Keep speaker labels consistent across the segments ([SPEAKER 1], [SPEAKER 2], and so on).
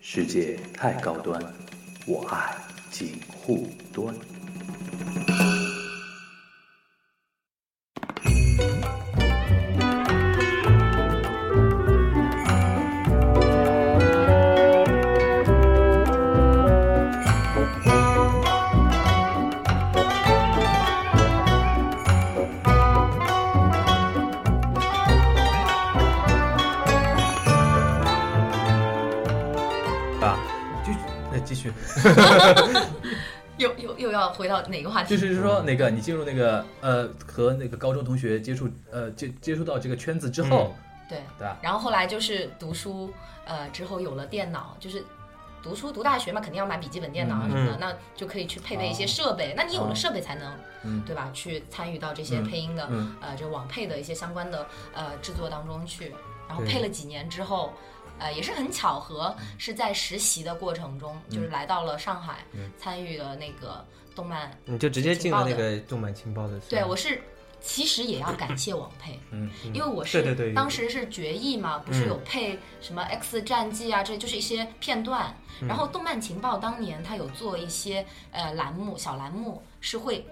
[SPEAKER 1] 世界太高端，我爱锦护端。
[SPEAKER 2] 啊，就那继续，
[SPEAKER 3] 又又又要回到哪个话
[SPEAKER 2] 就
[SPEAKER 3] 题？
[SPEAKER 2] 是说那个你进入那个呃和那个高中同学接触呃接接触到这个圈子之后，
[SPEAKER 3] 对，
[SPEAKER 2] 对啊吧？
[SPEAKER 3] 然后后来就是读书，呃，之后有了电脑，就是读书读大学嘛，肯定要买笔记本电脑啊
[SPEAKER 2] 嗯
[SPEAKER 3] 什么的，
[SPEAKER 4] 嗯
[SPEAKER 3] 那就可以去配备一些设备。那你有
[SPEAKER 2] 哦
[SPEAKER 3] 了设备才能，
[SPEAKER 2] 嗯
[SPEAKER 3] 对吧？去参与到这些
[SPEAKER 2] 嗯
[SPEAKER 3] 配音的，
[SPEAKER 2] 嗯
[SPEAKER 3] 呃，这网配的一些相关的呃制作当中去。然后
[SPEAKER 2] 对
[SPEAKER 3] 配了几年之后。呃，也是很巧合，
[SPEAKER 2] 嗯
[SPEAKER 3] 是在实习的过程中，就是来到了上海，
[SPEAKER 2] 嗯
[SPEAKER 3] 参与了那个动漫
[SPEAKER 4] 你就直接进了那个动漫情报的。
[SPEAKER 3] 对，我是其实也要感谢网配，
[SPEAKER 2] 嗯
[SPEAKER 4] 嗯
[SPEAKER 3] 因为我
[SPEAKER 4] 对对
[SPEAKER 3] 是
[SPEAKER 4] 对嗯
[SPEAKER 3] 当时是决议嘛，不是有配什么 X 战记啊，这就是一些片段。
[SPEAKER 4] 嗯
[SPEAKER 3] 然后动漫情报当年它有做一些呃栏目，小栏目是会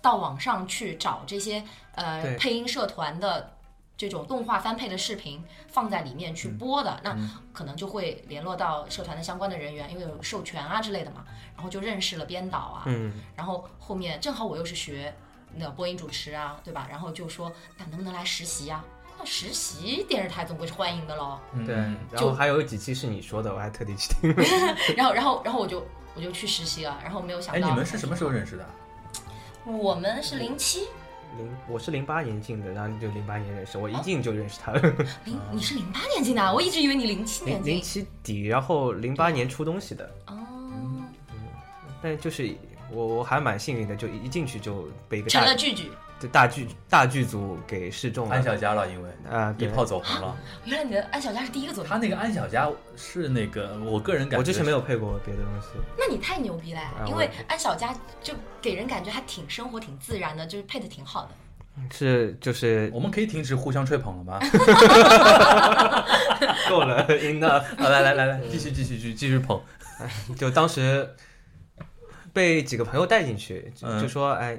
[SPEAKER 3] 到网上去找这些呃
[SPEAKER 4] 对
[SPEAKER 3] 配音社团的。这种动画翻配的视频放在里面去
[SPEAKER 4] 嗯
[SPEAKER 3] 播的，那可能就会联络到社团的相关的人员，因为有授权啊之类的嘛，然后就认识了编导啊，
[SPEAKER 4] 嗯，
[SPEAKER 3] 然后后面正好我又是学那播音主持啊，对吧？然后就说那能不能来实习呀、那实习电视台总归是欢迎的喽。
[SPEAKER 2] 嗯
[SPEAKER 4] 对
[SPEAKER 2] 嗯，
[SPEAKER 4] 然后还有几期是你说的，我还特地去听。
[SPEAKER 3] 然后，然后，然后我就我就去实习了。然后没有想
[SPEAKER 2] 哎，
[SPEAKER 3] 到，
[SPEAKER 2] 你们是什么时候认识的？
[SPEAKER 3] 我们是零七
[SPEAKER 4] 零，我是零八年进的，然后你就零八年认识，
[SPEAKER 3] 哦
[SPEAKER 4] 我一进就认识他了，
[SPEAKER 3] 零，你是零八年进的啊，我一直以为你零七
[SPEAKER 4] 零
[SPEAKER 3] 年
[SPEAKER 4] 零
[SPEAKER 3] 进。
[SPEAKER 4] 七底，然后零八年出东西的，
[SPEAKER 3] 哦，
[SPEAKER 2] 嗯
[SPEAKER 4] 但就是我我还蛮幸运的，就一进去就被一个
[SPEAKER 3] 成了
[SPEAKER 4] 大
[SPEAKER 3] 聚聚。
[SPEAKER 4] 对大剧大剧组给示众
[SPEAKER 2] 安
[SPEAKER 4] 了。
[SPEAKER 2] 小佳了，因为
[SPEAKER 4] 啊，
[SPEAKER 2] 一
[SPEAKER 4] 对，
[SPEAKER 2] 炮走红了。
[SPEAKER 3] 原来你的安小佳是第一个做的，
[SPEAKER 2] 他那个安小佳是那个，我个人感觉
[SPEAKER 4] 我之前没
[SPEAKER 2] 有
[SPEAKER 4] 有配过别的东西。
[SPEAKER 3] 那你太牛逼了
[SPEAKER 4] 啊，
[SPEAKER 3] 因
[SPEAKER 4] 我
[SPEAKER 3] 为安小佳就给人感觉还挺生活、挺自然的，就是配的挺好的。
[SPEAKER 4] 是就是
[SPEAKER 2] 我们可以停止互相吹捧了 吗？
[SPEAKER 4] 够了 enough。
[SPEAKER 2] 啊，来来来来，继续继续继续继续捧。
[SPEAKER 4] 就当时被几个朋友带进去，就
[SPEAKER 2] 嗯
[SPEAKER 4] 就说哎。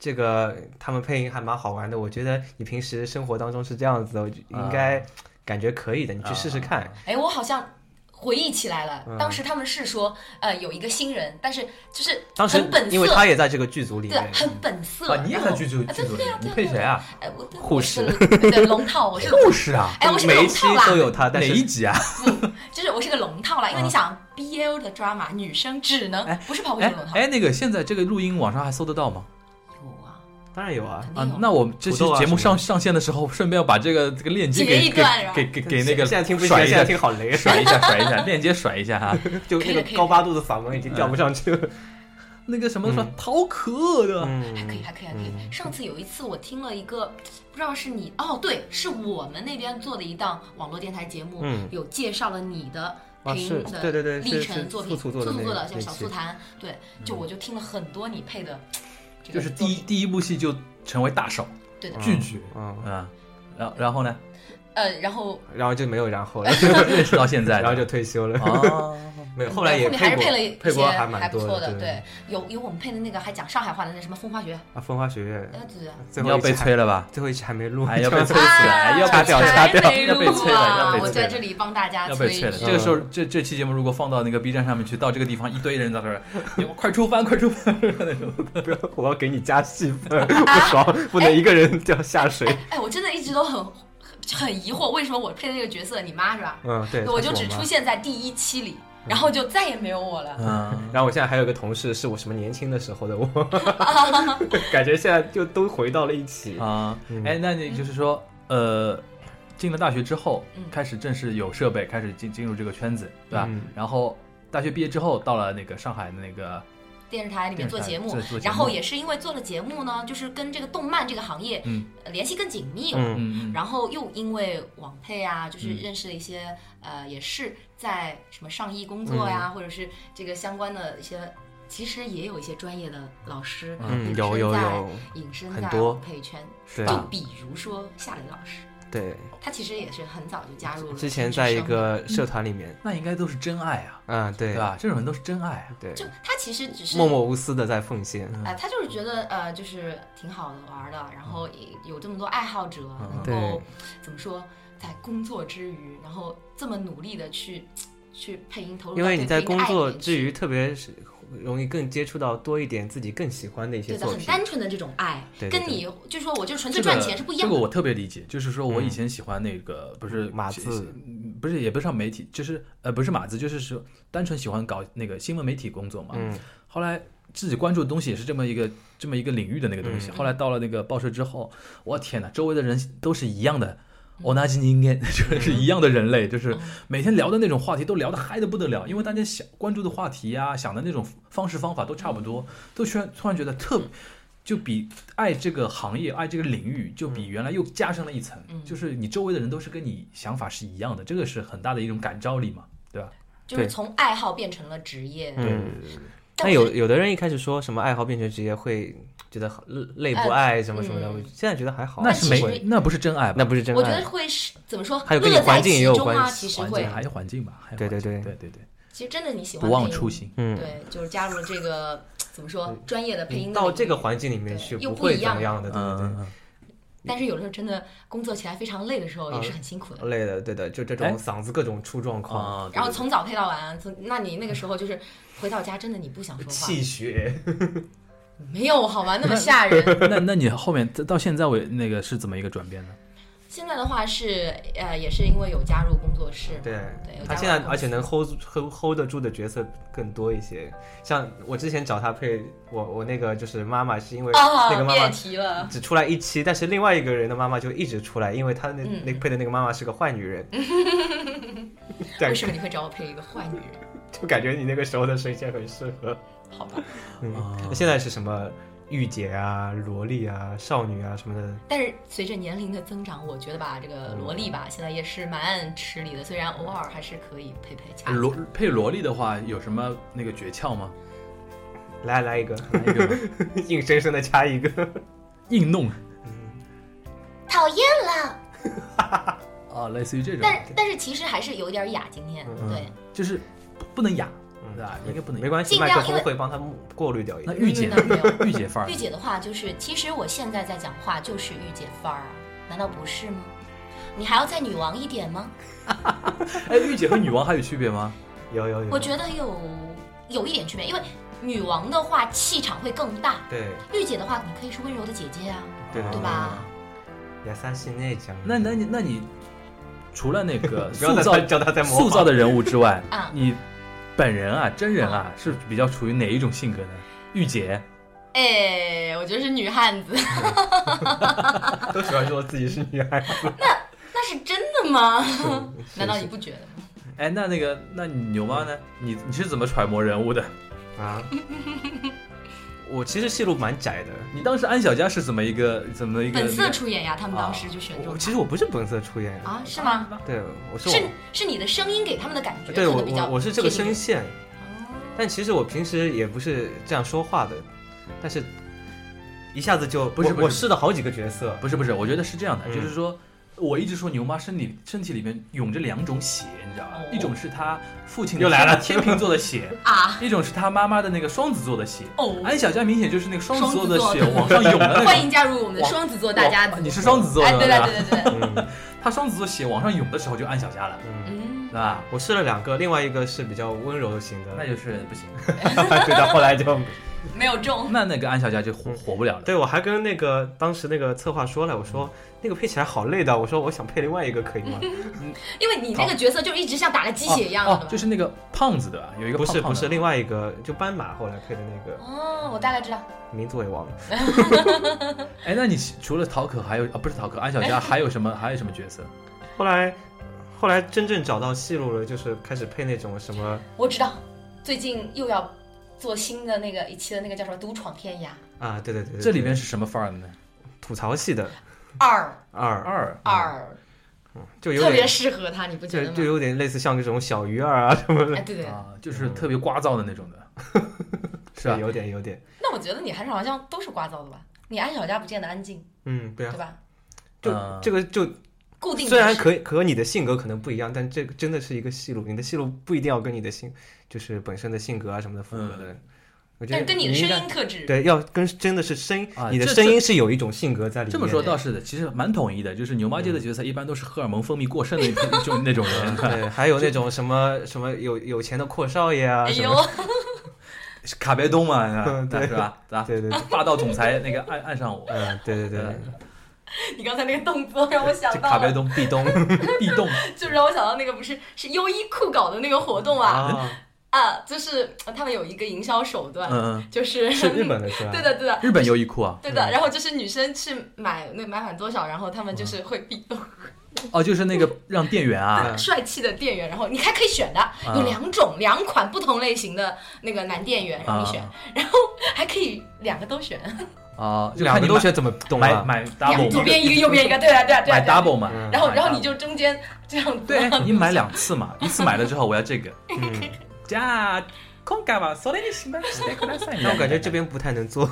[SPEAKER 4] 这个他们配音还蛮好玩的，我觉得你平时生活当中是这样子的，我就
[SPEAKER 2] 啊
[SPEAKER 4] 应该感觉可以的，你去试试看。
[SPEAKER 3] 哎，我好像回忆起来了，
[SPEAKER 2] 嗯
[SPEAKER 3] 当时他们是说，呃，有一个新人，但是就是
[SPEAKER 4] 当时
[SPEAKER 3] 很本色，
[SPEAKER 4] 因为他也在这个剧组里
[SPEAKER 3] 对
[SPEAKER 4] 面，，
[SPEAKER 3] 很本色。
[SPEAKER 2] 嗯啊，你也很剧组
[SPEAKER 3] 啊
[SPEAKER 2] 剧组里
[SPEAKER 3] 对啊，对
[SPEAKER 2] 你
[SPEAKER 3] 啊
[SPEAKER 2] 配谁啊？
[SPEAKER 3] 哎，我对
[SPEAKER 4] 护
[SPEAKER 3] 我是
[SPEAKER 4] 士
[SPEAKER 3] 个 对龙套， 我是个
[SPEAKER 2] 护士啊，
[SPEAKER 3] 哎，我是个
[SPEAKER 4] 每一
[SPEAKER 3] 龙
[SPEAKER 4] 期
[SPEAKER 3] 套
[SPEAKER 4] 都
[SPEAKER 3] 啦，
[SPEAKER 4] 有他，哎但
[SPEAKER 2] 哪一
[SPEAKER 4] 是
[SPEAKER 2] 集啊？
[SPEAKER 3] 就是我是个龙套啦，因为你想 BL 的 drama，女生只能不是跑步
[SPEAKER 2] 嗯
[SPEAKER 3] 机
[SPEAKER 2] 哎
[SPEAKER 3] 龙套，
[SPEAKER 2] 哎，那个现在这个录音网上还搜得到吗？
[SPEAKER 3] 有啊，
[SPEAKER 4] 当然有啊，
[SPEAKER 2] 啊
[SPEAKER 3] 肯定，有。
[SPEAKER 2] 那我们这期
[SPEAKER 4] 土豆啊
[SPEAKER 2] 节目
[SPEAKER 4] 什
[SPEAKER 2] 上
[SPEAKER 4] 么
[SPEAKER 2] 上线的时候，顺便把这个这个链接
[SPEAKER 3] 截
[SPEAKER 2] 给
[SPEAKER 3] 一段然后
[SPEAKER 2] 给给 给给那个
[SPEAKER 4] 现在听不行，
[SPEAKER 2] 甩一
[SPEAKER 4] 现在
[SPEAKER 2] 下，
[SPEAKER 4] 听好 雷，
[SPEAKER 2] 甩一下，甩一下， 链接甩一下 啊！
[SPEAKER 4] 就
[SPEAKER 3] 可以
[SPEAKER 4] 那
[SPEAKER 3] 了可以
[SPEAKER 4] 个
[SPEAKER 3] 了
[SPEAKER 4] 高八度的嗓门已经调不上去了。
[SPEAKER 2] 那个什么什么逃课的，
[SPEAKER 4] 嗯，
[SPEAKER 3] 还可以，还可以，还可以。上次有一次我听了一个，不知道是你哦，对，是我们那边做的一档网络电台节目，
[SPEAKER 4] 嗯
[SPEAKER 3] 有介绍了你的
[SPEAKER 4] 啊
[SPEAKER 3] 配
[SPEAKER 4] 是
[SPEAKER 3] 音的
[SPEAKER 4] 对对对
[SPEAKER 3] 历
[SPEAKER 4] 是是
[SPEAKER 3] 程作品，
[SPEAKER 4] 素
[SPEAKER 3] 素
[SPEAKER 4] 素做的那
[SPEAKER 3] 的
[SPEAKER 4] 那
[SPEAKER 3] 像小
[SPEAKER 4] 期
[SPEAKER 3] 醋坛，对，
[SPEAKER 4] 嗯
[SPEAKER 3] 就我就听了很多你配的，这
[SPEAKER 2] 就
[SPEAKER 3] 个
[SPEAKER 2] 是
[SPEAKER 3] 作
[SPEAKER 2] 第一
[SPEAKER 3] 品
[SPEAKER 2] 第一部戏就成为大手
[SPEAKER 3] 对的，
[SPEAKER 2] 拒绝
[SPEAKER 4] 嗯，
[SPEAKER 2] 啊，然后然后呢，
[SPEAKER 3] 呃，然后
[SPEAKER 4] 然后就没有然后了，
[SPEAKER 2] 认识到现在的，
[SPEAKER 4] 然后就退休了。
[SPEAKER 2] 哦，
[SPEAKER 4] 没有，后来也
[SPEAKER 3] 嗯呃后面还
[SPEAKER 4] 配过
[SPEAKER 3] 是配了一
[SPEAKER 4] 配
[SPEAKER 3] 些
[SPEAKER 4] 过还
[SPEAKER 3] 还
[SPEAKER 4] 蛮
[SPEAKER 3] 不
[SPEAKER 4] 多
[SPEAKER 3] 错的，
[SPEAKER 4] 对
[SPEAKER 3] 对，有有我们配的那个还讲上海话的那什么风花雪，
[SPEAKER 4] 啊，风花雪
[SPEAKER 3] 呃，
[SPEAKER 4] 月，
[SPEAKER 3] 对对。
[SPEAKER 4] 最
[SPEAKER 2] 你
[SPEAKER 4] 后
[SPEAKER 2] 要
[SPEAKER 4] 一期
[SPEAKER 2] 被
[SPEAKER 4] 还，
[SPEAKER 2] 催了吧？
[SPEAKER 4] 最后一期还没录，
[SPEAKER 2] 哎，要 被催
[SPEAKER 3] 啊
[SPEAKER 2] 死了，哎要被
[SPEAKER 4] 掐掉掐掉
[SPEAKER 3] 才没
[SPEAKER 2] 要被
[SPEAKER 3] 录
[SPEAKER 2] 催了要被
[SPEAKER 3] 啊！我
[SPEAKER 2] 催
[SPEAKER 3] 在
[SPEAKER 2] 了
[SPEAKER 3] 这里帮大家
[SPEAKER 2] 要被
[SPEAKER 3] 一
[SPEAKER 2] 催了。
[SPEAKER 3] 句
[SPEAKER 2] 这个时候，这这期节目如果放到那个 B 站上面去，到这个地方一堆人在那儿， 你们快出番，快出番那种。
[SPEAKER 4] 不要，我要给你加戏 份，不爽，不能一个人掉下水。
[SPEAKER 3] 哎，我真的一直都很很很疑惑，为什么我配的那个角色你妈是吧？
[SPEAKER 4] 嗯，对，
[SPEAKER 3] 我
[SPEAKER 4] 她是
[SPEAKER 3] 就只
[SPEAKER 4] 妈嗯
[SPEAKER 3] 出。现在第一期里，然后就再也没有我了。
[SPEAKER 2] 嗯，
[SPEAKER 4] 然后我现在还有一个同事，是我什么年轻的时候的 我，感觉现在就都回到了一起。
[SPEAKER 2] 啊
[SPEAKER 4] 嗯，
[SPEAKER 2] 哎，那你就是说，呃，进了大学之后，
[SPEAKER 3] 嗯
[SPEAKER 2] 开始正式有设备，开始进进入这个圈子，对吧？
[SPEAKER 4] 嗯
[SPEAKER 2] 然后大学毕业之后，到了那个上海的那个，
[SPEAKER 3] 电视台里面做节目
[SPEAKER 2] 电视台做做节目，
[SPEAKER 3] 然后也是因为做了节目呢，就是跟这个动漫这个行业
[SPEAKER 2] 嗯
[SPEAKER 3] 呃联系更紧密了。
[SPEAKER 4] 嗯，
[SPEAKER 2] 嗯，
[SPEAKER 3] 然后又因为网配啊，就是
[SPEAKER 2] 嗯
[SPEAKER 3] 认识了一些、呃，也是在什么上艺工作
[SPEAKER 4] 嗯
[SPEAKER 3] 呀、或者是这个相关的一些，其实也有一些专业的老师，
[SPEAKER 4] 嗯
[SPEAKER 3] 隐
[SPEAKER 4] 有
[SPEAKER 3] 身
[SPEAKER 4] 有
[SPEAKER 3] 在
[SPEAKER 4] 有
[SPEAKER 3] 隐身
[SPEAKER 4] 很
[SPEAKER 3] 在
[SPEAKER 4] 多
[SPEAKER 3] 网配圈，
[SPEAKER 4] 对
[SPEAKER 3] 就
[SPEAKER 4] 啊
[SPEAKER 3] 比如说夏雷老师，
[SPEAKER 4] 对，
[SPEAKER 3] 他其实也是很早就加入了
[SPEAKER 4] 之前
[SPEAKER 3] 研究
[SPEAKER 4] 在一
[SPEAKER 3] 生嗯
[SPEAKER 4] 个社团里面，
[SPEAKER 2] 那应该都是真爱啊，
[SPEAKER 4] 嗯，对
[SPEAKER 2] 对吧？这种人都是真爱啊。
[SPEAKER 4] 对，
[SPEAKER 3] 就他其实只是
[SPEAKER 4] 默默无私的在奉献，
[SPEAKER 3] 哎、他就是觉得呃，就是挺好的玩儿的，然后也有这么多爱好者，
[SPEAKER 2] 嗯
[SPEAKER 3] 能够
[SPEAKER 4] 对
[SPEAKER 3] 怎么说，在工作之余，然后这么努力的去去配音投入，
[SPEAKER 4] 因为你在工作之
[SPEAKER 3] 之余，
[SPEAKER 4] 余，特别是容易更接触到多一点自己更喜欢的一些
[SPEAKER 3] 对的，
[SPEAKER 4] 作
[SPEAKER 3] 很
[SPEAKER 4] 品，
[SPEAKER 3] 单纯的这种爱，
[SPEAKER 4] 对对
[SPEAKER 3] 跟
[SPEAKER 4] 对
[SPEAKER 3] 你就说我就纯
[SPEAKER 2] 这
[SPEAKER 3] 粹
[SPEAKER 2] 个
[SPEAKER 3] 赚钱是不一样
[SPEAKER 2] 这
[SPEAKER 3] 的。
[SPEAKER 2] 个我特别理解，就是说我以前喜欢那个、不是
[SPEAKER 4] 码
[SPEAKER 2] 是
[SPEAKER 4] 嗯字
[SPEAKER 2] 不是也不是上媒体，就是呃不是码字，就是说单纯喜欢搞那个新闻媒体工作嘛。
[SPEAKER 4] 嗯，
[SPEAKER 2] 后来自己关注的东西也是这么一个这么一个领域的那个东西。
[SPEAKER 3] 嗯
[SPEAKER 2] 后来到了那个报社之后，我天哪，周围的人都是一样的。
[SPEAKER 3] 嗯
[SPEAKER 2] 我那今应该 就是一样的人类，就是每天聊的那种话题都聊得嗨的不得了，因为大家想关注的话题呀、想的那种方式方法都差不多，都突然突然觉得特，就比爱这个行业、爱这个领域，就比原来又加上了一层，
[SPEAKER 3] 嗯
[SPEAKER 2] 就是你周围的人都是跟你想法是一样的，这个是很大的一种感召力嘛，对吧？
[SPEAKER 3] 就是
[SPEAKER 4] 对
[SPEAKER 3] 从爱好变成了职业，
[SPEAKER 4] 嗯。
[SPEAKER 3] 但
[SPEAKER 4] 那
[SPEAKER 3] 我
[SPEAKER 4] 有
[SPEAKER 3] 觉得
[SPEAKER 4] 有的人一开始说什么爱好变成职业会觉得好累不爱什么什么的，
[SPEAKER 3] 嗯
[SPEAKER 4] 我现在觉得还好，
[SPEAKER 2] 那
[SPEAKER 3] 其
[SPEAKER 2] 是
[SPEAKER 3] 实
[SPEAKER 2] 没，那不是真爱吧？
[SPEAKER 4] 那不是真
[SPEAKER 3] 我觉
[SPEAKER 4] 爱
[SPEAKER 3] 得，会是怎么说，
[SPEAKER 4] 还有跟你
[SPEAKER 3] 乐在
[SPEAKER 4] 环境也
[SPEAKER 3] 其
[SPEAKER 4] 有
[SPEAKER 3] 中啊，
[SPEAKER 4] 关
[SPEAKER 3] 其
[SPEAKER 4] 系
[SPEAKER 3] 实
[SPEAKER 2] 环
[SPEAKER 3] 会
[SPEAKER 2] 境，还是环境吧，还有
[SPEAKER 4] 对
[SPEAKER 2] 环
[SPEAKER 4] 对
[SPEAKER 2] 境
[SPEAKER 4] 对
[SPEAKER 2] 对对对，
[SPEAKER 3] 其实真的你喜欢
[SPEAKER 2] 不忘
[SPEAKER 3] 配音
[SPEAKER 2] 初，心。
[SPEAKER 4] 嗯，
[SPEAKER 3] 对，就是加入了这个怎么说专业的配
[SPEAKER 4] 你
[SPEAKER 3] 音的
[SPEAKER 4] 到
[SPEAKER 3] 领
[SPEAKER 4] 这个
[SPEAKER 3] 域
[SPEAKER 4] 环境里面
[SPEAKER 3] 对
[SPEAKER 4] 去
[SPEAKER 3] 又
[SPEAKER 4] 不
[SPEAKER 3] 不
[SPEAKER 4] 会
[SPEAKER 3] 一
[SPEAKER 4] 怎
[SPEAKER 3] 样
[SPEAKER 4] 么样的，对对对
[SPEAKER 2] 嗯，。嗯
[SPEAKER 3] 但是有的时候真的工作起来非常累的时候，也
[SPEAKER 4] 呃
[SPEAKER 3] 是很辛苦的。
[SPEAKER 4] 累的，对的，就这
[SPEAKER 2] 哎
[SPEAKER 4] 种嗓子各种出状况，
[SPEAKER 2] 啊，对
[SPEAKER 3] 哦然后
[SPEAKER 2] 对
[SPEAKER 3] 从早配到晚，从那你那个时候就是回到家，真的你不想说话，
[SPEAKER 4] 气血，
[SPEAKER 3] 没有好吗？那么 吓人。
[SPEAKER 2] 那那你后面到现在为那个是怎么一个转变呢？
[SPEAKER 3] 现在的话是呃，也是因为有加入工作室，
[SPEAKER 4] 对
[SPEAKER 3] 对有
[SPEAKER 4] 他
[SPEAKER 3] 加
[SPEAKER 4] 现在
[SPEAKER 3] 入
[SPEAKER 4] 而且能 hold hold hold 得住的角色更多一些。像我之前找他配我我那个就是妈妈，是因为
[SPEAKER 3] 哦，
[SPEAKER 4] 那个妈
[SPEAKER 3] 别
[SPEAKER 4] 妈
[SPEAKER 3] 提了，
[SPEAKER 4] 只出来一期，但是另外一个人的妈妈就一直出来，因为他那
[SPEAKER 3] 嗯
[SPEAKER 4] 那配的那个妈妈是个坏女人，对
[SPEAKER 3] 为，什么你会找我配一个坏女人？
[SPEAKER 4] 就感觉你那个时候的声线很适合。
[SPEAKER 3] 好吧，
[SPEAKER 4] 嗯，
[SPEAKER 2] 啊
[SPEAKER 4] 那现在是什么御姐啊、萝莉啊、少女啊什么的，
[SPEAKER 3] 但是随着年龄的增长，我觉得吧，这个萝莉吧，现在也是蛮吃力的，虽然偶尔还是可以配配恰恰。
[SPEAKER 2] 萝配萝莉的话，有什么那个诀窍 吗？
[SPEAKER 4] 来来一 个，
[SPEAKER 2] 来一个吧
[SPEAKER 4] 硬生生的掐一个。
[SPEAKER 2] 硬 弄嗯
[SPEAKER 3] 讨厌了，
[SPEAKER 2] 啊，类似于这种，
[SPEAKER 3] 但但是其实还是有点哑，今天
[SPEAKER 4] 嗯
[SPEAKER 3] 对。
[SPEAKER 2] 就是不不能哑，对吧？
[SPEAKER 4] 嗯
[SPEAKER 2] 应该不能
[SPEAKER 4] 没
[SPEAKER 2] 哑。
[SPEAKER 4] 关系，
[SPEAKER 3] 尽
[SPEAKER 4] 麦
[SPEAKER 3] 量
[SPEAKER 4] 克
[SPEAKER 3] 因
[SPEAKER 4] 风
[SPEAKER 3] 为
[SPEAKER 4] 会帮他过滤掉一
[SPEAKER 2] 那
[SPEAKER 4] 点。
[SPEAKER 2] 御姐
[SPEAKER 3] 没有没有没有
[SPEAKER 2] 御姐范儿
[SPEAKER 3] 御，姐的话就是，其实我现在在讲话就是御姐范儿啊，难道不是吗？你还要再女王一点吗？
[SPEAKER 2] 哎，御姐和女王还有区别吗？
[SPEAKER 4] 有
[SPEAKER 2] 嗯
[SPEAKER 4] 有有，
[SPEAKER 3] 我觉得有有一点区别，因为女王的话气场会更大，
[SPEAKER 4] 对
[SPEAKER 3] 御姐的话你可以是温柔的姐姐啊，
[SPEAKER 4] 对
[SPEAKER 3] 对吧？？
[SPEAKER 4] 亚三系内讲，
[SPEAKER 2] 那那你那你除了那个
[SPEAKER 4] 不要
[SPEAKER 2] 塑
[SPEAKER 4] 再
[SPEAKER 2] 造
[SPEAKER 4] 叫他在模仿
[SPEAKER 2] 塑造的人物之外
[SPEAKER 3] 啊，
[SPEAKER 2] 你本人啊，真人啊，
[SPEAKER 3] 哦
[SPEAKER 2] 是比较处于哪一种性格呢？御姐，
[SPEAKER 3] 哎，我觉得是女汉子，
[SPEAKER 4] 都喜欢说自己是女孩子。
[SPEAKER 3] 那是真的吗？
[SPEAKER 4] 是
[SPEAKER 3] 难道
[SPEAKER 4] 是
[SPEAKER 3] 你不觉得吗？
[SPEAKER 2] 哎，那那个那你牛妈呢？你你是怎么揣摩人物的？
[SPEAKER 4] 啊？我其实戏路蛮窄的，
[SPEAKER 2] 你当时安小佳是怎么一个怎么一个
[SPEAKER 3] 本色
[SPEAKER 2] 那个
[SPEAKER 3] 出演呀，他们当时就选中
[SPEAKER 2] 哦
[SPEAKER 4] 我
[SPEAKER 3] 了
[SPEAKER 4] 其实我不是本色出演，
[SPEAKER 3] 啊，是吗？
[SPEAKER 4] 对，我是
[SPEAKER 3] 是
[SPEAKER 4] 我，
[SPEAKER 3] 是你的声音给他们的感觉，
[SPEAKER 4] 对
[SPEAKER 3] 可
[SPEAKER 4] 我
[SPEAKER 3] 能比较
[SPEAKER 4] 我我是这个
[SPEAKER 3] 贴近
[SPEAKER 4] 声线，但其实我平时也不是这样说话的，但是一下子就
[SPEAKER 2] 不是
[SPEAKER 4] 我
[SPEAKER 2] 不是
[SPEAKER 4] 我试了好几个角色，
[SPEAKER 2] 不是不是，我觉得是这样的，
[SPEAKER 4] 嗯
[SPEAKER 2] 就是说，我一直说牛妈身体身体里面涌着两种血，你知道吧
[SPEAKER 3] 哦？
[SPEAKER 2] 一种是她父亲的
[SPEAKER 4] 又来了
[SPEAKER 2] 天秤座的血，
[SPEAKER 3] 啊，
[SPEAKER 2] 一种是她妈妈的那个双子座的血。
[SPEAKER 3] 哦
[SPEAKER 2] 安小佳明显就是那个双子座的血
[SPEAKER 3] 双子座
[SPEAKER 2] 往上涌的那
[SPEAKER 3] 欢
[SPEAKER 2] 种。
[SPEAKER 3] 迎加入我们的双子座大家
[SPEAKER 2] 哇
[SPEAKER 3] 族。
[SPEAKER 2] 你是双子座的啊
[SPEAKER 3] 哎，对
[SPEAKER 2] 对吧
[SPEAKER 3] 对对对对，
[SPEAKER 4] 嗯
[SPEAKER 2] 她双子座血往上涌的时候就安小佳了，
[SPEAKER 4] 嗯，
[SPEAKER 3] 嗯
[SPEAKER 2] 对，吧？
[SPEAKER 4] 我试了两个，另外一个是比较温柔型的，
[SPEAKER 2] 那就是 不行，
[SPEAKER 4] 对的，后来就
[SPEAKER 3] 没有
[SPEAKER 4] 哦
[SPEAKER 3] 中。
[SPEAKER 2] 那那个安小佳就火
[SPEAKER 4] 嗯
[SPEAKER 2] 火不了了。
[SPEAKER 4] 对我还跟那个当时那个策划说了，我
[SPEAKER 2] 嗯
[SPEAKER 4] 说那个配起来好累的，我说我想配另外一个可以吗？
[SPEAKER 3] 因为你那个角色就一直像打了鸡血一样
[SPEAKER 2] 哦
[SPEAKER 3] 的，，
[SPEAKER 2] 就是那个胖子对吧？有 一个
[SPEAKER 4] 不
[SPEAKER 2] 胖
[SPEAKER 4] 是
[SPEAKER 2] 胖
[SPEAKER 4] 不
[SPEAKER 2] 的
[SPEAKER 4] 是，另外一个就斑马后来配的那个
[SPEAKER 3] 哦，我大概知道。
[SPEAKER 4] 名字我也忘了，
[SPEAKER 2] 哎，那你除了陶可还有啊？不是陶可，安小 佳还有什么还有什么角色？
[SPEAKER 4] 后来后来真正找到戏路了，就是开始配那种什么
[SPEAKER 3] 我知道，最近又要做新的那个一期的那个叫什么《独闯天涯
[SPEAKER 4] 啊，对对对对，
[SPEAKER 2] 这里
[SPEAKER 4] 对
[SPEAKER 2] 面是什么范儿呢？
[SPEAKER 4] 吐槽系的
[SPEAKER 3] 二
[SPEAKER 4] 二
[SPEAKER 2] 二啊
[SPEAKER 3] 二》，
[SPEAKER 4] 就有
[SPEAKER 3] 特别
[SPEAKER 4] 点
[SPEAKER 3] 适合他，你不觉
[SPEAKER 4] 就
[SPEAKER 3] 得
[SPEAKER 4] 就
[SPEAKER 3] 吗？
[SPEAKER 4] 有点类似像这种小鱼儿啊什么的，
[SPEAKER 3] 哎，对对，
[SPEAKER 2] 啊，就是特别聒噪的那种 的，是吧？
[SPEAKER 4] 有点有点，
[SPEAKER 3] 那我觉得你还是好像都是聒噪的吧？你安小佳不见得安静，
[SPEAKER 4] 嗯，对啊
[SPEAKER 3] 对，吧？
[SPEAKER 4] 就
[SPEAKER 2] 嗯
[SPEAKER 4] 这个就
[SPEAKER 3] 固定的
[SPEAKER 4] 虽然
[SPEAKER 3] 是
[SPEAKER 4] 可以和你的性格可能不一样，但这个真的是一个戏路，你的戏路不一定要跟你的性就是本身的性格啊什么的符合
[SPEAKER 2] 嗯
[SPEAKER 4] 的。我觉
[SPEAKER 3] 但
[SPEAKER 4] 得
[SPEAKER 3] 是跟你的声
[SPEAKER 4] 应该
[SPEAKER 3] 音特质，
[SPEAKER 4] 对，要跟真的是声音，
[SPEAKER 2] 啊
[SPEAKER 4] 你的
[SPEAKER 2] 这
[SPEAKER 4] 声音是有一种性格在里面。嗯
[SPEAKER 2] 这么说倒是的，其实蛮统一的，就是牛妈街的角色一般都是荷尔蒙分泌过剩的一就那种 人。
[SPEAKER 4] 对，还有那种什么什么有有钱的阔少爷啊，
[SPEAKER 3] 哎
[SPEAKER 4] 什
[SPEAKER 3] 呦
[SPEAKER 4] 么，
[SPEAKER 2] 卡白东嘛，
[SPEAKER 4] 嗯对
[SPEAKER 2] 是吧？ 是吧？
[SPEAKER 4] 对对对，
[SPEAKER 2] 霸道总裁那个爱爱上我，
[SPEAKER 4] 嗯，对对对对，
[SPEAKER 3] 你刚才那个动作让我想
[SPEAKER 2] 这
[SPEAKER 3] 到
[SPEAKER 2] 卡
[SPEAKER 3] 了
[SPEAKER 2] 白东壁咚壁咚，
[SPEAKER 3] 就让我想到那个不是是优衣库搞的那个活动啊
[SPEAKER 4] 啊，
[SPEAKER 3] 啊，就是呃他们有一个营销手段，
[SPEAKER 2] 嗯，嗯，
[SPEAKER 3] 就是
[SPEAKER 4] 是日本的嗯是吧？
[SPEAKER 3] 对的对的
[SPEAKER 2] 日本优衣库啊，
[SPEAKER 3] 对的，然后就是女生去买那买满多少，然后他们
[SPEAKER 4] 嗯
[SPEAKER 3] 就是会壁咚，
[SPEAKER 2] 哦，就是那个让店员啊，
[SPEAKER 4] 嗯
[SPEAKER 3] 帅气的店员，然后你还可以选的，
[SPEAKER 2] 嗯
[SPEAKER 3] 有两种两款不同类型的那个男店员让你选，
[SPEAKER 2] 嗯
[SPEAKER 3] 然后还可以两个都 选，
[SPEAKER 2] 啊，就
[SPEAKER 4] 两
[SPEAKER 2] 看
[SPEAKER 4] 个
[SPEAKER 2] 你
[SPEAKER 4] 都
[SPEAKER 2] 买
[SPEAKER 4] 学怎么懂
[SPEAKER 2] 买
[SPEAKER 4] 啊？
[SPEAKER 2] 买
[SPEAKER 3] 两
[SPEAKER 2] double
[SPEAKER 3] 左
[SPEAKER 2] 嘛，
[SPEAKER 3] 边一个右边一个，对啊对啊对啊，
[SPEAKER 2] 买
[SPEAKER 3] 对啊
[SPEAKER 2] double 嘛
[SPEAKER 4] 嗯，
[SPEAKER 3] 然后
[SPEAKER 2] 买
[SPEAKER 3] 然后你
[SPEAKER 2] double
[SPEAKER 3] 就中间这样子，
[SPEAKER 2] 对，你买两次嘛，一次买了之后我要这个，
[SPEAKER 4] 嗯，
[SPEAKER 2] じゃあ今回はそれにしましてください。
[SPEAKER 4] 但我感觉这边不太能做。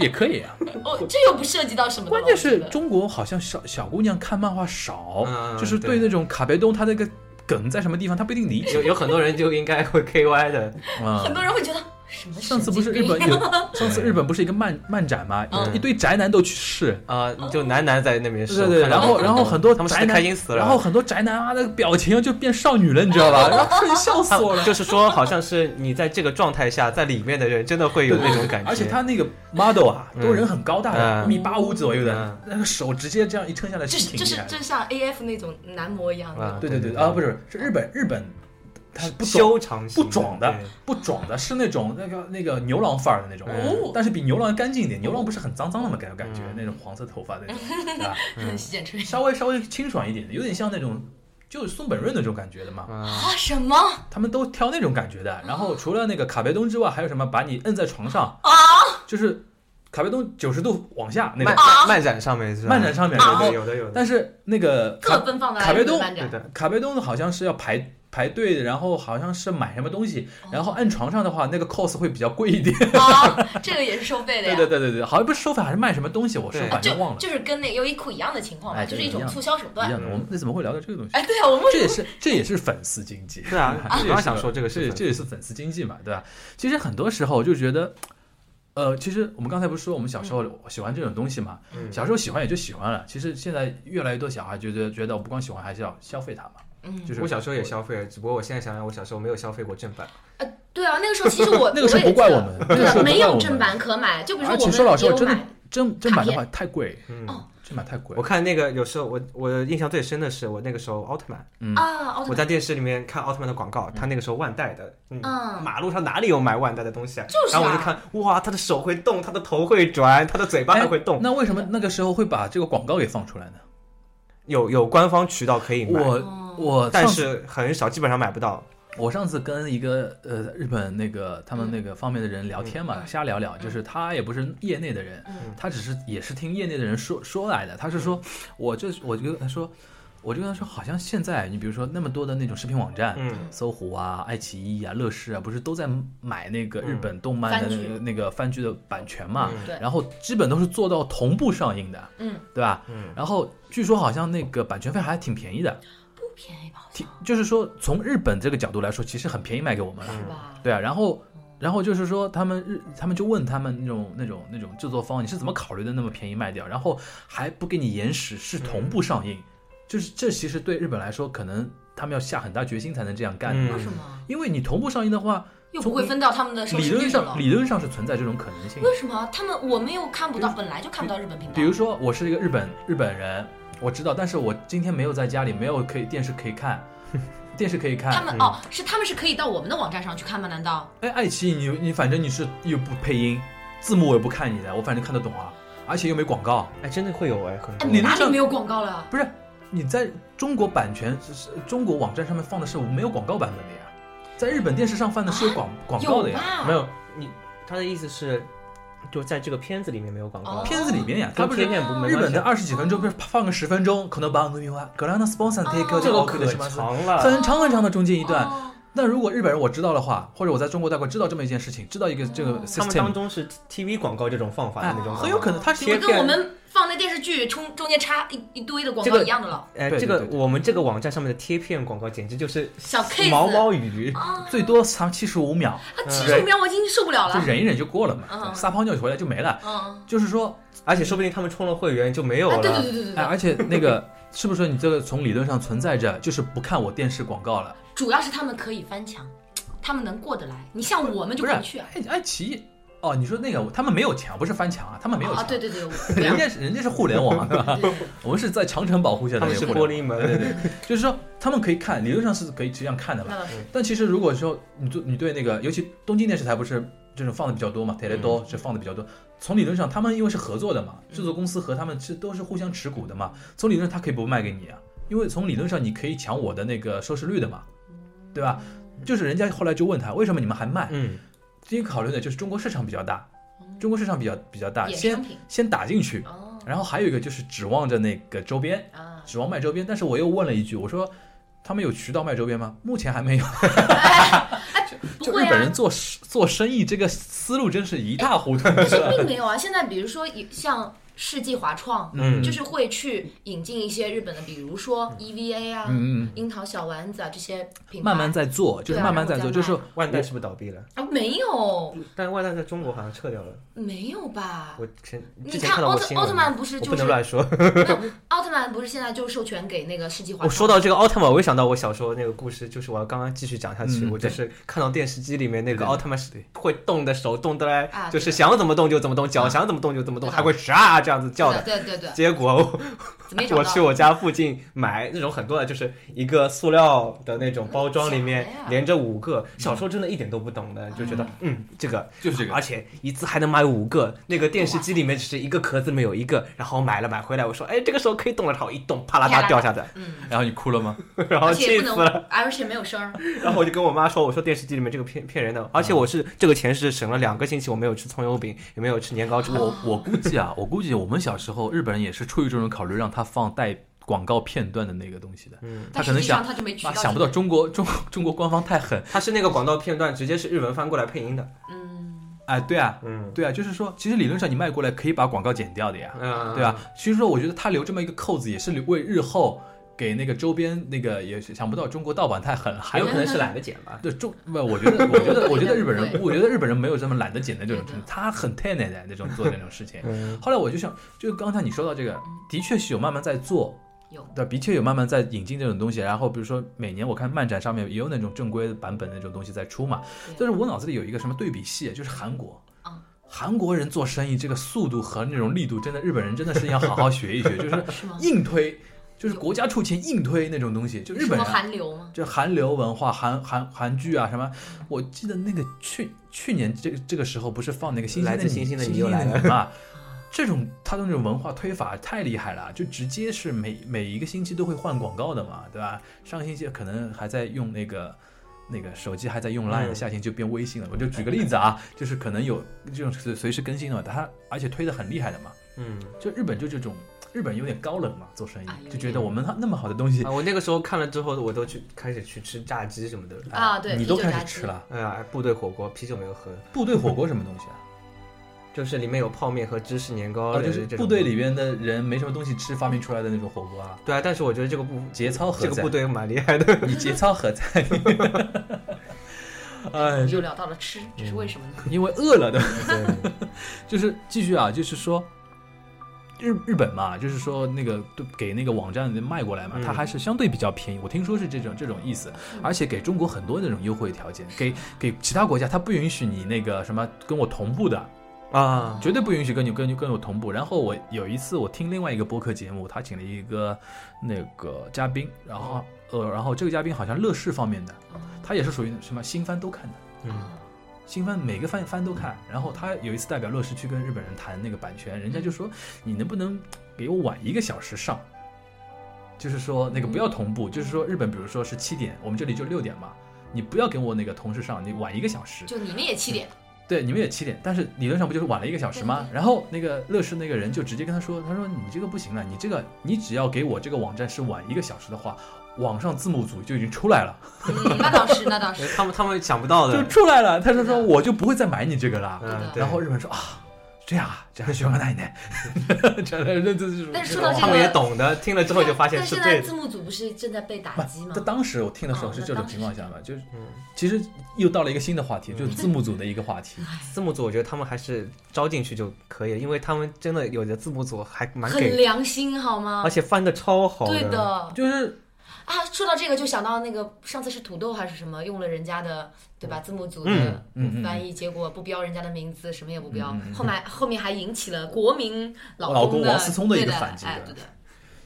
[SPEAKER 2] 也可以 啊，
[SPEAKER 3] 哦，这又不涉及到什么的了，
[SPEAKER 2] 关键
[SPEAKER 3] 我
[SPEAKER 2] 是
[SPEAKER 3] 觉得
[SPEAKER 2] 中国好像小小姑娘看漫画少，
[SPEAKER 4] 嗯
[SPEAKER 2] 就是
[SPEAKER 4] 对
[SPEAKER 2] 对那种卡贝东他那个梗在什么地方，她不一定理解。
[SPEAKER 4] 有有很多人就应该会 K Y 的，
[SPEAKER 3] 很
[SPEAKER 2] 嗯，
[SPEAKER 3] 多人会觉得什么
[SPEAKER 2] 上次
[SPEAKER 3] 神
[SPEAKER 2] 不是
[SPEAKER 3] 经
[SPEAKER 2] 日 本
[SPEAKER 3] 病
[SPEAKER 2] 有，上次日本不是一个漫漫展吗？
[SPEAKER 4] 嗯
[SPEAKER 2] 一堆宅男都去试。
[SPEAKER 4] 啊，就男男在那边
[SPEAKER 2] 对
[SPEAKER 4] 是，
[SPEAKER 2] 对对，
[SPEAKER 4] 我看到
[SPEAKER 2] 然后
[SPEAKER 4] 过
[SPEAKER 2] 然后很多
[SPEAKER 4] 他们
[SPEAKER 2] 宅
[SPEAKER 4] 是
[SPEAKER 2] 男
[SPEAKER 4] 开心死了，
[SPEAKER 2] 然后很多宅男啊，那个表情就变少女了，你知 道吧？然后瞬笑死
[SPEAKER 4] 他
[SPEAKER 2] 我了。
[SPEAKER 4] 就是说好像是你在这个状态下，在里面的人真的会有那种 感觉，
[SPEAKER 2] 而且他那个 model 啊，
[SPEAKER 4] 嗯
[SPEAKER 2] 都人很高大的，
[SPEAKER 4] 嗯
[SPEAKER 2] 一米八五左右的
[SPEAKER 4] 嗯，
[SPEAKER 2] 那个手直接这样一撑下来，
[SPEAKER 3] 就是是
[SPEAKER 2] 挺
[SPEAKER 3] 就
[SPEAKER 2] 厉
[SPEAKER 3] 是
[SPEAKER 2] 害的
[SPEAKER 3] 就。像 A F 那种男模一样
[SPEAKER 4] 啊
[SPEAKER 3] 的，
[SPEAKER 2] 对对
[SPEAKER 4] 对
[SPEAKER 2] 对
[SPEAKER 4] 对
[SPEAKER 2] 啊，不是是日本日本，他不懂
[SPEAKER 4] 修长型
[SPEAKER 2] 不壮的，不肿的，是那种那个那个牛郎范儿的那种，
[SPEAKER 4] 嗯
[SPEAKER 2] 但是比牛郎干净一点。牛郎不是很脏脏的嘛，感感觉
[SPEAKER 4] 嗯
[SPEAKER 2] 那种黄色头发那种，对吧？
[SPEAKER 4] 嗯
[SPEAKER 3] 洗剪吹
[SPEAKER 2] 稍微稍微清爽一点的，有点像那种就是松本润那种感觉的嘛。
[SPEAKER 4] 啊，
[SPEAKER 3] 啊什么
[SPEAKER 2] 他们都挑那种感觉
[SPEAKER 3] 嗯
[SPEAKER 2] 的。然后除了那个卡贝东之外，还有什么把你摁在床上啊？就是卡贝东九十度往下那
[SPEAKER 4] 漫
[SPEAKER 2] 种，
[SPEAKER 3] 啊
[SPEAKER 4] 漫展上面是吧？
[SPEAKER 2] 漫展上面
[SPEAKER 4] 有
[SPEAKER 3] 啊
[SPEAKER 4] 的有的有的，嗯
[SPEAKER 2] 但是那个卡
[SPEAKER 3] 特奔放的
[SPEAKER 2] 卡梅
[SPEAKER 3] 日本
[SPEAKER 2] 东
[SPEAKER 3] 班
[SPEAKER 4] 对
[SPEAKER 3] 长，
[SPEAKER 4] 的，
[SPEAKER 2] 卡贝东好像是要排排队的，然后好像是买什么东西，
[SPEAKER 3] 哦
[SPEAKER 2] 然后按床上的话，那个 cos 会比较贵 一点。
[SPEAKER 3] 啊，这个也是收费的
[SPEAKER 2] 对
[SPEAKER 3] 呀。
[SPEAKER 2] 对对对对，好像不是收费还是卖什么东西，我是
[SPEAKER 4] 对
[SPEAKER 2] 反
[SPEAKER 3] 就
[SPEAKER 2] 正忘了。
[SPEAKER 3] 就是跟那优衣库一样的情况嘛，
[SPEAKER 2] 哎
[SPEAKER 3] 就是
[SPEAKER 2] 对
[SPEAKER 3] 一种
[SPEAKER 2] 一样
[SPEAKER 3] 促销手
[SPEAKER 2] 一
[SPEAKER 3] 段。
[SPEAKER 2] 样的，我们那怎么会聊到这个东西？
[SPEAKER 3] 哎，对啊，我们
[SPEAKER 2] 这也是这也是粉丝经济，
[SPEAKER 4] 是啊
[SPEAKER 2] 这也是
[SPEAKER 4] 我刚想说这个
[SPEAKER 2] 这
[SPEAKER 4] 是粉丝
[SPEAKER 2] 这也是粉丝经济嘛，对吧？其实很多时候就觉得，呃，其实我们刚才不是说我们小时
[SPEAKER 3] 嗯
[SPEAKER 2] 候喜欢这种东西嘛，
[SPEAKER 4] 嗯
[SPEAKER 2] 小时候喜欢也就喜欢了。其实现在越来越多小孩觉得觉得我不光喜欢，还是要消费它嘛，
[SPEAKER 3] 嗯
[SPEAKER 2] 就是
[SPEAKER 4] 我小时候也消费了，只不过我现在想想，我小时候没有消费过正版。
[SPEAKER 3] 呃，对啊，那个时候其实我
[SPEAKER 2] 那个时候不怪我们
[SPEAKER 3] 对
[SPEAKER 2] 那个时候
[SPEAKER 3] 的，
[SPEAKER 2] 不怪
[SPEAKER 3] 没
[SPEAKER 2] 我
[SPEAKER 3] 有
[SPEAKER 2] 们
[SPEAKER 3] 正版可买，就比如
[SPEAKER 2] 而且
[SPEAKER 3] 说
[SPEAKER 2] 说
[SPEAKER 3] 我
[SPEAKER 2] 老
[SPEAKER 3] 们
[SPEAKER 2] 实话，
[SPEAKER 3] 有
[SPEAKER 2] 真的
[SPEAKER 3] 买，
[SPEAKER 2] 正正版的
[SPEAKER 3] 卡
[SPEAKER 2] 话太贵，
[SPEAKER 4] 嗯，
[SPEAKER 3] 哦
[SPEAKER 2] 正版太贵
[SPEAKER 4] 我。看那个有时候我我印象最深的是我那个时候奥特曼，
[SPEAKER 2] 嗯
[SPEAKER 3] 啊，奥特
[SPEAKER 4] 我
[SPEAKER 3] 曼
[SPEAKER 4] 在电视里面看奥特曼的广告，他那个时候万代的，嗯，
[SPEAKER 3] 嗯
[SPEAKER 4] 马路上哪里有买万代的东西啊？
[SPEAKER 3] 就是
[SPEAKER 4] 然
[SPEAKER 3] 啊
[SPEAKER 4] 后我就看，哇，他的手会动，他的头会转，他的嘴巴还会动，
[SPEAKER 2] 那为什么那个时候会把这个广告给放出来呢？
[SPEAKER 4] 有有官方渠道可以买，
[SPEAKER 3] 嗯
[SPEAKER 2] 我我
[SPEAKER 4] 但
[SPEAKER 2] 上次
[SPEAKER 4] 是很少，基本上买不到。
[SPEAKER 2] 我上次跟一个呃日本那个他们那个方面的人聊天
[SPEAKER 3] 嗯
[SPEAKER 2] 嘛，瞎聊聊，就是他也不是业内的人，他只是也是听业内的人说说来的。他是说，我就我就跟他说，我就跟他说，好像现在你比如说那么多的那种视频网站，
[SPEAKER 4] 嗯
[SPEAKER 2] 搜狐啊、爱奇艺啊、乐视啊，不是都在买那个日本动漫的
[SPEAKER 3] 番
[SPEAKER 2] 那
[SPEAKER 3] 剧
[SPEAKER 2] 个那个番剧的版权嘛？
[SPEAKER 4] 嗯
[SPEAKER 3] 对
[SPEAKER 2] 然后基本都是做到同步上映的，
[SPEAKER 3] 嗯
[SPEAKER 2] 对吧？
[SPEAKER 4] 嗯
[SPEAKER 2] 然后据说好像那个版权费还挺便宜的，
[SPEAKER 3] 不便宜吧？好
[SPEAKER 2] 挺
[SPEAKER 3] 像
[SPEAKER 2] 就是说从日本这个角度来说，其实很便宜卖给我们了。
[SPEAKER 3] 是吧？
[SPEAKER 2] 对啊，然后然后就是说他们日他们就问他们那种那种那种制作方，你是怎么考虑的那么便宜卖掉，然后还不给你延时，是同步上映，就是这其实对日本来说，可能他们要下很大决心才能这样干，
[SPEAKER 4] 嗯
[SPEAKER 3] 为什么
[SPEAKER 2] 因为你同步上映的话，
[SPEAKER 3] 又不会分到他们的收
[SPEAKER 2] 理
[SPEAKER 3] 视率
[SPEAKER 2] 论
[SPEAKER 3] 了
[SPEAKER 2] 上？理论上是存在这种可能性的。
[SPEAKER 3] 为什么他们我们又看不到，本来就看不到日本频道。
[SPEAKER 2] 嗯比如说我是一个日本日本人，我知道，但是我今天没有在家里，没有可以电视可以 看，电视可以看，
[SPEAKER 3] 他们哦，是他们是可以到我们的网站上去看吗？难道？
[SPEAKER 2] 哎，爱奇艺你你反正你是又不配音，字幕我也不看你的，我反正看得懂啊，而且又没广告，
[SPEAKER 4] 哎，真的会有哎，很
[SPEAKER 3] 哎，
[SPEAKER 4] 多。
[SPEAKER 2] 你
[SPEAKER 3] 哪
[SPEAKER 2] 那
[SPEAKER 3] 里
[SPEAKER 2] 上
[SPEAKER 3] 没有广告了？
[SPEAKER 2] 不是你在中国版权是是中国网站上面放的是没有广告版本的呀，在日本电视上放的是有广、广告的
[SPEAKER 3] 啊有
[SPEAKER 2] 呀，
[SPEAKER 3] 吧？
[SPEAKER 4] 没有你，他的意思是，就在这个片子里面没有广告
[SPEAKER 3] 哦，
[SPEAKER 2] 片子里面呀，它
[SPEAKER 4] 跟
[SPEAKER 2] 不
[SPEAKER 4] 片
[SPEAKER 2] 是。
[SPEAKER 4] 面不没
[SPEAKER 2] 日
[SPEAKER 4] 关
[SPEAKER 2] 本
[SPEAKER 4] 系
[SPEAKER 2] 的二十几分钟，不是放个十分钟，可能把我们用啊，格兰的 sponsor take
[SPEAKER 3] 哦
[SPEAKER 4] 这个
[SPEAKER 2] 可
[SPEAKER 4] 可
[SPEAKER 2] 什么
[SPEAKER 4] 长了，
[SPEAKER 2] 很长很长的中间一段，
[SPEAKER 3] 哦
[SPEAKER 2] 那如果日本人我知道的话，或者我在中国大概知道这么一件事情，知道一个这个
[SPEAKER 4] 他们当
[SPEAKER 2] system，
[SPEAKER 4] 中是 TV 广告这种放法的
[SPEAKER 2] 哎
[SPEAKER 4] 那种，
[SPEAKER 2] 很有可能他是因
[SPEAKER 4] 贴
[SPEAKER 2] 为
[SPEAKER 3] 就跟我
[SPEAKER 4] 片
[SPEAKER 3] 们放那电视剧中中间插一一堆的广
[SPEAKER 4] 这
[SPEAKER 3] 告
[SPEAKER 4] 个
[SPEAKER 3] 一样的了，
[SPEAKER 4] 哎，
[SPEAKER 2] 对
[SPEAKER 4] 这个
[SPEAKER 2] 对对
[SPEAKER 4] 我们这个网站上面的贴片广告简直就是
[SPEAKER 3] 小 case
[SPEAKER 4] 毛毛雨，
[SPEAKER 2] 最多长七十五秒，
[SPEAKER 3] 啊，七十五秒我已经受不了
[SPEAKER 2] 就
[SPEAKER 3] 了。
[SPEAKER 2] 忍一忍就过了嘛，
[SPEAKER 3] 嗯
[SPEAKER 2] 撒泡尿就回来就没了。
[SPEAKER 3] 嗯，
[SPEAKER 2] 就是说，
[SPEAKER 4] 而且说不定他们充了会员就没有
[SPEAKER 3] 啊，对对
[SPEAKER 4] 了。
[SPEAKER 3] 对对对
[SPEAKER 2] 哎，
[SPEAKER 3] 对，
[SPEAKER 2] 而且那个是不是你这个从理论上存在着，就是不看我电视广告了？
[SPEAKER 3] 主要是他们可以翻墙，他们能过得来。你像我们就
[SPEAKER 2] 不
[SPEAKER 3] 过
[SPEAKER 2] 是，
[SPEAKER 3] 不去啊。
[SPEAKER 2] 爱爱哎奇艺，哦，你说那个他们没有墙，不是翻墙啊，他们
[SPEAKER 4] 哦
[SPEAKER 2] 没有
[SPEAKER 3] 啊，
[SPEAKER 2] 墙，
[SPEAKER 3] 对对对，我对
[SPEAKER 2] 人
[SPEAKER 3] 啊
[SPEAKER 2] 家是人家是互联网，啊 对吧？
[SPEAKER 3] 对对对
[SPEAKER 2] 我们是在长城保护下的
[SPEAKER 4] 他
[SPEAKER 2] 那
[SPEAKER 4] 们
[SPEAKER 2] 个
[SPEAKER 4] 是
[SPEAKER 2] 互
[SPEAKER 4] 玻
[SPEAKER 2] 联
[SPEAKER 4] 璃
[SPEAKER 2] 网。
[SPEAKER 4] 门，
[SPEAKER 2] 对 对对，就是说他们可以看，理论上是可以这样看的嘛
[SPEAKER 3] 那。倒
[SPEAKER 4] 嗯
[SPEAKER 3] 是
[SPEAKER 2] 但其实如果说你对你对那个，尤其东京电视台不是这种放的比较多嘛，铁
[SPEAKER 4] 嗯
[SPEAKER 2] 雷多是放的比较多。从理论上，他们因为是合作的嘛，
[SPEAKER 4] 嗯
[SPEAKER 2] 制作公司和他们是都是互相持股的嘛。从理论上，他可以不卖给你啊，因为从理论上你可以抢我的那个收视率的嘛，对吧？就是人家后来就问他，为什么你们还卖？
[SPEAKER 4] 嗯，哦
[SPEAKER 2] 第一个考虑的就是中国市场比较大，中国市场比较比较大，
[SPEAKER 3] 衍
[SPEAKER 2] 先
[SPEAKER 3] 生品
[SPEAKER 2] 先打进去，
[SPEAKER 3] 哦
[SPEAKER 2] 然后还有一个就是指望着那个周边，
[SPEAKER 3] 啊，
[SPEAKER 2] 指望卖周边。但是我又问了一句，我说他们有渠道卖周边吗？目前还没有。
[SPEAKER 3] 哎不
[SPEAKER 2] 就
[SPEAKER 3] 会
[SPEAKER 2] 日本人
[SPEAKER 3] 啊，
[SPEAKER 2] 做生做生意这个思路真是一塌糊涂。
[SPEAKER 3] 但 是并没有啊。现在比如说有像世纪华创，
[SPEAKER 4] 嗯
[SPEAKER 3] 就是会去引进一些日本的，比如说 EVA 啊、
[SPEAKER 2] 嗯嗯
[SPEAKER 3] 樱桃小丸子啊这些品牌。
[SPEAKER 2] 慢慢在做，就是
[SPEAKER 3] 对啊
[SPEAKER 2] 慢慢在做，
[SPEAKER 3] 然后再卖
[SPEAKER 2] 就是
[SPEAKER 4] 万代是不是倒闭了？
[SPEAKER 3] 啊，没有，
[SPEAKER 4] 但万代在中国好像撤掉了。
[SPEAKER 3] 没有吧？
[SPEAKER 4] 我前
[SPEAKER 3] 你
[SPEAKER 4] 之前
[SPEAKER 3] 看
[SPEAKER 4] 看到
[SPEAKER 3] 奥
[SPEAKER 4] 过
[SPEAKER 3] 特
[SPEAKER 4] 新
[SPEAKER 3] 奥
[SPEAKER 4] 闻，
[SPEAKER 3] 特曼不是
[SPEAKER 4] 我
[SPEAKER 3] 就
[SPEAKER 4] 不能
[SPEAKER 3] 是
[SPEAKER 4] 乱说。
[SPEAKER 3] 奥特曼不是现在就授权给那个世纪华
[SPEAKER 4] 我
[SPEAKER 3] 创？
[SPEAKER 4] 说到这个奥特曼，我又想到我小时候那个故事，就是我要刚刚继续讲下去，
[SPEAKER 2] 嗯
[SPEAKER 4] 我就是看到电视机里面那
[SPEAKER 2] 对对
[SPEAKER 4] 个
[SPEAKER 2] 对
[SPEAKER 4] 奥特曼是会动的手，动的嘞
[SPEAKER 3] 啊，
[SPEAKER 4] 就
[SPEAKER 3] 对
[SPEAKER 4] 是
[SPEAKER 3] 的
[SPEAKER 4] 想怎么动就怎么动，脚
[SPEAKER 3] 啊
[SPEAKER 4] 想怎么动就怎么动，
[SPEAKER 3] 对的
[SPEAKER 4] 还会唰这样子叫的。
[SPEAKER 3] 对的对对对，
[SPEAKER 4] 结果我
[SPEAKER 3] 怎么也找
[SPEAKER 4] 我
[SPEAKER 3] 不到
[SPEAKER 4] 去我家附近买那种很多的，就是一个塑料的那种包装，里面
[SPEAKER 3] 假的呀嗯
[SPEAKER 4] 连着五个。小时候真的一点都不懂的，就觉得嗯，这个
[SPEAKER 2] 就是这个
[SPEAKER 4] 而且一次还能买五个。那个电视机里面只是一个壳子里面有一个，然后买了买回来，我说哎，这个时候可以动了，然后一动啪啦
[SPEAKER 3] 啪
[SPEAKER 4] 嗒
[SPEAKER 3] 啦
[SPEAKER 4] 掉下来，
[SPEAKER 3] 嗯，
[SPEAKER 2] 然后哎你哭了 吗？
[SPEAKER 4] 然后
[SPEAKER 3] 而且
[SPEAKER 4] 气
[SPEAKER 3] 也
[SPEAKER 4] 死
[SPEAKER 3] 不
[SPEAKER 4] 了
[SPEAKER 3] 能。，而且没有声儿，
[SPEAKER 4] 然后我就跟我妈说，我说电视机里面这个骗骗人的，而且我
[SPEAKER 2] 嗯
[SPEAKER 4] 是这个钱是省了两个星期，我没有吃葱油饼，也没有吃年糕粥。
[SPEAKER 2] 我我估计啊，我估计我们小时候日本人也是出于这种考虑，让他放带广告片段的那个东西的。
[SPEAKER 4] 嗯，
[SPEAKER 2] 他
[SPEAKER 3] 但
[SPEAKER 2] 可
[SPEAKER 3] 实
[SPEAKER 2] 能
[SPEAKER 3] 际上
[SPEAKER 2] 想
[SPEAKER 3] 他就没渠
[SPEAKER 2] 啊
[SPEAKER 3] 道，
[SPEAKER 2] 想不到中国中中国官方太狠。
[SPEAKER 4] 它是那个广告片段直接是日文翻过来配音的。
[SPEAKER 3] 嗯，
[SPEAKER 2] 哎，对啊，
[SPEAKER 4] 嗯
[SPEAKER 2] 对啊，就是说，其实理论上你卖过来可以把广告剪掉的呀，
[SPEAKER 3] 啊
[SPEAKER 4] 嗯，
[SPEAKER 2] 对吧？其实说，我觉得他留这么一个扣子，也是为日后给那个周边那个也是想不到中国盗版太狠了，还有可能是懒。
[SPEAKER 4] 得剪吧。
[SPEAKER 2] 对中不，我觉得，我觉得，我觉得日本
[SPEAKER 3] 对
[SPEAKER 2] 人，我觉得日本人没有这么懒得剪的这种
[SPEAKER 3] 对
[SPEAKER 2] 程
[SPEAKER 3] 的
[SPEAKER 2] 度，他很 t e n 的那种做的那种事情。
[SPEAKER 4] 嗯，
[SPEAKER 2] 后来我就想，就刚才你说到这个，的确是有慢慢在做，
[SPEAKER 3] 有
[SPEAKER 2] 对，的确有慢慢在引进这种东西。然后比如说每年我看漫展上面也有那种正规版本的那种东西在出嘛。
[SPEAKER 3] 对
[SPEAKER 2] 但是我脑子里有一个什么对比系，就是韩国
[SPEAKER 3] 嗯。
[SPEAKER 2] 韩国人做生意这个速度和那种力度，真的日本人真的是要好好学一学， 就是
[SPEAKER 3] 是吗？
[SPEAKER 2] 硬推，就是国家出钱硬推那种东西，就日
[SPEAKER 3] 什
[SPEAKER 2] 本
[SPEAKER 3] 么
[SPEAKER 2] 人啊
[SPEAKER 3] 韩流吗？
[SPEAKER 2] 就韩流文化、韩韩韩剧啊什么，我记得那个去去年这个这个时候不是放那个星星
[SPEAKER 4] 来
[SPEAKER 2] 的
[SPEAKER 4] 自星星的你
[SPEAKER 2] 星
[SPEAKER 4] 又
[SPEAKER 2] 星的
[SPEAKER 4] 来了
[SPEAKER 2] 你嘛？这种他的那种文化推法太厉害了，就直接是每每一个星期都会换广告的嘛，对吧？上个星期可能还在用那个那个手机还在用 Line，、
[SPEAKER 4] 嗯
[SPEAKER 2] 下星期就变微信了。我就举个例子啊，就是可能有这种随随时更新的嘛，它而且推的很厉害的嘛。
[SPEAKER 4] 嗯，
[SPEAKER 2] 就日本就这种，日本有点高冷嘛，做生意
[SPEAKER 3] 啊有
[SPEAKER 2] 就
[SPEAKER 3] 一
[SPEAKER 2] 觉得
[SPEAKER 3] 点
[SPEAKER 2] 我们那么好的东西
[SPEAKER 4] 啊，我那个时候看了之后，我都去开始去吃炸鸡什么的。
[SPEAKER 3] 啊，对，
[SPEAKER 2] 你都
[SPEAKER 3] 啤酒
[SPEAKER 2] 开
[SPEAKER 3] 炸
[SPEAKER 2] 始
[SPEAKER 3] 鸡
[SPEAKER 2] 吃了。
[SPEAKER 4] 哎呀，部队火锅，啤酒没有喝，
[SPEAKER 2] 部队火锅什么东西啊？
[SPEAKER 4] 就是里面有泡面和芝士年糕
[SPEAKER 2] 哦，
[SPEAKER 4] 的
[SPEAKER 2] 就
[SPEAKER 4] 这
[SPEAKER 2] 是
[SPEAKER 4] 种。
[SPEAKER 2] 部队里边的人没什么东西吃，发明出来的那种火锅啊。
[SPEAKER 4] 对啊，但是我觉得这个部
[SPEAKER 2] 节操何
[SPEAKER 4] 这个
[SPEAKER 2] 在？
[SPEAKER 4] 部队蛮厉害的。
[SPEAKER 2] 你节操何 在？
[SPEAKER 4] 嗯
[SPEAKER 2] 哎，
[SPEAKER 3] 又
[SPEAKER 2] 就
[SPEAKER 3] 聊到了吃，这是为什么呢？
[SPEAKER 2] 因为饿了的，就是继续啊，就是说。日日本嘛，就是说那个对给那个网站卖过来嘛，
[SPEAKER 4] 嗯
[SPEAKER 2] 它还是相对比较便宜。我听说是这种这种意思，而且给中国很多那种优惠条件，给给其他国家它不允许你那个什么跟我同步的，
[SPEAKER 4] 啊，
[SPEAKER 2] 绝对不允许跟你跟你跟我同步。然后我有一次我听另外一个播客节目，他请了一个那个嘉宾，然后呃，然后这个嘉宾好像乐视方面的，
[SPEAKER 3] 嗯
[SPEAKER 2] 他也是属于什么新番都看的，
[SPEAKER 3] 哦
[SPEAKER 4] 嗯，
[SPEAKER 2] 新番每个番番都看。然后他有一次代表乐视去跟日本人谈那个版权，人家就说你能不能给我晚一个小时上？就是说那个不要同步，就是说日本比如说是七点，我们这里就六点嘛，你不要跟我那个同时上，你晚一个小时。
[SPEAKER 3] 就你们也七点，
[SPEAKER 2] 对，你们也七点，但是理论上不就是晚了一个小时吗？然后那个乐视那个人就直接跟他说，他说你这个不行了，你这个你只要给我这个网站是晚一个小时的话，网上字幕组就已经出来了，
[SPEAKER 3] 嗯，那倒是，那倒是，
[SPEAKER 4] 哎他们他们想不到
[SPEAKER 2] 就
[SPEAKER 4] 的，
[SPEAKER 2] 出来了。他就说
[SPEAKER 3] 是的
[SPEAKER 2] 我就不会再买你这个了。
[SPEAKER 4] 嗯，对
[SPEAKER 2] 然后日本人说啊，这样啊，这样喜欢看大一点， 这样这这是。
[SPEAKER 3] 但是说到这
[SPEAKER 4] 他
[SPEAKER 3] 个
[SPEAKER 4] 们也懂得，听 了之后就发现
[SPEAKER 3] 但
[SPEAKER 4] 是
[SPEAKER 3] 现
[SPEAKER 4] 对
[SPEAKER 3] 在
[SPEAKER 4] 的。
[SPEAKER 3] 字幕组不是正在被打击吗
[SPEAKER 2] 这？当时我听的时候
[SPEAKER 3] 哦
[SPEAKER 2] 是
[SPEAKER 3] 那
[SPEAKER 2] 这种
[SPEAKER 3] 当时嗯
[SPEAKER 2] 情况下嘛，就是
[SPEAKER 4] 嗯，
[SPEAKER 2] 其实又到了一个新的话题，就是字幕组的一个话题。
[SPEAKER 4] 字幕组我觉得他们还是招进去就可以了，因为他们真的有的字幕组还蛮
[SPEAKER 3] 很
[SPEAKER 4] 给，
[SPEAKER 3] 良心好吗
[SPEAKER 4] 而？且翻的超好
[SPEAKER 3] 对的
[SPEAKER 2] 就是
[SPEAKER 3] 啊，说到这个就想到那个上次是土豆还是什么用了人家的对吧？字幕组
[SPEAKER 4] 嗯
[SPEAKER 3] 的
[SPEAKER 2] 嗯嗯嗯
[SPEAKER 3] 翻译，结果不标人家的名字，什么也不标
[SPEAKER 2] 嗯嗯，嗯
[SPEAKER 3] 后面后面还引起了国民
[SPEAKER 2] 老
[SPEAKER 3] 公
[SPEAKER 2] 公王思聪的
[SPEAKER 3] 的
[SPEAKER 2] 一个
[SPEAKER 3] 对
[SPEAKER 2] 反击
[SPEAKER 3] 哎
[SPEAKER 2] 对
[SPEAKER 3] 对的，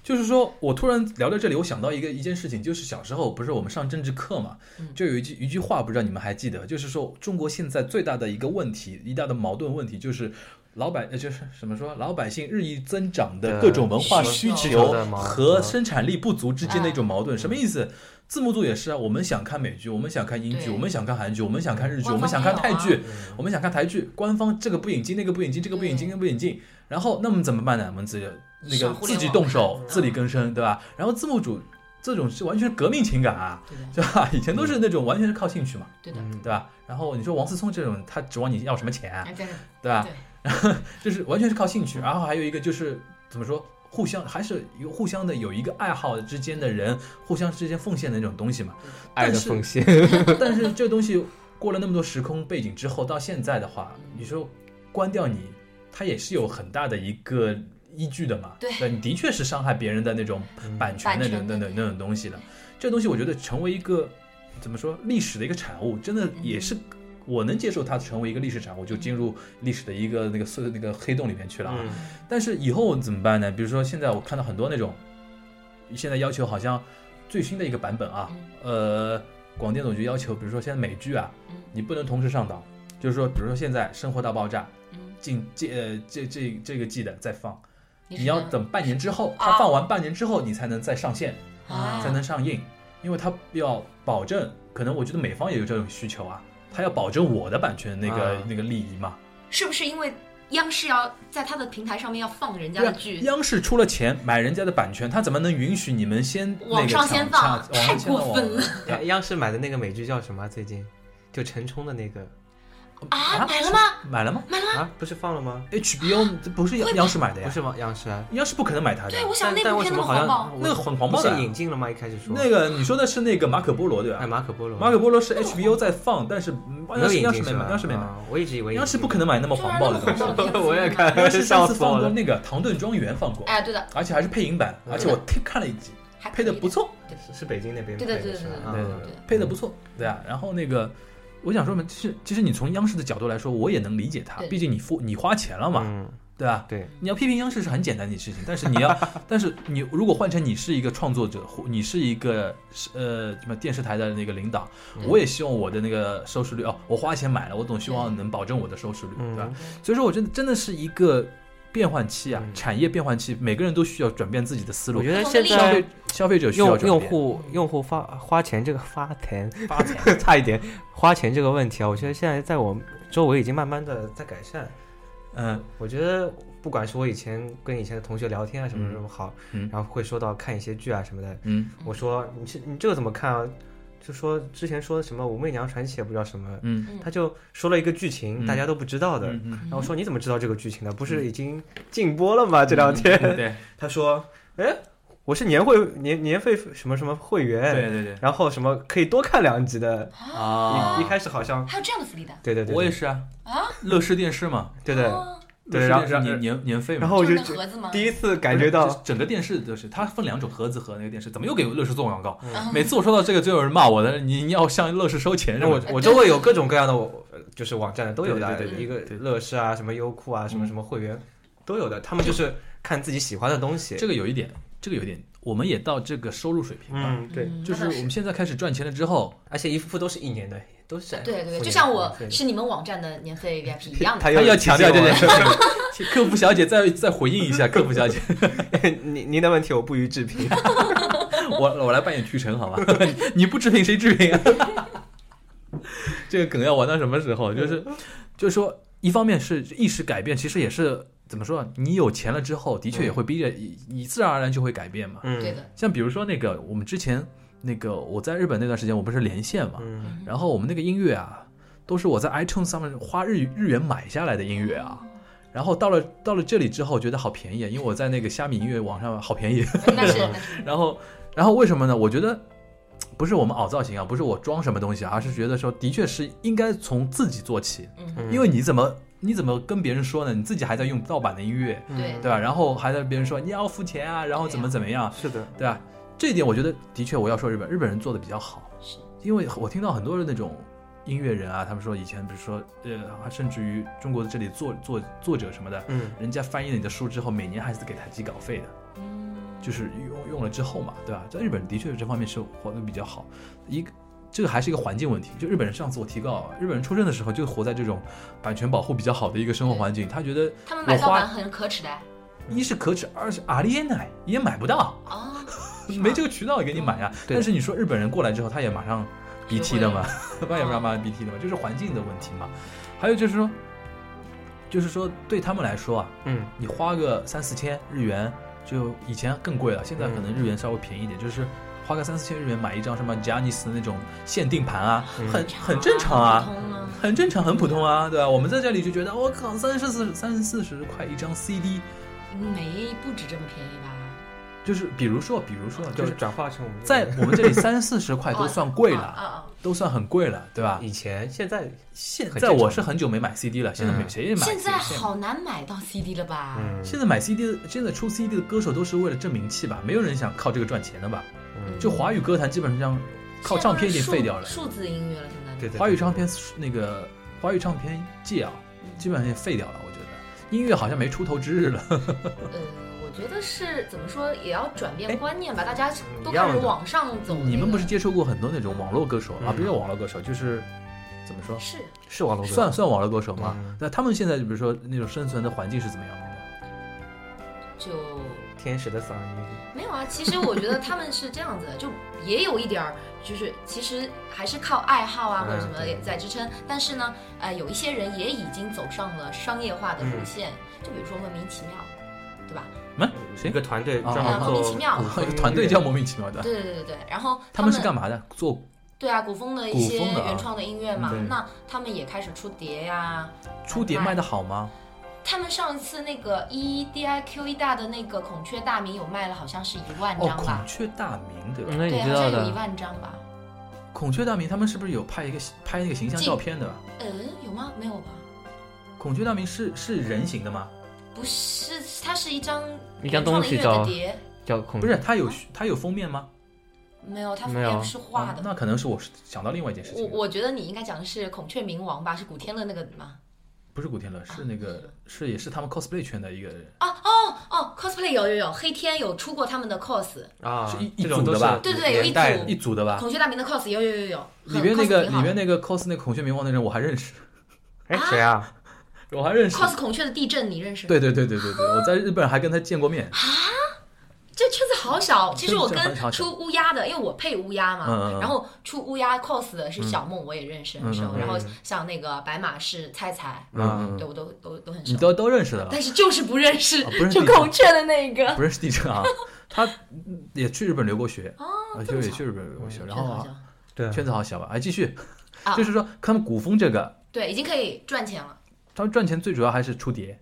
[SPEAKER 2] 就是说，我突然聊到这里，我想到一个一件事情，就是小时候不是我们上政治课嘛，就有一句一句话，不知道你们还记得，就是说中国现在最大的一个问题，一大的矛盾问题就是。老百呃就是什么说，老百姓日益增长的各种文化
[SPEAKER 3] 呃
[SPEAKER 2] 需求
[SPEAKER 3] 需
[SPEAKER 4] 求的矛盾
[SPEAKER 2] 和生产力不足之间的一种矛盾，什么意思？字幕组也是啊，我们想看美剧，我们想看英剧，
[SPEAKER 3] 对
[SPEAKER 2] 我们想看韩剧，我们想看日剧，
[SPEAKER 3] 官
[SPEAKER 2] 我
[SPEAKER 3] 方
[SPEAKER 2] 们想看
[SPEAKER 3] 没
[SPEAKER 2] 泰
[SPEAKER 3] 有啊
[SPEAKER 4] 哦
[SPEAKER 2] 剧，
[SPEAKER 4] 嗯
[SPEAKER 2] 我们想看台剧，官方这个不引进，那个不引进，这个不引进，
[SPEAKER 3] 对
[SPEAKER 2] 那个不引进，然后那么怎么办呢？我们自己那个
[SPEAKER 3] 上互
[SPEAKER 2] 自
[SPEAKER 3] 联
[SPEAKER 2] 己
[SPEAKER 3] 网
[SPEAKER 2] 动手，
[SPEAKER 3] 看
[SPEAKER 2] 自力更生，对吧？然后字幕组这种是完全是革命情感啊，
[SPEAKER 3] 对的，
[SPEAKER 2] 对吧？ 以前都是那种完全是靠兴趣嘛，
[SPEAKER 3] 嗯对的，
[SPEAKER 4] 嗯，
[SPEAKER 2] 对吧？然后你说王思聪这种，他指望你要什么钱啊
[SPEAKER 3] 哎，，真的
[SPEAKER 2] 对吧
[SPEAKER 3] 对？
[SPEAKER 2] 就是完全是靠兴趣，然后还有一个就是怎么说？互相还是有互相的有一个爱好之间的人，互相之间奉献的那种东西嘛。
[SPEAKER 4] 爱的
[SPEAKER 2] 但是
[SPEAKER 4] 奉献，
[SPEAKER 2] 但是这东西过了那么多时空背景之后，到现在的话，
[SPEAKER 3] 嗯
[SPEAKER 2] 你说关掉你，它也是有很大的一个依据的嘛。
[SPEAKER 3] 对
[SPEAKER 2] 你的确是伤害别人的那种
[SPEAKER 4] 嗯
[SPEAKER 2] 版权的那种
[SPEAKER 3] 版权
[SPEAKER 2] 那种那种东西的。这东西我觉得成为一个怎么说历史的一个产物，真的也是。我能接受它成为一个历史产物，就进入历史的一个那个碎那个黑洞里面去了啊。
[SPEAKER 4] 嗯，
[SPEAKER 2] 但是以后怎么办呢？比如说现在我看到很多那种，现在要求好像最新的一个版本啊，呃，广电总局要求，比如说现在美剧啊
[SPEAKER 3] 嗯，
[SPEAKER 2] 你不能同时上档，就是说，比如说现在《生活大爆炸》
[SPEAKER 3] 嗯
[SPEAKER 2] 近这呃这这这个季的再放，你
[SPEAKER 3] 是
[SPEAKER 2] 要
[SPEAKER 3] 呢
[SPEAKER 2] 等半年之后，
[SPEAKER 3] 啊
[SPEAKER 2] 它放完半年之后，你才能再上线，
[SPEAKER 3] 啊
[SPEAKER 2] 才能上映，因为它要保证，可能我觉得美方也有这种需求啊，它要保证我的版权那个
[SPEAKER 4] 啊
[SPEAKER 3] 嗯
[SPEAKER 2] 那个利益嘛。
[SPEAKER 3] 是不是因为央视要在他的平台上面要放人家
[SPEAKER 2] 对
[SPEAKER 3] 的
[SPEAKER 2] 啊
[SPEAKER 3] 剧，
[SPEAKER 2] 央视出了钱买人家的版权，他怎么能允许你们先那
[SPEAKER 3] 网
[SPEAKER 2] 个
[SPEAKER 3] 上
[SPEAKER 2] 抢
[SPEAKER 3] 先
[SPEAKER 2] 抢
[SPEAKER 3] 放啊
[SPEAKER 2] 网上
[SPEAKER 3] 太
[SPEAKER 2] 先放
[SPEAKER 3] 过分
[SPEAKER 2] 网上对啊
[SPEAKER 4] 哎央央视买的那个美剧叫什么啊？最近就陈冲的那个
[SPEAKER 3] 啊
[SPEAKER 2] 啊
[SPEAKER 3] 买了吗？
[SPEAKER 2] 买了吗
[SPEAKER 4] 啊，不是放了吗？
[SPEAKER 2] ？HBO 这不是央央视买的呀
[SPEAKER 4] 不，是吗？央视啊，
[SPEAKER 2] 央视不可能买它的
[SPEAKER 3] 对，
[SPEAKER 2] 呀。
[SPEAKER 3] 我想
[SPEAKER 4] 但
[SPEAKER 3] 那
[SPEAKER 4] 但
[SPEAKER 3] 部
[SPEAKER 4] 为
[SPEAKER 3] 片
[SPEAKER 4] 什
[SPEAKER 3] 那
[SPEAKER 4] 么好
[SPEAKER 3] 么火
[SPEAKER 4] 像
[SPEAKER 3] 爆，
[SPEAKER 4] 我
[SPEAKER 2] 那个很黄暴的
[SPEAKER 4] 不是
[SPEAKER 2] 呀
[SPEAKER 4] 引进了吗？一开始说
[SPEAKER 2] 那个你说的是那个马可波罗对
[SPEAKER 4] 哎
[SPEAKER 2] 吧？
[SPEAKER 4] 马可波罗，
[SPEAKER 2] 马可波罗是
[SPEAKER 3] 那么
[SPEAKER 2] HBO 在放，但是嗯
[SPEAKER 4] 没
[SPEAKER 2] 央
[SPEAKER 4] 有
[SPEAKER 2] 视
[SPEAKER 4] 引
[SPEAKER 2] 央视
[SPEAKER 4] 进
[SPEAKER 2] 没
[SPEAKER 4] 是吧
[SPEAKER 2] 买，央视没买，
[SPEAKER 4] 啊我一直以为
[SPEAKER 2] 央视
[SPEAKER 4] 引进
[SPEAKER 2] 不可能买那么
[SPEAKER 3] 就
[SPEAKER 2] 黄
[SPEAKER 3] 让
[SPEAKER 2] 暴
[SPEAKER 3] 啊那
[SPEAKER 2] 的
[SPEAKER 3] 么
[SPEAKER 2] 东西
[SPEAKER 3] 火爆。的片子
[SPEAKER 4] 我也看
[SPEAKER 2] 央视上
[SPEAKER 4] 笑
[SPEAKER 2] 次
[SPEAKER 4] 死我
[SPEAKER 2] 放过
[SPEAKER 4] 了。
[SPEAKER 2] 那个《唐顿庄园》放过，
[SPEAKER 3] 哎，对的，
[SPEAKER 2] 而且还是配音版，
[SPEAKER 4] 嗯
[SPEAKER 2] 而且我听看了一集，
[SPEAKER 3] 还可
[SPEAKER 2] 配的
[SPEAKER 3] 以
[SPEAKER 2] 不错。
[SPEAKER 4] 是是北京那边
[SPEAKER 3] 对的
[SPEAKER 4] 拍
[SPEAKER 3] 对的
[SPEAKER 4] 是吧
[SPEAKER 3] 对的
[SPEAKER 4] 啊
[SPEAKER 2] 对
[SPEAKER 3] 对的
[SPEAKER 2] 配的不错，对啊。然后那个，我想说嘛，其实其实你从央视的角度来说，我也能理解他，
[SPEAKER 3] 对
[SPEAKER 2] 毕竟你付你花钱了嘛，
[SPEAKER 4] 嗯，
[SPEAKER 2] 对吧？
[SPEAKER 4] 对，
[SPEAKER 2] 你要批评央视是很简单的事情，但是你 要，但是你如果换成你是一个创作者，或你是一个是呃什么电视台的那个领导，我
[SPEAKER 3] 嗯
[SPEAKER 2] 也希望我的那个收视率哦，我花钱买了，我总希望能保证我的收视率，对吧？
[SPEAKER 4] 嗯，
[SPEAKER 2] 所以说，我觉得真的是一个变换期啊，
[SPEAKER 4] 嗯
[SPEAKER 2] 产业变换期，每个人都需要转变自己的思
[SPEAKER 4] 我
[SPEAKER 2] 路，
[SPEAKER 4] 觉得
[SPEAKER 3] 不同的
[SPEAKER 4] 现
[SPEAKER 3] 立
[SPEAKER 2] 消
[SPEAKER 4] 在
[SPEAKER 2] 费消费者需要嗯
[SPEAKER 4] 用
[SPEAKER 2] 转
[SPEAKER 4] 用
[SPEAKER 2] 变。
[SPEAKER 4] 户用户花花钱这个花钱
[SPEAKER 2] 发财。
[SPEAKER 4] 差一点花钱这个问题啊，我觉得现在在我周围已经慢慢的在改善。
[SPEAKER 2] 嗯，
[SPEAKER 4] 我觉得不管是我以前跟以前的同学聊天啊，什么
[SPEAKER 2] 嗯
[SPEAKER 4] 什么好，
[SPEAKER 2] 嗯
[SPEAKER 4] 然后会说到看一些剧啊什么的，
[SPEAKER 2] 嗯
[SPEAKER 4] 我说你这你这个怎么看啊？就说之前说什么《武媚娘传奇》也不知道什么，
[SPEAKER 2] 嗯
[SPEAKER 4] 他就说了一个剧情，
[SPEAKER 2] 嗯
[SPEAKER 4] 大家都不知道的。
[SPEAKER 2] 嗯嗯，
[SPEAKER 4] 然后我说你怎么知道这个剧情的？不是已经禁播了吗？这两天、
[SPEAKER 2] 嗯对。
[SPEAKER 4] 他说，哎，我是年会年年费什么什么会员，
[SPEAKER 2] 对对对
[SPEAKER 4] 然后什么可以多看两集的。
[SPEAKER 2] 啊
[SPEAKER 4] 一一开始好像
[SPEAKER 3] 还有这样子里的
[SPEAKER 4] 对对对，
[SPEAKER 2] 我也
[SPEAKER 4] 是
[SPEAKER 2] 是啊
[SPEAKER 3] 啊，
[SPEAKER 2] 乐视电视嘛，
[SPEAKER 4] 对对
[SPEAKER 3] 哦
[SPEAKER 4] 对，
[SPEAKER 2] 乐
[SPEAKER 4] 然后
[SPEAKER 2] 视电
[SPEAKER 4] 然
[SPEAKER 2] 视
[SPEAKER 4] 后
[SPEAKER 2] 年年年费嘛，
[SPEAKER 4] 然后我就
[SPEAKER 3] 就是那盒子吗
[SPEAKER 4] 第一次感觉到
[SPEAKER 2] 就是整个电视都是它分两种盒子和那个电视，怎么又给乐视做广告？
[SPEAKER 3] 嗯
[SPEAKER 2] 每次我说到这个就有人骂我的，你你要向乐视收钱是
[SPEAKER 4] 那我
[SPEAKER 2] 吧？
[SPEAKER 3] 嗯
[SPEAKER 4] 我周围有各种各样的，我呃就是网站的都有的，啊
[SPEAKER 2] 对对对
[SPEAKER 4] 一
[SPEAKER 2] 对
[SPEAKER 4] 个
[SPEAKER 2] 对
[SPEAKER 4] 乐视啊，什么优酷啊，什
[SPEAKER 3] 嗯
[SPEAKER 4] 么什么会员都有的，他们就是看自己喜欢的东西。
[SPEAKER 2] 这个有一点，这个有一点，我们也到这个收入水平了，
[SPEAKER 4] 嗯，对，
[SPEAKER 3] 嗯
[SPEAKER 2] 就是
[SPEAKER 3] 那
[SPEAKER 2] 我
[SPEAKER 3] 倒
[SPEAKER 2] 们现在开始赚钱了之 后，
[SPEAKER 4] 而且一副副都是一年的，都是
[SPEAKER 3] 对对对，
[SPEAKER 4] 付
[SPEAKER 3] 就像我
[SPEAKER 4] 年费
[SPEAKER 3] 是你们网站的年费 VIP 一样的
[SPEAKER 4] 他。
[SPEAKER 2] 他要
[SPEAKER 4] 又
[SPEAKER 2] 强调这件事情。客服小姐再再回应一下，客服小姐，
[SPEAKER 4] 情， 您您的问题我不予置评。
[SPEAKER 2] 我我来扮演屈臣好吧？ 你不置评谁置评啊？ 这个梗要玩到什么时候？就是，就是说，一方面是意识改变，其实也是怎么说？啊你有钱了之后，的确也会逼着你，你自然而然就会改变嘛。
[SPEAKER 4] 嗯，
[SPEAKER 3] 对，的，
[SPEAKER 2] 像比如说那个，我们之前那个我在日本那段时间，我不是连线嘛，
[SPEAKER 4] 嗯，
[SPEAKER 2] 然后我们那个音乐啊，都是我在 iTunes 上面花日日元买下来的音乐啊。然后到了到了这里之后，觉得好便宜，啊，因为我在那个虾米音乐网上好便宜。
[SPEAKER 3] 那是那是
[SPEAKER 2] 然后，然后为什么呢？我觉得不是我们凹造型啊，不是我装什么东西啊，而是觉得说，的确是应该从自己做起，
[SPEAKER 3] 嗯，
[SPEAKER 2] 因为你怎么你怎么跟别人说呢？你自己还在用盗版的音乐，
[SPEAKER 4] 嗯
[SPEAKER 3] 对
[SPEAKER 4] 啊
[SPEAKER 2] 对吧？然后还在别人说你要付钱啊，然后怎么怎么样，
[SPEAKER 4] 是的，
[SPEAKER 2] 对吧？这一点我觉得的确，我要说日本日本人做的比较好，
[SPEAKER 3] 是
[SPEAKER 2] 因为我听到很多的那种音乐人啊，他们说以前比如说呃，还甚至于中国的这里作作作者什么的，
[SPEAKER 4] 嗯
[SPEAKER 2] 人家翻译了你的书之后，每年还是给他寄稿费的，就是用用了之后嘛，对吧？在日本的确这方面是活得比较好，一个这个还是一个环境问题。就日本人上次我提到，日本人出生的时候就活在这种版权保护比较好的一个生活环境，他觉得
[SPEAKER 3] 他们买盗版很可耻的
[SPEAKER 2] 一是可耻，二是阿里也奶也买不到，
[SPEAKER 3] 啊，
[SPEAKER 2] 没这个渠道给你买啊。
[SPEAKER 4] 对
[SPEAKER 2] 但是你说日本人过来之后，他也马上
[SPEAKER 3] 学
[SPEAKER 2] BT
[SPEAKER 3] 会
[SPEAKER 2] 的
[SPEAKER 3] 了
[SPEAKER 2] 嘛， 他也马上马上 BT 的嘛，就是环境的问题嘛。还有就是说，就是说对他们来说啊，
[SPEAKER 4] 嗯
[SPEAKER 2] 你花个三四千日元，就以前更贵了，现在可能日元稍微便宜一点，就是花个三四千日元买一张什么 j a n i c e 的那种限定盘啊，
[SPEAKER 4] 嗯
[SPEAKER 2] 很很正常啊
[SPEAKER 3] 普。通啊，
[SPEAKER 2] 很正常，很普通啊，对吧？我们在这里就觉得，我靠，三十四、三十四十块一张 CD，
[SPEAKER 3] 没不止这么便宜吧？
[SPEAKER 2] 就是比如说，比如说，就
[SPEAKER 4] 就是转化成我们
[SPEAKER 2] 在我们这里三四十块
[SPEAKER 3] 哎
[SPEAKER 2] 都算贵
[SPEAKER 3] 啊
[SPEAKER 2] 了，
[SPEAKER 3] 啊！
[SPEAKER 2] 都算很贵了，对吧？
[SPEAKER 4] 以前现在，
[SPEAKER 2] 现
[SPEAKER 4] 很
[SPEAKER 2] 在
[SPEAKER 4] 正常
[SPEAKER 2] 我是很久没买 CD 了，现在没
[SPEAKER 4] 嗯
[SPEAKER 2] 谁也买 CD
[SPEAKER 3] 现
[SPEAKER 2] 了。
[SPEAKER 3] 在好难买到 CD 了吧？
[SPEAKER 4] 嗯，
[SPEAKER 2] 现在买 CD，的现在出 CD 的歌手都是为了挣名气吧？没有人想靠这个赚钱的吧？
[SPEAKER 4] 嗯
[SPEAKER 2] 就华语歌坛基本上靠唱片已经废掉了，
[SPEAKER 3] 数数字音乐了，现在
[SPEAKER 4] 对对
[SPEAKER 2] 华语唱片那个华语唱片界啊，基本上也废掉了。我觉得音乐好像没出头之日了。
[SPEAKER 3] 呃，我觉得是怎么说，也要转
[SPEAKER 2] 哎
[SPEAKER 3] 变观念吧，大家都
[SPEAKER 4] 一样
[SPEAKER 3] 开
[SPEAKER 4] 的
[SPEAKER 3] 始往上走那个。
[SPEAKER 2] 你们不是接触过很多那种网络歌手啊？
[SPEAKER 4] 嗯
[SPEAKER 2] 不是网络歌手，就是怎么说，
[SPEAKER 3] 是
[SPEAKER 4] 是网络歌
[SPEAKER 2] 算算网络歌手吗
[SPEAKER 4] 嗯？
[SPEAKER 2] 那他们现在比如说那种生存的环境是怎么样的呢？
[SPEAKER 3] 就
[SPEAKER 4] 天使的嗓音，
[SPEAKER 3] 没有啊？其实我觉得他们是这样 子的，就也有一点儿，就是其实还是靠爱好啊
[SPEAKER 4] 嗯
[SPEAKER 3] 或者什么
[SPEAKER 4] 对
[SPEAKER 3] 在支撑。但是呢，呃，有一些人也已经走上了商业化的路线，
[SPEAKER 2] 嗯
[SPEAKER 3] 就比如说莫名其妙，对吧？
[SPEAKER 2] 们谁
[SPEAKER 4] 一个团队
[SPEAKER 2] 啊
[SPEAKER 4] 专门
[SPEAKER 3] 啊
[SPEAKER 4] 做
[SPEAKER 3] 莫名其妙
[SPEAKER 4] 古风
[SPEAKER 2] 一
[SPEAKER 4] 音
[SPEAKER 2] 个
[SPEAKER 4] 乐
[SPEAKER 2] 团队叫莫名其妙的，
[SPEAKER 3] 对对对对对。然后
[SPEAKER 2] 他们是干嘛的？做
[SPEAKER 3] 对啊，古风的一
[SPEAKER 2] 古
[SPEAKER 3] 些
[SPEAKER 2] 风的啊
[SPEAKER 3] 原创的音乐嘛，
[SPEAKER 4] 对
[SPEAKER 3] 那他们也开始出碟呀、
[SPEAKER 2] 出碟卖的好吗？
[SPEAKER 3] 他们上一次那个 E D I Q 一大的那个孔雀大明有卖了，好像是一万
[SPEAKER 2] 哦，
[SPEAKER 3] 张吧嗯
[SPEAKER 2] 孔？雀哦大明对吧？
[SPEAKER 4] 那
[SPEAKER 3] 对，
[SPEAKER 4] 你
[SPEAKER 3] 啊好
[SPEAKER 4] 知道
[SPEAKER 3] 像有一
[SPEAKER 4] 的，
[SPEAKER 3] 万张吧？
[SPEAKER 2] 孔雀大明他们是不是有拍一个拍那个形象
[SPEAKER 3] 进
[SPEAKER 2] 照片的吧？
[SPEAKER 3] 嗯，有吗？没有吧？
[SPEAKER 2] 孔雀大明是是人形的吗？
[SPEAKER 3] 嗯不是，它是一张
[SPEAKER 4] 一张
[SPEAKER 3] 原创
[SPEAKER 4] 东
[SPEAKER 3] 的
[SPEAKER 4] 西
[SPEAKER 3] 音乐
[SPEAKER 4] 叫
[SPEAKER 3] 的碟，
[SPEAKER 4] 叫孔
[SPEAKER 2] 不是，它有它有封面吗？
[SPEAKER 3] 没有，它
[SPEAKER 4] 没
[SPEAKER 3] 封面
[SPEAKER 4] 有
[SPEAKER 3] 不是嗯画
[SPEAKER 2] 啊
[SPEAKER 3] 的。
[SPEAKER 2] 那可能是我想到另外一件事
[SPEAKER 3] 我
[SPEAKER 2] 情，
[SPEAKER 3] 我觉得你应该讲的是孔雀明王吧，是古天乐那个吗？
[SPEAKER 2] 不是古天乐，是那个
[SPEAKER 3] 嗯
[SPEAKER 2] 是也是他们 cosplay 圈的一个人，
[SPEAKER 3] 啊哦哦，cosplay 有有有，黑天有出过他们的 cos，
[SPEAKER 4] 啊，
[SPEAKER 2] 是一
[SPEAKER 4] 这种
[SPEAKER 2] 一组的
[SPEAKER 4] 都是
[SPEAKER 2] 吧
[SPEAKER 3] 对对有一
[SPEAKER 4] 年代
[SPEAKER 3] 组
[SPEAKER 2] 一组的吧？
[SPEAKER 3] 孔雀大明的 cos 有有有有，
[SPEAKER 2] 里边那个里边
[SPEAKER 3] 那
[SPEAKER 2] 那个 cos 那个孔雀明王的人我还认识，
[SPEAKER 4] 哎谁啊？
[SPEAKER 2] 我还认识。
[SPEAKER 3] cos 孔雀的地震你认识吗？
[SPEAKER 2] 对对对对对对，我在日本还跟他见过面。
[SPEAKER 3] 这圈子好小，其实我
[SPEAKER 2] 圈子很
[SPEAKER 3] 跟
[SPEAKER 2] 小
[SPEAKER 3] 出乌鸦的，因为我配乌鸦嘛，
[SPEAKER 2] 嗯嗯嗯
[SPEAKER 3] 然后出乌鸦 cos 的是小梦，我也认识很熟，
[SPEAKER 2] 嗯
[SPEAKER 3] 然后像那个白马是菜菜，
[SPEAKER 2] 嗯嗯
[SPEAKER 3] 对我都都都很
[SPEAKER 2] 你
[SPEAKER 3] 熟，
[SPEAKER 2] 都都认识的了，
[SPEAKER 3] 但是就是不认识，
[SPEAKER 2] 啊不认识
[SPEAKER 3] 就
[SPEAKER 2] 你
[SPEAKER 3] 孔雀的那个，
[SPEAKER 2] 不认识地震啊， 他也去日本留过学，啊，
[SPEAKER 3] 哦这
[SPEAKER 2] 就
[SPEAKER 3] 么
[SPEAKER 2] 也
[SPEAKER 3] 巧嗯
[SPEAKER 2] 去日本留过学，然
[SPEAKER 3] 确实
[SPEAKER 2] 后
[SPEAKER 3] 好
[SPEAKER 2] 啊
[SPEAKER 3] 像
[SPEAKER 4] 对啊，
[SPEAKER 2] 圈子好小吧？哎，继续，
[SPEAKER 3] 啊
[SPEAKER 2] 就是说他们古风这个，
[SPEAKER 3] 对，已经可以赚钱了。
[SPEAKER 2] 他们赚钱最主要还是出碟，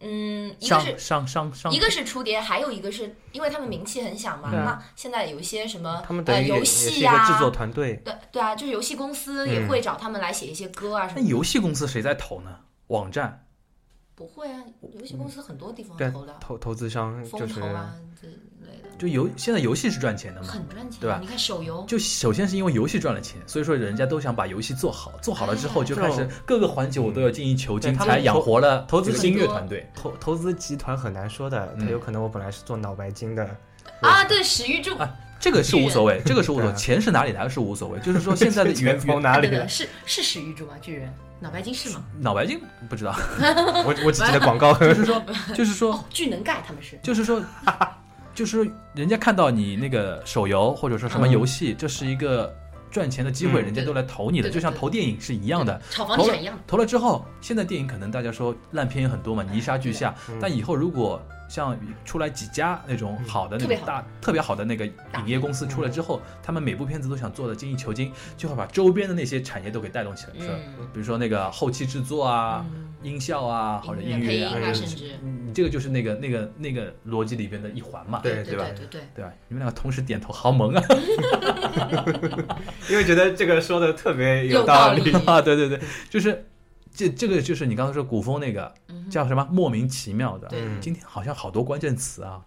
[SPEAKER 3] 嗯，一个
[SPEAKER 2] 上
[SPEAKER 3] 是
[SPEAKER 2] 上上上，
[SPEAKER 3] 一个是出碟，还有一个是因为他们名气很响嘛，
[SPEAKER 4] 对啊
[SPEAKER 3] 那现在有一些什么
[SPEAKER 4] 他们等
[SPEAKER 3] 呃
[SPEAKER 4] 于也
[SPEAKER 3] 游
[SPEAKER 4] 也是
[SPEAKER 3] 戏
[SPEAKER 4] 一个
[SPEAKER 3] 呀、
[SPEAKER 4] 制作团队，
[SPEAKER 3] 对对啊，就是游戏公司也
[SPEAKER 4] 嗯
[SPEAKER 3] 会找他们来写一些歌啊什
[SPEAKER 2] 那
[SPEAKER 3] 么的。
[SPEAKER 2] 游戏公司谁在投呢？网站
[SPEAKER 3] 不会啊，游戏公司很多地方
[SPEAKER 4] 对
[SPEAKER 3] 投的，
[SPEAKER 4] 投投资商就
[SPEAKER 3] 风
[SPEAKER 4] 是嗯
[SPEAKER 3] 投啊之类的。
[SPEAKER 2] 就游现在游戏是赚钱的嘛？
[SPEAKER 3] 很赚钱，啊
[SPEAKER 2] 对吧
[SPEAKER 3] 你看手游，
[SPEAKER 2] 就首先是因为游戏赚了钱，所以说人家都想把游戏做好，做好了之
[SPEAKER 3] 哎
[SPEAKER 2] 后就开始
[SPEAKER 4] 对
[SPEAKER 2] 各个环节我都要
[SPEAKER 3] 嗯
[SPEAKER 2] 精益求精，
[SPEAKER 4] 对他
[SPEAKER 2] 才
[SPEAKER 4] 们
[SPEAKER 2] 养活了
[SPEAKER 4] 投资
[SPEAKER 2] 这个
[SPEAKER 4] 很
[SPEAKER 2] 音乐
[SPEAKER 3] 多
[SPEAKER 2] 团队。
[SPEAKER 4] 投投资集团很难说的，他
[SPEAKER 2] 嗯
[SPEAKER 4] 有可能我本来是做脑白金的，
[SPEAKER 3] 啊，对，史玉柱，
[SPEAKER 2] 啊这个是无所谓，这个是 无所谓，
[SPEAKER 4] 对啊
[SPEAKER 2] 钱是哪里来是无所谓，就是说现在的
[SPEAKER 4] 钱
[SPEAKER 2] 原
[SPEAKER 4] 从
[SPEAKER 2] 原
[SPEAKER 4] 哪里
[SPEAKER 3] 啊
[SPEAKER 4] 来
[SPEAKER 3] 对的，？是是史玉柱吗？啊巨人脑白金是吗？
[SPEAKER 2] 脑白金不知道，
[SPEAKER 4] 我我只记得广告，
[SPEAKER 2] 就是说就是说
[SPEAKER 3] 哦，巨能盖他们是，
[SPEAKER 2] 就是 说就是说人家看到你那个手游或者说什么游戏，这是一个赚钱的机会，
[SPEAKER 4] 嗯
[SPEAKER 2] 人家都来投你的，
[SPEAKER 3] 嗯对
[SPEAKER 2] 就像投电影是一样的。
[SPEAKER 3] 炒房
[SPEAKER 2] 投
[SPEAKER 3] 地
[SPEAKER 2] 了
[SPEAKER 3] 产一样的，
[SPEAKER 2] 投了之后，现在电影可能大家说烂片也很多嘛，泥沙俱下。
[SPEAKER 4] 嗯
[SPEAKER 2] 但以后如果像出来几家那种好的那
[SPEAKER 3] 特别
[SPEAKER 2] 种
[SPEAKER 3] 好嗯
[SPEAKER 2] 大特别好的那个影业公司出来之后，他们每部片子都想做的精益求精，就会把周边的那些产业都给带动起来，是吧？
[SPEAKER 3] 嗯，
[SPEAKER 2] 比如说那个后期制作啊、
[SPEAKER 3] 嗯
[SPEAKER 2] 音效啊，或者音
[SPEAKER 3] 音乐配
[SPEAKER 2] 乐
[SPEAKER 3] 音
[SPEAKER 2] 啊，
[SPEAKER 3] 啊，
[SPEAKER 4] 嗯
[SPEAKER 3] 甚至
[SPEAKER 2] 你这个就是那个那个那个逻辑里边的一环嘛，
[SPEAKER 4] 对
[SPEAKER 2] 对
[SPEAKER 3] 啊对
[SPEAKER 2] 吧？
[SPEAKER 3] 对对，
[SPEAKER 2] 对吧？你们两个同时点头，好 萌啊！
[SPEAKER 4] 因为觉得这个说的特别
[SPEAKER 3] 有
[SPEAKER 4] 道
[SPEAKER 3] 理，
[SPEAKER 2] 啊， 对对对，就是这这个就是你刚才说古风那个
[SPEAKER 3] 嗯哼
[SPEAKER 2] 叫什么莫名其妙的，
[SPEAKER 3] 对
[SPEAKER 4] 嗯
[SPEAKER 2] 今天好像好多关键词啊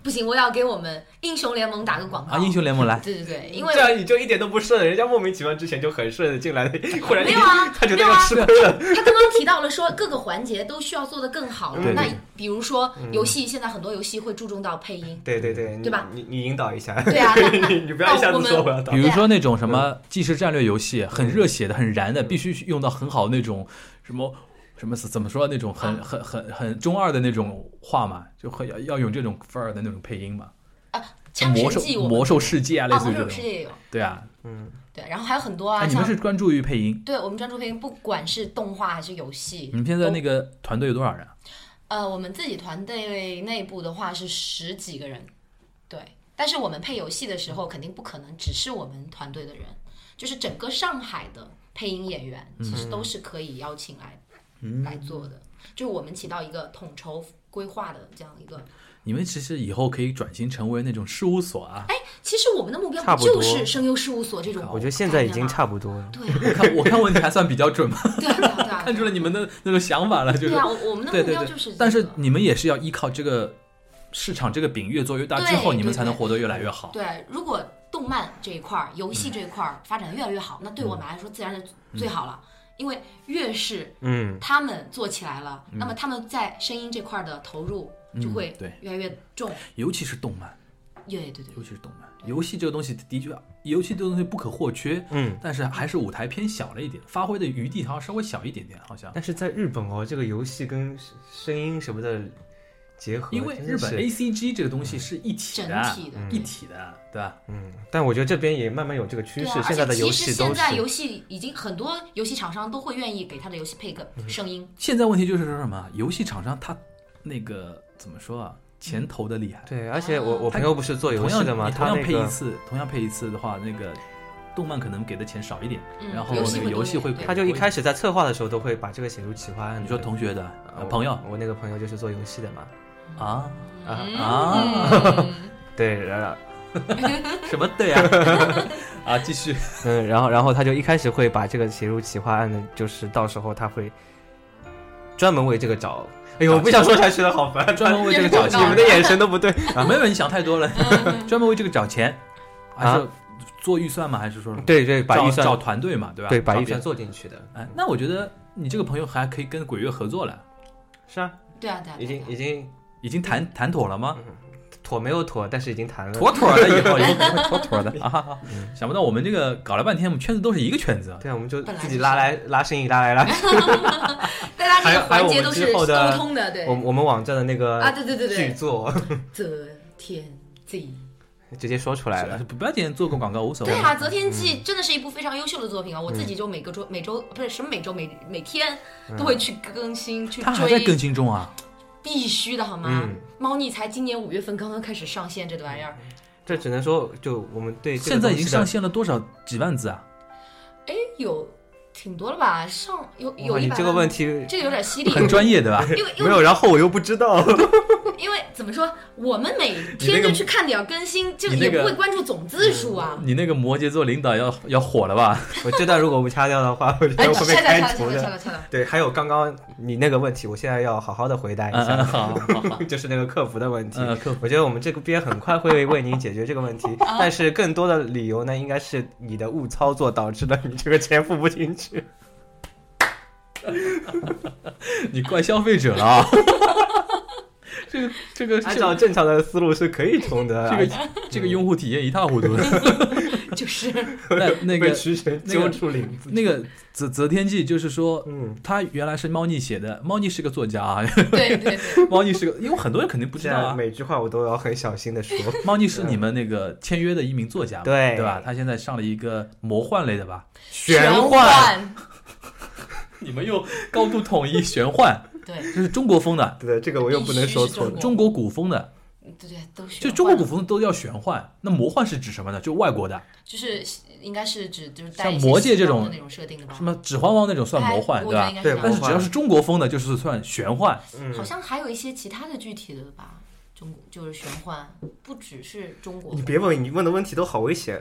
[SPEAKER 3] 不行，我要给我们英雄联盟打个广告
[SPEAKER 2] 啊！英雄联盟来，
[SPEAKER 3] 对对对，因
[SPEAKER 4] 这
[SPEAKER 3] 为
[SPEAKER 4] 样你就一点都不顺，人家莫名其妙之前就很顺进来的，忽然
[SPEAKER 3] 没有 啊
[SPEAKER 4] 他觉得
[SPEAKER 3] 没有
[SPEAKER 4] 要
[SPEAKER 3] 啊
[SPEAKER 4] 吃亏了，
[SPEAKER 3] 他刚刚提到了说各个环节都需要做得更好了
[SPEAKER 2] 对，
[SPEAKER 3] 那
[SPEAKER 2] 对
[SPEAKER 3] 比如说游戏，现在很多游戏会注重到配音，
[SPEAKER 4] 对对对，你
[SPEAKER 3] 对吧？
[SPEAKER 4] 你你引导一下，
[SPEAKER 2] 嗯
[SPEAKER 3] 对 啊，那 那
[SPEAKER 4] 你你不要一下子说我要打
[SPEAKER 2] 比，如说那种什
[SPEAKER 3] 啊
[SPEAKER 2] 么即时战略游戏，很热血的、很燃
[SPEAKER 3] 嗯
[SPEAKER 2] 的，必须用到很好那种什么。什么怎么说那种很
[SPEAKER 3] 啊
[SPEAKER 2] 很很很中二的那种话嘛，就很要要有这种范儿的那种配音嘛，
[SPEAKER 3] 啊，枪
[SPEAKER 2] 魔兽
[SPEAKER 3] 神记我们
[SPEAKER 2] 魔兽世界啊，
[SPEAKER 3] 啊，
[SPEAKER 2] 类
[SPEAKER 3] 魔
[SPEAKER 2] 似于这
[SPEAKER 3] 兽世
[SPEAKER 2] 种，
[SPEAKER 3] 界也有，
[SPEAKER 2] 对啊，
[SPEAKER 4] 嗯，
[SPEAKER 3] 对，然后还有很多
[SPEAKER 2] 哎，
[SPEAKER 3] 啊，
[SPEAKER 2] 你们
[SPEAKER 3] 像
[SPEAKER 2] 是专注于配音，
[SPEAKER 3] 对我们专注配音，不管是动画还是游戏，
[SPEAKER 2] 你们现在
[SPEAKER 3] 哦
[SPEAKER 2] 那个团队有多少人啊？
[SPEAKER 3] 呃，我们自己团队内部的话是十几个人，对。但是我们配游戏的时候，肯定不可能只是我们团队的人，就是整个上海的配音演员，其
[SPEAKER 4] 嗯
[SPEAKER 3] 实都是可以邀请来、来做的。就是我们起到一个统筹规划的这样一个。
[SPEAKER 2] 你们其实以后可以转型成为那种事务所啊。
[SPEAKER 3] 哎，其实我们的目标
[SPEAKER 4] 差
[SPEAKER 3] 不
[SPEAKER 4] 不
[SPEAKER 3] 就
[SPEAKER 4] 多
[SPEAKER 3] 是声优事务所这种概念吗？
[SPEAKER 4] 我觉得现在已经差不多了，
[SPEAKER 3] 对啊，
[SPEAKER 2] 我看我看问题还算比较准吧，
[SPEAKER 3] 对啊，对啊，对啊，
[SPEAKER 2] 看出了你们的那种想法了，就是
[SPEAKER 3] 对啊，我我们的
[SPEAKER 2] 对
[SPEAKER 3] 目
[SPEAKER 2] 对
[SPEAKER 3] 标
[SPEAKER 2] 对，
[SPEAKER 3] 就是这个、
[SPEAKER 2] 但是你们也是要依靠这个市场这个饼越做越大之后，
[SPEAKER 3] 对
[SPEAKER 2] 你们才能
[SPEAKER 3] 对对
[SPEAKER 2] 活得越来越好。
[SPEAKER 3] 对，如果动漫这一块儿、游
[SPEAKER 4] 嗯
[SPEAKER 3] 戏这一块儿发展越来越好，那对我们来说自然是最好了。因为越是
[SPEAKER 4] 嗯，
[SPEAKER 3] 他们做起来了，那么他们在声音这块儿的投入就会
[SPEAKER 2] 嗯对
[SPEAKER 3] 越来越重。
[SPEAKER 2] 尤其是动漫，
[SPEAKER 3] 越对对对
[SPEAKER 2] 尤其是动漫，游戏这个东西的确，游戏这个东西不可或缺，
[SPEAKER 4] 嗯，
[SPEAKER 2] 但是还是舞台偏小了一点，发挥的余地好像稍微小一点点，好像。
[SPEAKER 4] 但是在日本哦，这个游戏跟声音什么的结合，
[SPEAKER 2] 因为
[SPEAKER 4] 真的
[SPEAKER 2] 日本
[SPEAKER 4] 是
[SPEAKER 2] A C G 这个东西是一体的，
[SPEAKER 3] 整体的嗯
[SPEAKER 2] 一体的，对吧？
[SPEAKER 4] 嗯，但我觉得这边也慢慢有这个趋
[SPEAKER 3] 对
[SPEAKER 4] 势，
[SPEAKER 3] 啊！而
[SPEAKER 4] 现在
[SPEAKER 3] 且
[SPEAKER 4] 的游
[SPEAKER 3] 其实
[SPEAKER 4] 戏都
[SPEAKER 3] 现
[SPEAKER 4] 是
[SPEAKER 3] 在游戏已经很多游戏厂商都会愿意给他的游戏配个
[SPEAKER 4] 嗯
[SPEAKER 3] 声音，
[SPEAKER 2] 现在问题就是说什么？啊游戏厂商他那个怎么说啊？钱投的厉害，
[SPEAKER 4] 对，而且我
[SPEAKER 3] 啊
[SPEAKER 4] 嗯我朋友不是做游
[SPEAKER 2] 同
[SPEAKER 4] 戏
[SPEAKER 2] 样
[SPEAKER 4] 的嘛，
[SPEAKER 2] 你同
[SPEAKER 4] 他
[SPEAKER 2] 样
[SPEAKER 4] 那
[SPEAKER 2] 配一
[SPEAKER 4] 个
[SPEAKER 2] 次，同样配一次的话，那个动漫可能给的钱少一点，
[SPEAKER 3] 嗯
[SPEAKER 2] 然后
[SPEAKER 4] 游戏
[SPEAKER 2] 那个
[SPEAKER 3] 会
[SPEAKER 2] 游戏
[SPEAKER 3] 多
[SPEAKER 2] 会
[SPEAKER 3] 一点
[SPEAKER 2] 给的
[SPEAKER 3] 对
[SPEAKER 4] 他就一
[SPEAKER 2] 多
[SPEAKER 4] 开始在策划的时候都会把这个写入企划案的。
[SPEAKER 2] 你说同学的、
[SPEAKER 4] 啊
[SPEAKER 2] 呃
[SPEAKER 4] 我
[SPEAKER 2] 朋友
[SPEAKER 4] 我那个朋友就是做游戏的嘛，
[SPEAKER 2] 啊
[SPEAKER 4] 啊
[SPEAKER 3] 嗯
[SPEAKER 2] 啊，
[SPEAKER 4] 对，然后
[SPEAKER 2] 什么的呀？ 啊，继 续，
[SPEAKER 4] 嗯，然后然后他就一开始会把这个写入企划案的，就是到时候他会专门为这个找。哎呦，我不想说下去了，好烦，
[SPEAKER 2] 专门为这个
[SPEAKER 3] 找
[SPEAKER 2] 找
[SPEAKER 3] 钱
[SPEAKER 4] 你们
[SPEAKER 2] 钱
[SPEAKER 4] 的眼神都不对。
[SPEAKER 2] 啊，没有，你想太多了，
[SPEAKER 3] 嗯
[SPEAKER 2] 专门为这个找钱，还是做预算吗？还是说什么
[SPEAKER 4] 对对，把
[SPEAKER 2] 找
[SPEAKER 4] 啊预算
[SPEAKER 2] 找团队嘛，对吧？
[SPEAKER 4] 对把
[SPEAKER 2] 找
[SPEAKER 4] 预
[SPEAKER 2] 别
[SPEAKER 4] 算
[SPEAKER 2] 人。
[SPEAKER 4] 做进去的，
[SPEAKER 2] 哎，那我觉得你这个朋友还可以跟鬼月合作了，
[SPEAKER 4] 是啊，
[SPEAKER 3] 对啊对啊，
[SPEAKER 4] 已经
[SPEAKER 3] 对啊
[SPEAKER 4] 已经
[SPEAKER 2] 已经谈谈妥了吗？
[SPEAKER 4] 妥没有妥，但是已经谈了。
[SPEAKER 2] 妥妥的，以后以后可能 会妥妥的啊！
[SPEAKER 4] 嗯
[SPEAKER 2] 想不到我们这个搞了半天，我们圈子都是一个圈子啊。
[SPEAKER 4] 对，我们就
[SPEAKER 3] 本来
[SPEAKER 4] 自
[SPEAKER 3] 就
[SPEAKER 4] 己
[SPEAKER 3] 是
[SPEAKER 4] 拉来拉生意，拉来拉去。
[SPEAKER 3] 啊大家这
[SPEAKER 4] 还有
[SPEAKER 3] 个
[SPEAKER 4] 还有
[SPEAKER 3] 环
[SPEAKER 4] 我
[SPEAKER 3] 节
[SPEAKER 4] 们
[SPEAKER 3] 都
[SPEAKER 4] 之
[SPEAKER 3] 是
[SPEAKER 4] 后
[SPEAKER 3] 沟
[SPEAKER 4] 的
[SPEAKER 3] 通的，对
[SPEAKER 4] 我们我们网站的那个
[SPEAKER 3] 啊，对对对
[SPEAKER 4] 剧
[SPEAKER 3] 对，
[SPEAKER 4] 作
[SPEAKER 3] 择天记。
[SPEAKER 4] 直接说出来了。
[SPEAKER 2] 不不要紧，做个广告无所谓
[SPEAKER 3] 对。啊，《择天
[SPEAKER 2] 嗯
[SPEAKER 3] 记》真的是一部非常优秀的作品啊！我自己就每个周、每周不是什么每周每每天都会去更新、去
[SPEAKER 2] 他还在更
[SPEAKER 3] 追，
[SPEAKER 2] 新中啊，
[SPEAKER 3] 必须的好吗？
[SPEAKER 4] 嗯
[SPEAKER 3] 猫腻才今年五月份刚刚开始上线这玩意儿，
[SPEAKER 2] 嗯
[SPEAKER 4] 这只能说，就我们对哎这个
[SPEAKER 2] 现在已经
[SPEAKER 4] 东
[SPEAKER 2] 上
[SPEAKER 4] 西
[SPEAKER 2] 线了多少几万字啊？
[SPEAKER 3] 哎，有挺多了吧？上有
[SPEAKER 4] 的。哇，
[SPEAKER 3] 有一
[SPEAKER 4] 你
[SPEAKER 3] 百万
[SPEAKER 4] 这个问，题
[SPEAKER 3] 这个有点犀利，
[SPEAKER 2] 很专业，对吧？
[SPEAKER 3] 因为因
[SPEAKER 4] 没
[SPEAKER 3] 为
[SPEAKER 4] 有，然后我又不知 道。
[SPEAKER 3] 因为怎么说，我们每
[SPEAKER 2] 你那
[SPEAKER 3] 天
[SPEAKER 2] 个
[SPEAKER 3] 就去看点儿更新，就
[SPEAKER 2] 你那
[SPEAKER 3] 也
[SPEAKER 2] 个嗯
[SPEAKER 3] 不会关注总字数啊。
[SPEAKER 2] 你那个摩羯座领导要要火了吧？
[SPEAKER 4] 我这段如果不掐掉的话，我觉
[SPEAKER 3] 哎，
[SPEAKER 4] 得
[SPEAKER 3] 掐
[SPEAKER 4] 会被
[SPEAKER 3] 掉掐
[SPEAKER 4] 开
[SPEAKER 3] 掉掐
[SPEAKER 4] 除
[SPEAKER 3] 掉掐
[SPEAKER 4] 的。
[SPEAKER 3] 掉掐掉，
[SPEAKER 4] 对，还有刚刚你那个问题，我现在要好哎好的回答一
[SPEAKER 2] 嗯嗯，
[SPEAKER 4] 下，
[SPEAKER 2] 好，好好，
[SPEAKER 4] 就是那个客服的问题。
[SPEAKER 2] 嗯，客服，
[SPEAKER 4] 我觉得我们这个边很快会为您解决这个 问题，
[SPEAKER 3] 啊
[SPEAKER 4] 但是更多的理由呢，应该是你的误操作导致的，你这个钱付不进去。
[SPEAKER 2] 你怪消费者了啊！这个 这个
[SPEAKER 4] 按
[SPEAKER 2] 这
[SPEAKER 4] 照
[SPEAKER 2] 个
[SPEAKER 4] 正常的思路是可以充的，
[SPEAKER 2] 这个这个用户体验一塌糊涂的，
[SPEAKER 3] 就是
[SPEAKER 2] 那那
[SPEAKER 4] 被
[SPEAKER 2] 个
[SPEAKER 4] 池神
[SPEAKER 2] 那个
[SPEAKER 4] 揪住领子。
[SPEAKER 2] 那个泽泽天记就是说，
[SPEAKER 4] 嗯，
[SPEAKER 2] 他原来是猫腻写的，猫腻是个作家啊，
[SPEAKER 3] 对对对，
[SPEAKER 2] 猫腻是个，因为很多人肯定不知
[SPEAKER 4] 这
[SPEAKER 2] 道
[SPEAKER 4] 样
[SPEAKER 2] 啊，
[SPEAKER 4] 每句话我都要很小心 的说。
[SPEAKER 2] 猫腻是你们那个签约的一名作家嘛，
[SPEAKER 4] 对
[SPEAKER 2] 对吧？他现在上了一个魔幻类的吧，
[SPEAKER 4] 玄幻，
[SPEAKER 3] 幻，
[SPEAKER 2] 你们又高度统一玄幻，
[SPEAKER 3] 对
[SPEAKER 2] 就是中国风的，
[SPEAKER 4] 对，这个我又不能说错
[SPEAKER 3] 必须是
[SPEAKER 4] 了
[SPEAKER 3] 中。
[SPEAKER 2] 中国古风的，
[SPEAKER 3] 对对，都是
[SPEAKER 2] 就中国古风都叫玄幻，那魔幻是指什么呢？就外国的，
[SPEAKER 3] 就是应该是指就是
[SPEAKER 2] 嗯
[SPEAKER 3] 带
[SPEAKER 2] 像
[SPEAKER 3] 一些
[SPEAKER 2] 魔戒这
[SPEAKER 3] 西方
[SPEAKER 2] 种
[SPEAKER 3] 的那种设定的吧？
[SPEAKER 2] 什么《指环王》那种算
[SPEAKER 4] 哎
[SPEAKER 3] 还
[SPEAKER 2] 魔幻，
[SPEAKER 3] 我
[SPEAKER 2] 对
[SPEAKER 3] 觉得
[SPEAKER 2] 吧
[SPEAKER 3] 应？该是
[SPEAKER 4] 对
[SPEAKER 3] 这
[SPEAKER 2] 但
[SPEAKER 3] 样
[SPEAKER 2] 是只要是中国风的，就是算玄幻。
[SPEAKER 4] 嗯
[SPEAKER 3] 好像还有一些其他的具体的吧，中国就是玄幻，不只是中国
[SPEAKER 4] 你，别问，你问的问题都好危险。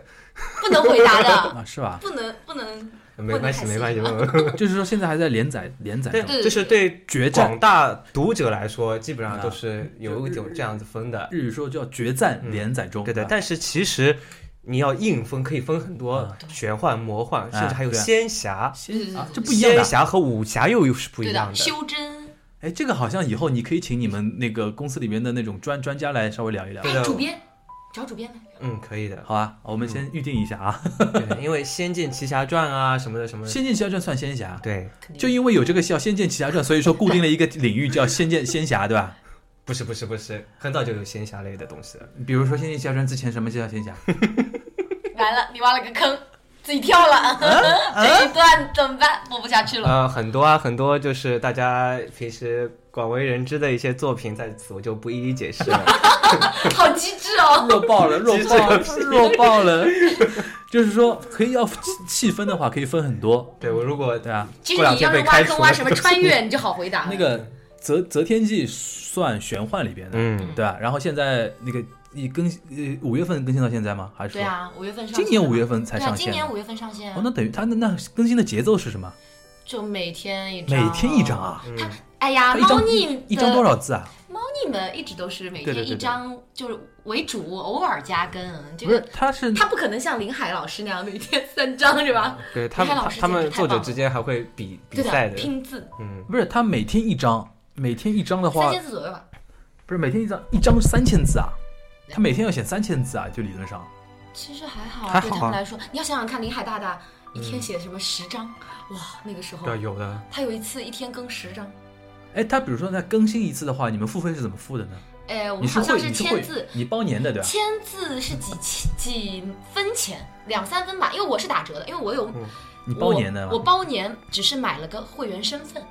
[SPEAKER 3] 不能回答的，
[SPEAKER 2] 啊，是 吧？
[SPEAKER 3] 不能不能，
[SPEAKER 4] 没关系，
[SPEAKER 3] 不
[SPEAKER 4] 没
[SPEAKER 3] 能
[SPEAKER 4] 关系，
[SPEAKER 3] 太细
[SPEAKER 4] 问问。
[SPEAKER 2] 就是说现在还在连载连载
[SPEAKER 4] 对，
[SPEAKER 2] 中，
[SPEAKER 3] 对
[SPEAKER 4] 就是对
[SPEAKER 2] 决战
[SPEAKER 4] 广大读者来说，基本上都是有一种这样子分的。
[SPEAKER 2] 日语说叫决战连载中，
[SPEAKER 4] 嗯对的，
[SPEAKER 2] 啊
[SPEAKER 4] 但是其实你要硬分，可以分很多
[SPEAKER 2] 啊
[SPEAKER 4] 玄幻、魔幻，甚至还有
[SPEAKER 2] 对啊
[SPEAKER 4] 仙侠。
[SPEAKER 3] 对对对
[SPEAKER 2] 啊，
[SPEAKER 3] 对
[SPEAKER 2] 这不一样
[SPEAKER 4] 仙
[SPEAKER 2] 的。
[SPEAKER 4] 侠和武侠又又是不一
[SPEAKER 3] 对
[SPEAKER 4] 样
[SPEAKER 3] 的，
[SPEAKER 4] 的。
[SPEAKER 3] 修真，
[SPEAKER 2] 哎，这个好像以后你可以请你们那个公司里面的那种专专家来稍微聊一聊
[SPEAKER 4] 对，
[SPEAKER 3] 哎
[SPEAKER 4] 的
[SPEAKER 3] 主编找主编来，
[SPEAKER 4] 嗯，可以的。
[SPEAKER 2] 好吧？我们先预定一下啊，
[SPEAKER 4] 对的因为《仙剑奇侠传》啊什么的什么
[SPEAKER 2] 《
[SPEAKER 4] 的，
[SPEAKER 2] 仙剑奇侠传》算仙侠，
[SPEAKER 4] 对，
[SPEAKER 3] 肯定
[SPEAKER 2] 就因为有这个叫《仙剑奇侠传》，所以说固定了一个领域叫《仙剑仙侠》，对吧？
[SPEAKER 4] 不是不是不是，很早就有仙侠类的东西了。
[SPEAKER 2] 比如说《仙剑奇侠传》之前什么叫 仙侠？
[SPEAKER 3] 完了，你挖了个坑，自己跳了，
[SPEAKER 2] 啊
[SPEAKER 3] 这一段怎么办？播不下去了。
[SPEAKER 4] 呃，很多啊，很多就是大家平时广为人知的一些作品，在此我就不一一解释了。
[SPEAKER 3] 好机智 哦！
[SPEAKER 2] 弱爆了，弱爆 了，弱爆了！就是说，可以要细细分的话，可以分很多，
[SPEAKER 4] 对我如果
[SPEAKER 2] 对啊。
[SPEAKER 3] 其
[SPEAKER 4] 过
[SPEAKER 3] 实
[SPEAKER 4] 两
[SPEAKER 3] 你要
[SPEAKER 4] 天
[SPEAKER 3] 是
[SPEAKER 4] 被
[SPEAKER 3] 挖
[SPEAKER 4] 开除
[SPEAKER 3] 坑
[SPEAKER 4] 了
[SPEAKER 3] 挖什么穿越，你就好回答了。
[SPEAKER 2] 那个泽泽天记算玄幻里边的，
[SPEAKER 4] 嗯，
[SPEAKER 2] 对吧？然后现在那个你更新呃五月份更新到现在吗？还是
[SPEAKER 3] 对啊，五月份上线
[SPEAKER 2] 今
[SPEAKER 3] 嘛，
[SPEAKER 2] 年五月份才
[SPEAKER 3] 对啊，
[SPEAKER 2] 上
[SPEAKER 3] 今
[SPEAKER 2] 线？
[SPEAKER 3] 年五月份上线
[SPEAKER 2] 哦，
[SPEAKER 3] 啊，
[SPEAKER 2] 那等于它那那更新的节奏是什么？
[SPEAKER 3] 就每天一
[SPEAKER 2] 每
[SPEAKER 3] 张，
[SPEAKER 2] 天一张。啊？
[SPEAKER 4] 嗯
[SPEAKER 3] 哎呀，
[SPEAKER 2] 它一张
[SPEAKER 3] 猫腻
[SPEAKER 2] 一张
[SPEAKER 3] 的
[SPEAKER 2] 多少字啊？
[SPEAKER 3] 猫腻们一直都是每
[SPEAKER 4] 对对
[SPEAKER 3] 天
[SPEAKER 4] 对对
[SPEAKER 3] 一张，就是为主，偶尔加更。这
[SPEAKER 2] 不是
[SPEAKER 3] 个，
[SPEAKER 2] 它是
[SPEAKER 3] 他不可能像林海老师那样每天三张是吧？
[SPEAKER 4] 嗯对他们
[SPEAKER 3] 李海老师
[SPEAKER 4] 他们
[SPEAKER 3] 简直太
[SPEAKER 4] 作者
[SPEAKER 3] 棒了
[SPEAKER 4] 之间还会比比
[SPEAKER 3] 对
[SPEAKER 4] 赛的，
[SPEAKER 3] 的，拼字
[SPEAKER 4] 嗯，
[SPEAKER 2] 不是它每天一张？每天一张的
[SPEAKER 3] 三
[SPEAKER 2] 话，
[SPEAKER 3] 千字左右吧。
[SPEAKER 2] 不是每天一张，一张三千字啊？他每天要写三千字啊？就理论上，
[SPEAKER 3] 其实还好
[SPEAKER 4] 还
[SPEAKER 3] 啊，对
[SPEAKER 4] 好
[SPEAKER 3] 他们
[SPEAKER 4] 啊
[SPEAKER 3] 来说，你要想想看，林海大大一天写什么十张，哇，那个时候
[SPEAKER 4] 对啊，有的。
[SPEAKER 3] 他有一次一天更十张。
[SPEAKER 2] 哎，他比如说他更新一次的话，你们付费是怎么付的呢？
[SPEAKER 3] 哎，我
[SPEAKER 2] 你
[SPEAKER 3] 们
[SPEAKER 2] 是
[SPEAKER 3] 好像
[SPEAKER 2] 会
[SPEAKER 3] 是
[SPEAKER 2] 你是
[SPEAKER 3] 签
[SPEAKER 2] 会
[SPEAKER 3] 字，
[SPEAKER 2] 你包年的对吧？啊
[SPEAKER 3] 签字是几千几分钱，两三分吧，因为我是打折的，因为我有
[SPEAKER 2] 你包年的吗
[SPEAKER 3] 我，我包年只是买了个会员身份，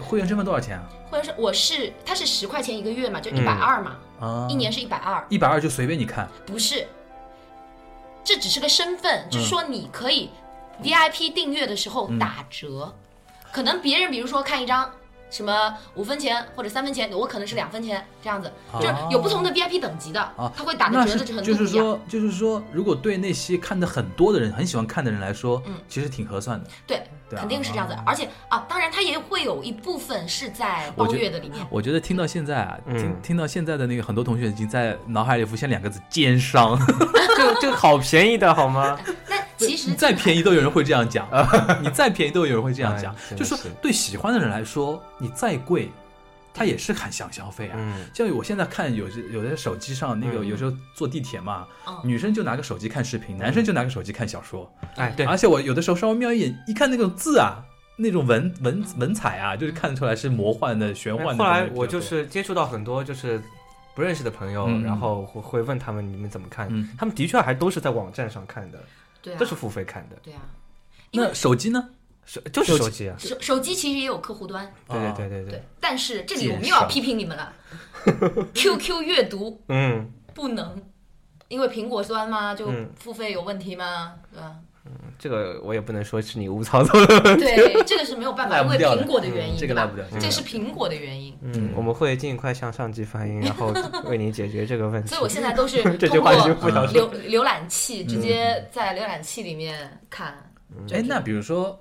[SPEAKER 2] 会员身份多少钱啊？
[SPEAKER 3] 会员身我是它是十块钱一个月嘛，就
[SPEAKER 4] 嗯
[SPEAKER 3] 一百二嘛，
[SPEAKER 2] 啊，
[SPEAKER 3] 一年是一百二，
[SPEAKER 2] 一百二就随便你看，
[SPEAKER 3] 不是，这只是个身份，
[SPEAKER 2] 嗯
[SPEAKER 3] 就是说你可以 VIP 订阅的时候打折，可能别人比如说看一张。什么五分钱或者三分钱，我可能是两分钱这样子，
[SPEAKER 2] 哦
[SPEAKER 3] 就是有不同的 VIP 等级的，
[SPEAKER 2] 哦
[SPEAKER 3] 它会打的
[SPEAKER 2] 那
[SPEAKER 3] 折的
[SPEAKER 2] 是
[SPEAKER 3] 程度
[SPEAKER 2] 就是
[SPEAKER 3] 不一样。
[SPEAKER 2] 说就是说，如果对那些看的很多的人，很喜欢看的人来说，
[SPEAKER 3] 嗯
[SPEAKER 2] 其实挺合算的。
[SPEAKER 3] 对，
[SPEAKER 2] 对啊
[SPEAKER 3] 肯定是这样子。而且啊，当然它也会有一部分是在
[SPEAKER 2] 我
[SPEAKER 3] 包
[SPEAKER 2] 觉
[SPEAKER 3] 月的里面。
[SPEAKER 2] 我觉得听到现在啊，
[SPEAKER 4] 嗯
[SPEAKER 2] 听听到现在的那个很多同学已经在脑海里浮现两个字：奸 商。
[SPEAKER 4] 这 个这个好便宜的好吗？
[SPEAKER 3] 那其实
[SPEAKER 2] 你再便宜都有人会这样讲， 你再便宜都有人会这样讲
[SPEAKER 4] 啊哎，真
[SPEAKER 2] 就
[SPEAKER 4] 的
[SPEAKER 2] 说
[SPEAKER 4] 是
[SPEAKER 2] 对喜欢的人来说，你再贵，他也是很想消费啊。
[SPEAKER 4] 嗯，
[SPEAKER 2] 像我现在看有些有的手机上那个，
[SPEAKER 4] 嗯
[SPEAKER 2] 有时候坐地铁嘛，
[SPEAKER 3] 嗯
[SPEAKER 2] 女生就拿个手机看视频，男生就拿个手机看小说。
[SPEAKER 4] 哎，对，
[SPEAKER 2] 而且我有的时候稍微瞄一眼，一看那种字啊，那种文文文采啊，就是看得出来是魔幻的、玄幻的。
[SPEAKER 4] 哎后来我就是接触到很多就是不认识的朋友，
[SPEAKER 2] 嗯
[SPEAKER 4] 然后会会问他们你们怎么看，
[SPEAKER 2] 嗯
[SPEAKER 4] 他们的确还都是在网站上看的，
[SPEAKER 3] 对啊
[SPEAKER 4] 都，是付费看的，
[SPEAKER 3] 对啊，
[SPEAKER 2] 那手机呢？
[SPEAKER 4] 手就是
[SPEAKER 2] 手
[SPEAKER 4] 手机啊。
[SPEAKER 3] 手手机其实也有客户端，
[SPEAKER 4] 对
[SPEAKER 2] 啊
[SPEAKER 4] 对对对
[SPEAKER 3] 对
[SPEAKER 4] 对，。
[SPEAKER 3] 但是这里我们
[SPEAKER 2] 介
[SPEAKER 3] 又
[SPEAKER 2] 绍
[SPEAKER 3] 要批评你 们了，QQ 阅读
[SPEAKER 4] 嗯，
[SPEAKER 3] 不能，因为苹果端嘛，就
[SPEAKER 4] 嗯
[SPEAKER 3] 付费有问题嘛，对吧？
[SPEAKER 4] 这个我也不能说是你无操作的，
[SPEAKER 3] 对，这个是没有办法，
[SPEAKER 2] 赖
[SPEAKER 3] 因
[SPEAKER 2] 不
[SPEAKER 3] 为
[SPEAKER 2] 掉的
[SPEAKER 3] 苹果的原因，
[SPEAKER 2] 嗯这个
[SPEAKER 3] 对吧
[SPEAKER 2] 赖不掉这个
[SPEAKER 3] 这是苹果的原因。
[SPEAKER 4] 嗯，我们会尽快向上级反映，然 后为您解决这个问
[SPEAKER 2] 嗯
[SPEAKER 4] 题。
[SPEAKER 3] 所以我现 在都是
[SPEAKER 4] 这句
[SPEAKER 3] 通过
[SPEAKER 4] 话就不想说。
[SPEAKER 3] 浏浏览器直
[SPEAKER 2] 嗯
[SPEAKER 3] 接在浏览器里面看。就
[SPEAKER 2] 哎，那
[SPEAKER 3] 挺
[SPEAKER 2] 比如说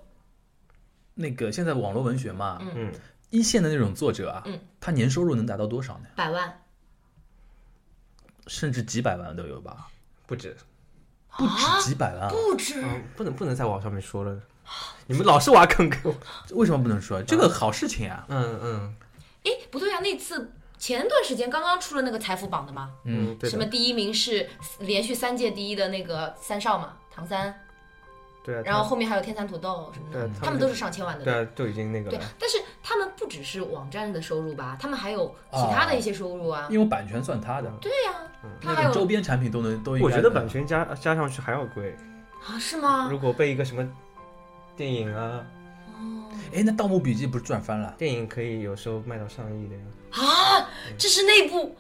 [SPEAKER 2] 那个现在网络文学嘛，
[SPEAKER 4] 嗯，
[SPEAKER 2] 一线的那种作者啊
[SPEAKER 3] 嗯，
[SPEAKER 2] 他年收入能达到多少呢？
[SPEAKER 3] 百万
[SPEAKER 2] 甚至几百万都有吧，
[SPEAKER 4] 不止，
[SPEAKER 2] 不
[SPEAKER 3] 啊
[SPEAKER 2] 止几百万啊。
[SPEAKER 3] 不止，
[SPEAKER 4] 嗯，不能不能在网上面说了，
[SPEAKER 3] 啊
[SPEAKER 4] 你们老是 挖坑给我。
[SPEAKER 2] 为什么不能说？这个好事情啊！
[SPEAKER 4] 嗯嗯，
[SPEAKER 3] 哎，不对啊，那次前段时间刚刚出了那个财富榜的嘛，
[SPEAKER 4] 嗯，对
[SPEAKER 3] 什么
[SPEAKER 4] 的，
[SPEAKER 3] 第一名是连续三届第一的那个三少嘛，唐三，
[SPEAKER 4] 对啊，
[SPEAKER 3] 然后后面还有天蚕土豆什么
[SPEAKER 4] 对
[SPEAKER 3] 的，
[SPEAKER 4] 啊
[SPEAKER 3] 他们都是上千万的。
[SPEAKER 4] 对啊，都已经那个
[SPEAKER 3] 对
[SPEAKER 4] 了，，
[SPEAKER 3] 但是他们不只是网站的收入吧，他们还有其他的一些收入啊。
[SPEAKER 2] 因为版权算他的，
[SPEAKER 3] 对呀、嗯
[SPEAKER 4] 嗯
[SPEAKER 3] 他
[SPEAKER 2] 那
[SPEAKER 3] 还
[SPEAKER 2] 种周
[SPEAKER 3] 有
[SPEAKER 2] 边产品都能都应该。
[SPEAKER 4] 我觉得版权加加上去还要贵，
[SPEAKER 3] 啊？是吗？
[SPEAKER 4] 如果被一个什么电影啊，
[SPEAKER 2] 哎，那《盗墓笔记》不是赚翻了？
[SPEAKER 4] 电影可以有时候卖到上亿的呀，
[SPEAKER 3] 啊，这是内部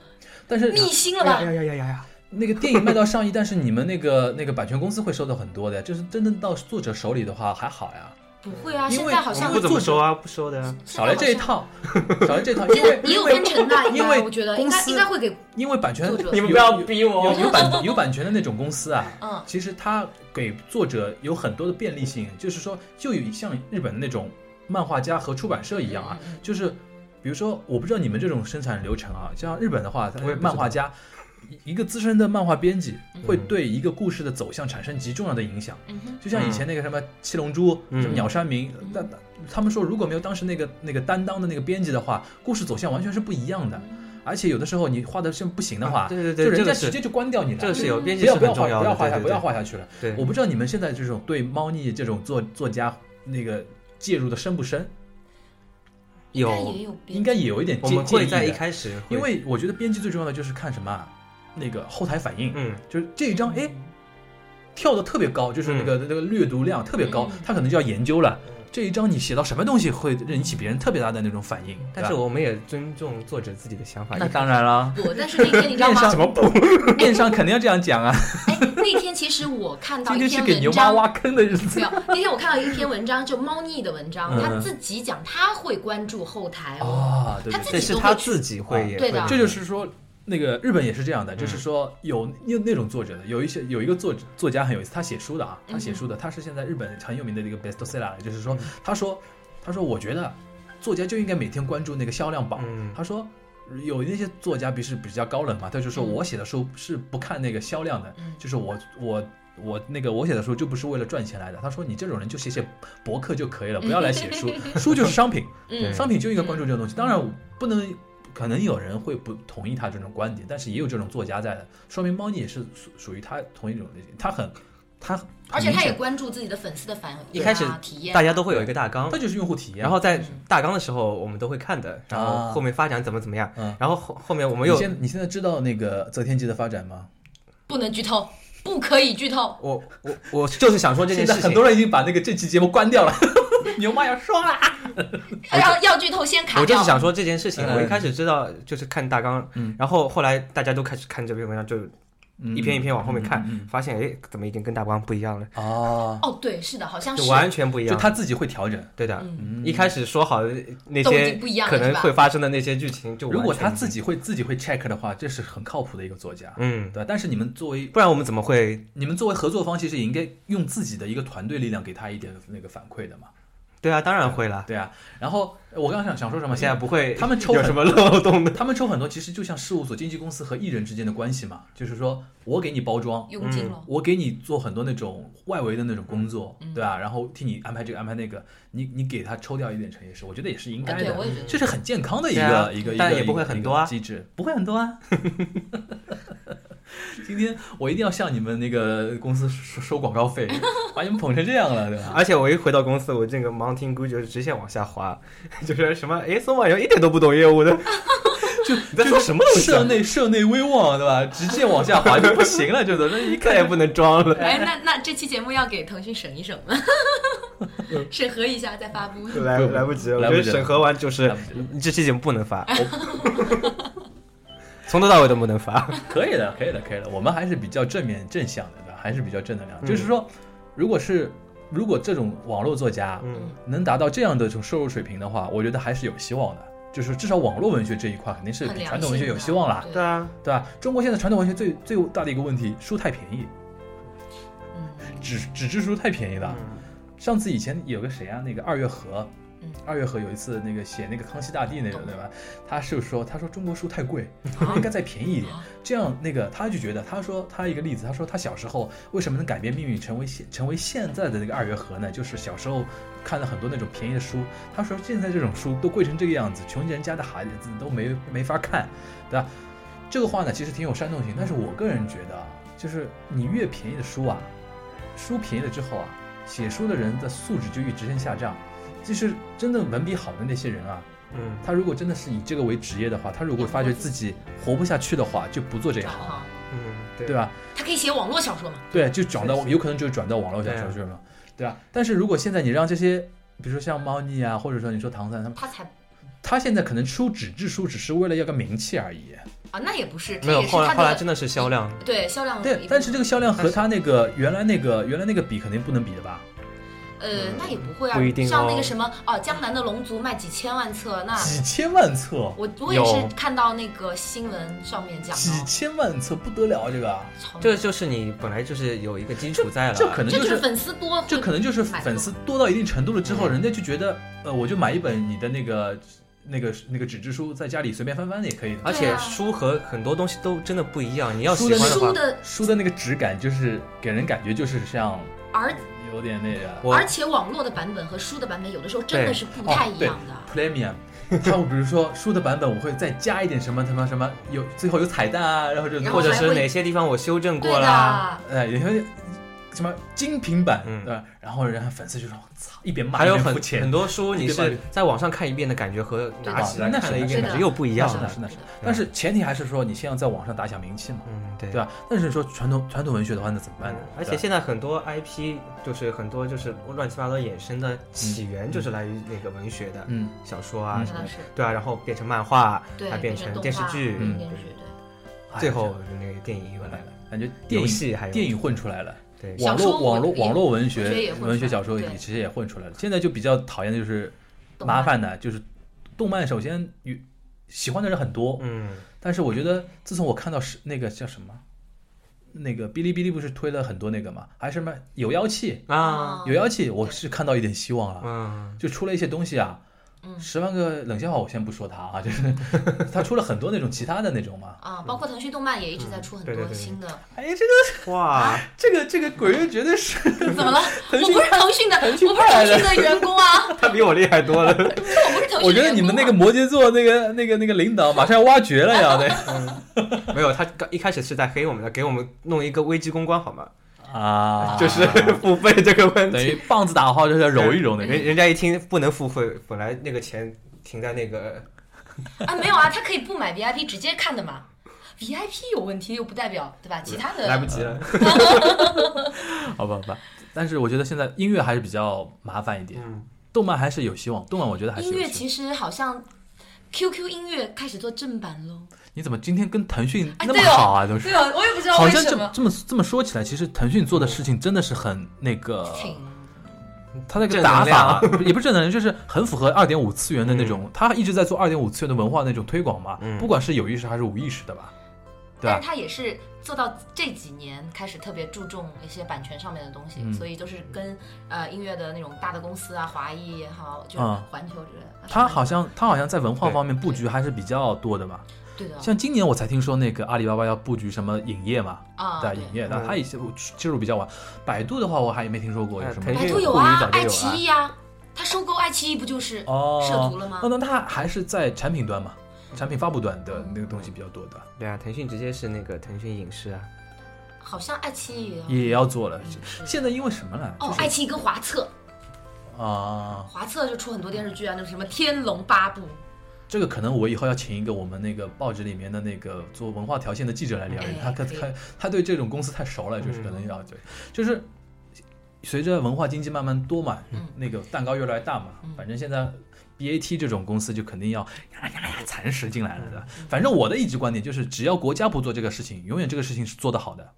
[SPEAKER 2] 但是
[SPEAKER 3] 秘辛了
[SPEAKER 4] 哎呀呀
[SPEAKER 3] 吧？
[SPEAKER 4] 呀呀呀呀！
[SPEAKER 2] 那个电影卖到上亿，但是你们那个那个版权公司会收到很多的，就是真正到作者手里的话还好呀，
[SPEAKER 3] 不会啊，
[SPEAKER 2] 因
[SPEAKER 3] 现
[SPEAKER 2] 为
[SPEAKER 3] 在好
[SPEAKER 4] 我
[SPEAKER 3] 像
[SPEAKER 4] 们不怎么收啊，不收的啊。
[SPEAKER 3] 现在
[SPEAKER 2] 少来
[SPEAKER 3] 好
[SPEAKER 2] 这一
[SPEAKER 3] 像
[SPEAKER 2] 套，少来这一 套，因为
[SPEAKER 3] 也有
[SPEAKER 2] 因为
[SPEAKER 3] 分成啊的，应
[SPEAKER 2] 因
[SPEAKER 3] 该
[SPEAKER 2] 为
[SPEAKER 3] 我觉得应
[SPEAKER 2] 公
[SPEAKER 3] 该
[SPEAKER 2] 司
[SPEAKER 3] 应该会给，
[SPEAKER 2] 因为版权
[SPEAKER 3] 作者
[SPEAKER 2] 有
[SPEAKER 4] 你们不要
[SPEAKER 2] 有
[SPEAKER 4] 逼我哦
[SPEAKER 2] 有有版有版权的那种公司啊，
[SPEAKER 3] 嗯
[SPEAKER 2] 其实它给作者有很多的便利性，就是说，就有像日本的那种漫画家和出版社一样啊，就是比如说，我不知道你们这种生产流程啊，像日本的话，它
[SPEAKER 4] 我也不知道
[SPEAKER 2] 漫画家一一个资深的漫画编辑会对一个故事的走向产生极重要的影响。
[SPEAKER 3] 嗯哼，
[SPEAKER 2] 就像以前那个什么七龙珠、
[SPEAKER 4] 嗯
[SPEAKER 2] 什么鸟山明，那、那他们说如果没有当时那个那个担当的那个编辑的话，故事走向完全是不一样的。而且有的时候你画的是不行的话，
[SPEAKER 4] 啊对对对
[SPEAKER 2] 就人
[SPEAKER 4] 这
[SPEAKER 2] 家
[SPEAKER 4] 个是
[SPEAKER 2] 直接就关掉你了。
[SPEAKER 4] 这个是有
[SPEAKER 3] 嗯
[SPEAKER 4] 编
[SPEAKER 2] 不
[SPEAKER 4] 辑
[SPEAKER 2] 要
[SPEAKER 4] 是
[SPEAKER 2] 不要
[SPEAKER 4] 很
[SPEAKER 2] 画
[SPEAKER 4] 重
[SPEAKER 2] 不
[SPEAKER 4] 的，
[SPEAKER 2] 要画
[SPEAKER 4] 对
[SPEAKER 2] 下
[SPEAKER 4] 对
[SPEAKER 2] 不要
[SPEAKER 4] 对
[SPEAKER 2] 画下去了。
[SPEAKER 4] 对
[SPEAKER 2] 我不知道你们现在这种对猫腻这种作作家那个介入的深不深，
[SPEAKER 3] 应该
[SPEAKER 4] 有
[SPEAKER 3] 也有别
[SPEAKER 2] 应该也有一点
[SPEAKER 4] 我
[SPEAKER 2] 介
[SPEAKER 4] 们会
[SPEAKER 2] 介意
[SPEAKER 4] 在一
[SPEAKER 2] 的。
[SPEAKER 4] 开始会，
[SPEAKER 2] 因为我觉得编辑最重要的就是看什么啊，那个后台反应，
[SPEAKER 4] 嗯，
[SPEAKER 2] 就是这一章哎跳的特别高，就是那个
[SPEAKER 4] 嗯
[SPEAKER 2] 那个阅读量特别高
[SPEAKER 3] 嗯，
[SPEAKER 2] 他可能就要研究了这一章你写到什么东西会引起别人特别大的那种反应。
[SPEAKER 4] 但是
[SPEAKER 2] 对吧啊
[SPEAKER 4] 我们也尊重作者自己的想法。
[SPEAKER 2] 那当然了，
[SPEAKER 3] 不，但是那天你知道
[SPEAKER 2] 面
[SPEAKER 3] 吗
[SPEAKER 2] 上？ 面上肯定要这样讲啊，
[SPEAKER 3] 哎，那天其实我看到
[SPEAKER 2] 今
[SPEAKER 3] 一
[SPEAKER 2] 天是
[SPEAKER 3] 篇
[SPEAKER 2] 给
[SPEAKER 3] 文
[SPEAKER 2] 牛妈
[SPEAKER 3] 章，
[SPEAKER 2] 挖坑的日子
[SPEAKER 3] 没。有，那天我看到一篇文章，就猫腻的文章，
[SPEAKER 2] 嗯
[SPEAKER 3] 他自己讲他会关注后台
[SPEAKER 2] 啊，
[SPEAKER 3] 哦，
[SPEAKER 2] 对对
[SPEAKER 3] 他
[SPEAKER 2] 对
[SPEAKER 3] 自
[SPEAKER 4] 对，
[SPEAKER 3] 己
[SPEAKER 4] 是
[SPEAKER 3] 都
[SPEAKER 4] 他
[SPEAKER 3] 会
[SPEAKER 4] 自己会也
[SPEAKER 3] 对
[SPEAKER 4] 会
[SPEAKER 3] 的啊
[SPEAKER 4] 的，
[SPEAKER 2] 这就是说，那个日本也是这样的，就是说有那那种作者的，有一些有一个作作家很有意思，他写书的啊，他写书的，他是现在日本很有名的一个 bestseller，就是说，他说，他说我觉得作家就应该每天关注那个销量榜，
[SPEAKER 4] 嗯，
[SPEAKER 2] 他说。有那些作家比是比较高冷嘛，他就说
[SPEAKER 3] 嗯
[SPEAKER 2] 我写的书是不看那个销量的，
[SPEAKER 3] 嗯
[SPEAKER 2] 就是我我我那个我写的书就不是为了赚钱来的。他说你这种人就写写博客就可以了，不要来写书，书就是商品，
[SPEAKER 3] 嗯
[SPEAKER 4] 对
[SPEAKER 2] 商品就应该关注这个东西。当然，我不能，可能有人会不同意他这种观点，但是也有这种作家在的，说明猫腻也是属属于他同一种类型，他很他很
[SPEAKER 3] 而且他
[SPEAKER 2] 明
[SPEAKER 3] 也
[SPEAKER 2] 显
[SPEAKER 3] 关注自己的粉丝的反应、
[SPEAKER 4] 一开始
[SPEAKER 3] 啊、体验
[SPEAKER 4] 大，家都会有一个大纲
[SPEAKER 2] 他，就是用户体验，
[SPEAKER 4] 然后在大纲的时候我们都会看的，然
[SPEAKER 2] 啊
[SPEAKER 4] 后后面发展怎么怎么样
[SPEAKER 2] 嗯，
[SPEAKER 4] 然后后后面我们
[SPEAKER 2] 你
[SPEAKER 4] 又
[SPEAKER 2] 现你现在知道那个泽天机的发展吗？
[SPEAKER 3] 不能剧透，不可以剧透。
[SPEAKER 4] 我我我就是想说这件
[SPEAKER 2] 现在
[SPEAKER 4] 事
[SPEAKER 2] 很
[SPEAKER 4] 情
[SPEAKER 2] 多，人已经把那个这期节目关 掉了，牛妈要说了，
[SPEAKER 3] 要要剧透先卡
[SPEAKER 4] 我就
[SPEAKER 3] 掉
[SPEAKER 4] 是。想说这件事情。
[SPEAKER 2] 嗯
[SPEAKER 4] 我一开始知道就是看大纲，然后后来大家都开始看这篇文章，就
[SPEAKER 2] 嗯
[SPEAKER 4] 一篇一篇往后面看，啊发现哎怎么已经跟大纲不一样了，
[SPEAKER 2] 哦，
[SPEAKER 3] 哦，对，是的，好像。
[SPEAKER 4] 就是完全不一
[SPEAKER 2] 就
[SPEAKER 4] 样。
[SPEAKER 2] 他嗯自己会调整。
[SPEAKER 4] 对的，一开始说好的那
[SPEAKER 3] 都已
[SPEAKER 4] 些
[SPEAKER 3] 经不一样了
[SPEAKER 4] 可能
[SPEAKER 3] 是吧
[SPEAKER 4] 会发生的那些剧情，就
[SPEAKER 2] 如果
[SPEAKER 4] 完全
[SPEAKER 2] 他
[SPEAKER 4] 不一
[SPEAKER 2] 自
[SPEAKER 4] 样
[SPEAKER 2] 己会自己会 check 的话，这是很靠谱的一个作家，
[SPEAKER 4] 嗯
[SPEAKER 2] 对。吧。但是你们作为
[SPEAKER 4] 不然我们怎么会？
[SPEAKER 2] 你们作为合作方，其实也应该用自己的一个团队力量给他一点那个反馈的嘛，
[SPEAKER 4] 对啊，当然会啦。
[SPEAKER 2] 对啊。然后呃我刚刚想想说什么，
[SPEAKER 4] 现在不会，
[SPEAKER 2] 他们抽
[SPEAKER 4] 有
[SPEAKER 2] 很
[SPEAKER 4] 什么漏洞的？
[SPEAKER 2] 他们抽很多，其实就像事务所、经纪公司和艺人之间的关系嘛，就是说我给你包装，
[SPEAKER 3] 佣金了，嗯
[SPEAKER 2] 我给你做很多那种外围的那种工作，对吧、然后替你安排这个安排那个，你你给他抽掉一点成也是，我觉得也是应该
[SPEAKER 3] 啊对
[SPEAKER 2] 的
[SPEAKER 3] 我也觉，得
[SPEAKER 2] 这是很健康的一
[SPEAKER 4] 对
[SPEAKER 2] 个、
[SPEAKER 4] 啊
[SPEAKER 2] 一个一
[SPEAKER 4] 但
[SPEAKER 2] 个
[SPEAKER 4] 也不会
[SPEAKER 2] 一个
[SPEAKER 4] 很多啊
[SPEAKER 2] 一个机制，不会很多啊。 今天我一定要向你们那个公司收收广告 费，把你们捧成这样了，对吧？
[SPEAKER 4] 而且我一回到公司，我这个 Mountain Dew 就是直线往下滑， 就是什么哎，宋婉容一点都不懂业务的，
[SPEAKER 2] 就
[SPEAKER 4] 你在说什么东西啊
[SPEAKER 2] 社内社内威望，对吧？直接往下滑就不行了， 这都那一
[SPEAKER 4] 再
[SPEAKER 2] 看
[SPEAKER 4] 也
[SPEAKER 2] 也不
[SPEAKER 4] 不能装了，
[SPEAKER 3] 哎，那那这期节目要给腾讯审一审吗？审核一下再发布。
[SPEAKER 4] 来
[SPEAKER 2] 不不
[SPEAKER 4] 来不及了。
[SPEAKER 2] 来
[SPEAKER 4] 我
[SPEAKER 2] 不
[SPEAKER 4] 觉
[SPEAKER 2] 及了
[SPEAKER 4] 得审核完就是
[SPEAKER 2] 来不及了
[SPEAKER 4] 你这期节目不能发，从头到尾都不能发。
[SPEAKER 2] 可以的，可以的，可以的。我们还是比较正面正向的，对吧？还是比较正能量。
[SPEAKER 4] 嗯
[SPEAKER 2] 就是说，如果是如果这种网络作家
[SPEAKER 4] 嗯
[SPEAKER 2] 能达到这样的这种收入水平的话，我觉得还是有希望的。就是至少网络文学这一块肯定是
[SPEAKER 3] 很
[SPEAKER 2] 比
[SPEAKER 3] 良
[SPEAKER 2] 传统文学
[SPEAKER 3] 心
[SPEAKER 2] 有
[SPEAKER 3] 的
[SPEAKER 2] 希望啦，
[SPEAKER 3] 对
[SPEAKER 4] 对啊，
[SPEAKER 2] 对吧？中国现在传统文学最最大的一个问题，书太便宜，
[SPEAKER 3] 嗯
[SPEAKER 2] 纸纸质书太便宜了。上次以前有个谁啊，那个二月河，
[SPEAKER 3] 嗯
[SPEAKER 2] 二月河有一次那个写那个康熙大帝那个
[SPEAKER 3] 懂
[SPEAKER 2] 对吧？他是说他说中国书太贵，
[SPEAKER 3] 啊
[SPEAKER 2] 应该再便宜一点
[SPEAKER 3] 啊。
[SPEAKER 2] 这样那个他就觉得他说他一个例子，他说他小时候为什么能改变命运成为现成为现在的那个二月河呢？就是小时候看了很多那种便宜的书，他说现在这种书都贵成这个样子，穷人家的孩子都没没法看，对吧？这个话呢其实挺有煽动性，但是我个人觉得啊，就是你越便宜的书啊，书便宜了之后啊，写书的人的素质就越直线下降。就是真的文笔好的那些人啊，
[SPEAKER 4] 嗯，
[SPEAKER 2] 他如果真的是以这个为职业的话，他如果发觉自己活不下去的话，就不做这一
[SPEAKER 3] 转
[SPEAKER 2] 行，
[SPEAKER 3] 行，
[SPEAKER 4] 嗯，对
[SPEAKER 2] 对吧？
[SPEAKER 3] 他可以写网络小说嘛？
[SPEAKER 2] 对，就转到有可能就转到网络小
[SPEAKER 4] 对
[SPEAKER 2] 说
[SPEAKER 4] 啊
[SPEAKER 2] 去了嘛，对吧？但是如果现在你让这些，比如说像猫腻啊，或者说你说唐三他们，
[SPEAKER 3] 他才
[SPEAKER 2] 他现在可能出纸质书只是为了要个名气而已，
[SPEAKER 3] 啊，那也不是，
[SPEAKER 4] 没
[SPEAKER 3] 他
[SPEAKER 4] 有，
[SPEAKER 3] 也是
[SPEAKER 4] 后来
[SPEAKER 3] 他
[SPEAKER 4] 后来
[SPEAKER 3] 的
[SPEAKER 4] 真的是销量，
[SPEAKER 3] 对销量有一部
[SPEAKER 2] 对
[SPEAKER 3] 分。，
[SPEAKER 2] 但是这个销量和他那个原来那个原来那个比肯定不能比的吧？
[SPEAKER 3] 呃，那也不会啊，
[SPEAKER 4] 不一定哦
[SPEAKER 3] 像那个什么哦，江南的《龙族》卖几千万册，那
[SPEAKER 2] 几千万册，
[SPEAKER 3] 我我也是
[SPEAKER 4] 有
[SPEAKER 3] 看到那个新闻上面讲
[SPEAKER 2] 几
[SPEAKER 3] 的，
[SPEAKER 2] 千万册不得了，这个啊
[SPEAKER 3] 超
[SPEAKER 4] 这就是你本来就是有一个基础在了，
[SPEAKER 2] 这可能
[SPEAKER 3] 啊这
[SPEAKER 2] 就
[SPEAKER 3] 就是
[SPEAKER 2] 是
[SPEAKER 3] 粉丝多会，
[SPEAKER 2] 这可能就是粉丝多到一定程度了之后，
[SPEAKER 4] 嗯
[SPEAKER 2] 人家就觉得，呃，我就买一本你的那个那个那个纸质书，在家里随便翻翻也可以的。
[SPEAKER 4] 而
[SPEAKER 3] 对
[SPEAKER 4] 且
[SPEAKER 3] 啊
[SPEAKER 4] 书和很多东西都真的不一样，你要
[SPEAKER 2] 书
[SPEAKER 4] 喜
[SPEAKER 2] 的
[SPEAKER 4] 欢
[SPEAKER 2] 那
[SPEAKER 4] 话
[SPEAKER 3] 书，的，
[SPEAKER 2] 书的那个质感就是给人感觉就是像
[SPEAKER 3] 而
[SPEAKER 2] 有点那个
[SPEAKER 4] 我
[SPEAKER 3] 而且网络的版本和书的版本有的时候真的
[SPEAKER 4] 对
[SPEAKER 3] 是不太一样
[SPEAKER 2] 哦
[SPEAKER 3] 的。
[SPEAKER 2] premium。它比如说书的版本，我会再加一点什么什么什么，有最后有彩蛋啊，然后这种
[SPEAKER 3] 然后
[SPEAKER 4] 或者
[SPEAKER 3] 还
[SPEAKER 4] 是
[SPEAKER 3] 会
[SPEAKER 4] 哪些地方我修正
[SPEAKER 3] 对
[SPEAKER 4] 过啦，
[SPEAKER 3] 的，
[SPEAKER 2] 哎，有些什么精品版，
[SPEAKER 4] 嗯
[SPEAKER 2] 对吧？然后人家粉丝就说：“我操，一边骂
[SPEAKER 4] 还有嗯
[SPEAKER 2] 一边
[SPEAKER 4] 很
[SPEAKER 2] 付钱
[SPEAKER 4] 很多书你
[SPEAKER 2] 对
[SPEAKER 4] 是
[SPEAKER 2] 吧
[SPEAKER 4] 在网上看一遍的感觉和拿起来
[SPEAKER 2] 那
[SPEAKER 4] 看
[SPEAKER 2] 是
[SPEAKER 4] 了一遍
[SPEAKER 3] 那
[SPEAKER 4] 感
[SPEAKER 3] 是
[SPEAKER 4] 觉又不一样
[SPEAKER 2] 是的，
[SPEAKER 4] 了，
[SPEAKER 2] 是的，是的。但是前提还是说你先要在网上打响名气嘛，
[SPEAKER 4] 嗯，对
[SPEAKER 2] 对。吧？但是说传统传统文学的话，那怎么办呢？
[SPEAKER 4] 而
[SPEAKER 2] 对
[SPEAKER 4] 且
[SPEAKER 2] 吧
[SPEAKER 4] 现在很多 IP 就是很多就是乱七八糟衍生的起源就是来于那个文学的
[SPEAKER 2] 嗯，
[SPEAKER 4] 小说啊
[SPEAKER 2] 嗯
[SPEAKER 4] 什么
[SPEAKER 3] 那
[SPEAKER 4] 的，
[SPEAKER 3] 是
[SPEAKER 4] 对啊，然后变成漫画，
[SPEAKER 3] 对，
[SPEAKER 4] 还变成
[SPEAKER 3] 动
[SPEAKER 4] 电视
[SPEAKER 3] 画
[SPEAKER 4] 剧，
[SPEAKER 3] 变成
[SPEAKER 2] 嗯
[SPEAKER 3] 电视剧
[SPEAKER 2] 哎
[SPEAKER 4] 最后那个电影又来了，
[SPEAKER 2] 感觉电影
[SPEAKER 4] 游戏还有
[SPEAKER 2] 电影混出来了，
[SPEAKER 4] 对
[SPEAKER 3] 小
[SPEAKER 2] 网
[SPEAKER 3] 说
[SPEAKER 2] 络
[SPEAKER 3] 我
[SPEAKER 2] 网络
[SPEAKER 3] 也
[SPEAKER 2] 网络文
[SPEAKER 3] 我觉得也
[SPEAKER 2] 学
[SPEAKER 3] 混出来
[SPEAKER 2] 文学小说也
[SPEAKER 3] 对
[SPEAKER 2] 其实也混出来了。现在就比较讨厌的就是
[SPEAKER 3] 对，
[SPEAKER 2] 麻烦的，就是动漫首先与喜欢的人很多，
[SPEAKER 4] 嗯，
[SPEAKER 2] 但是我觉得自从我看到是那个叫什么，那个哔哩哔哩不是推了很多那个嘛，还是什么有妖气，
[SPEAKER 3] 嗯
[SPEAKER 4] 啊，
[SPEAKER 2] 有妖气，我是看到一点希望了。
[SPEAKER 4] 嗯，
[SPEAKER 2] 就出了一些东西啊，
[SPEAKER 3] 嗯
[SPEAKER 2] 十万个冷笑话我先不说它啊，就是 它出了很多那种其他的那种嘛。
[SPEAKER 3] 啊，包括腾讯动漫也一直在出很
[SPEAKER 4] 对对
[SPEAKER 3] 多
[SPEAKER 4] 对对
[SPEAKER 3] 新的。
[SPEAKER 2] 哎，这个
[SPEAKER 4] 哇，
[SPEAKER 2] 这个这个鬼月绝对是
[SPEAKER 3] 怎么了？我
[SPEAKER 2] 腾讯
[SPEAKER 3] 不是腾讯的，我不是腾讯的员工啊，
[SPEAKER 4] 他比我厉害 多了，
[SPEAKER 3] 我不是 腾讯的员工啊。
[SPEAKER 2] 我觉得你们那个摩羯座那个那个那个领导马上要挖掘了呀，对
[SPEAKER 4] 没有，他刚一开始是在黑我们的，给我们弄一个危机公关好吗？
[SPEAKER 2] 啊，
[SPEAKER 4] 就是 付费这个问
[SPEAKER 2] 等
[SPEAKER 4] 题，
[SPEAKER 2] 于棒子打号就是要揉一揉那个
[SPEAKER 4] 人人家一听不能付费，本来那个钱停在那个
[SPEAKER 3] 啊，没有啊，他可以不买 VIP 直接看的嘛。VIP 有问题又不代表对吧？其他的
[SPEAKER 4] 来不及了，
[SPEAKER 2] 好吧好吧。但是我觉得现在音乐还是比较麻烦一点，
[SPEAKER 4] 嗯，
[SPEAKER 2] 动漫还是有希望，动漫我觉得还是
[SPEAKER 3] 音
[SPEAKER 2] 有
[SPEAKER 3] 乐
[SPEAKER 2] 希望。
[SPEAKER 3] 其实好像 QQ 音乐开始做正版喽。
[SPEAKER 2] 你怎么今天跟腾讯
[SPEAKER 3] 哎
[SPEAKER 2] 那么
[SPEAKER 3] 对哦
[SPEAKER 2] 好啊？都是
[SPEAKER 3] 对啊，我也不知道
[SPEAKER 2] 好
[SPEAKER 3] 为
[SPEAKER 2] 像
[SPEAKER 3] 什
[SPEAKER 2] 这
[SPEAKER 3] 么。
[SPEAKER 2] 这么这么说起来，其实腾讯做的事情真的是很那个，
[SPEAKER 3] 挺
[SPEAKER 2] 他那个
[SPEAKER 4] 正
[SPEAKER 2] 打
[SPEAKER 4] 能量
[SPEAKER 2] 法
[SPEAKER 4] 啊
[SPEAKER 2] 不也不是正能量，嗯就是很符合二点五次元的那种，他一直在做二点五次元的文化那种推广嘛，
[SPEAKER 4] 嗯
[SPEAKER 2] 不管是有意识还是无意识的吧，对
[SPEAKER 3] 但
[SPEAKER 2] 吧
[SPEAKER 3] 是？他也是做到这几年开始特别注重一些版权上面的东西，
[SPEAKER 2] 嗯
[SPEAKER 3] 所以都是跟呃音乐的那种大的公司啊，华谊也好，就是啊
[SPEAKER 2] 嗯
[SPEAKER 3] 环球之类的。
[SPEAKER 2] 他好像他好像在文化方面布局还是比较多的嘛，
[SPEAKER 3] 对的
[SPEAKER 2] 像今年我才听说那个阿里巴巴要布局什么影业嘛，
[SPEAKER 3] 啊，
[SPEAKER 2] 对吧影业的，
[SPEAKER 4] 嗯
[SPEAKER 2] 他也是我介入比较晚。百度的话我还没听说过有什么
[SPEAKER 4] 哎腾
[SPEAKER 3] 百
[SPEAKER 4] 讯
[SPEAKER 3] 度有
[SPEAKER 4] 互娱
[SPEAKER 3] 啊
[SPEAKER 4] 早，就有
[SPEAKER 3] 爱
[SPEAKER 4] 啊
[SPEAKER 3] 奇艺啊，他收购爱奇艺不就是
[SPEAKER 2] 哦，
[SPEAKER 3] 涉足了吗
[SPEAKER 2] 哦，那他还是在产品端嘛，产品发布端的那个东西比较多
[SPEAKER 3] 哦
[SPEAKER 2] 的，
[SPEAKER 4] 对啊，腾讯直接是那个腾讯影视啊，
[SPEAKER 3] 好像爱奇艺也有
[SPEAKER 2] 也要做了
[SPEAKER 3] 嗯。是
[SPEAKER 2] 现在因为什么了？
[SPEAKER 3] 哦，
[SPEAKER 2] 就
[SPEAKER 3] 爱
[SPEAKER 2] 是
[SPEAKER 3] 奇艺跟华策，
[SPEAKER 2] 啊，
[SPEAKER 3] 华策就出很多电视剧啊，那个什么《天龙八部》，
[SPEAKER 2] 这个可能我以后要请一个我们那个报纸里面的那个做文化条线的记者来聊一聊，
[SPEAKER 3] 哎
[SPEAKER 2] 他他
[SPEAKER 3] 可以
[SPEAKER 2] 他他对这种公司太熟了，就是
[SPEAKER 4] 嗯
[SPEAKER 2] 可能要对，就是随着文化经济慢慢多嘛
[SPEAKER 3] 嗯，
[SPEAKER 2] 那个蛋糕越来越大嘛
[SPEAKER 3] 嗯，
[SPEAKER 2] 反正现在 BAT 这种公司就肯定要呀呀呀蚕食进来了的。
[SPEAKER 3] 嗯
[SPEAKER 2] 反正我的一直观点就是，只要国家不做这个事情，永远这个事情是做得好的。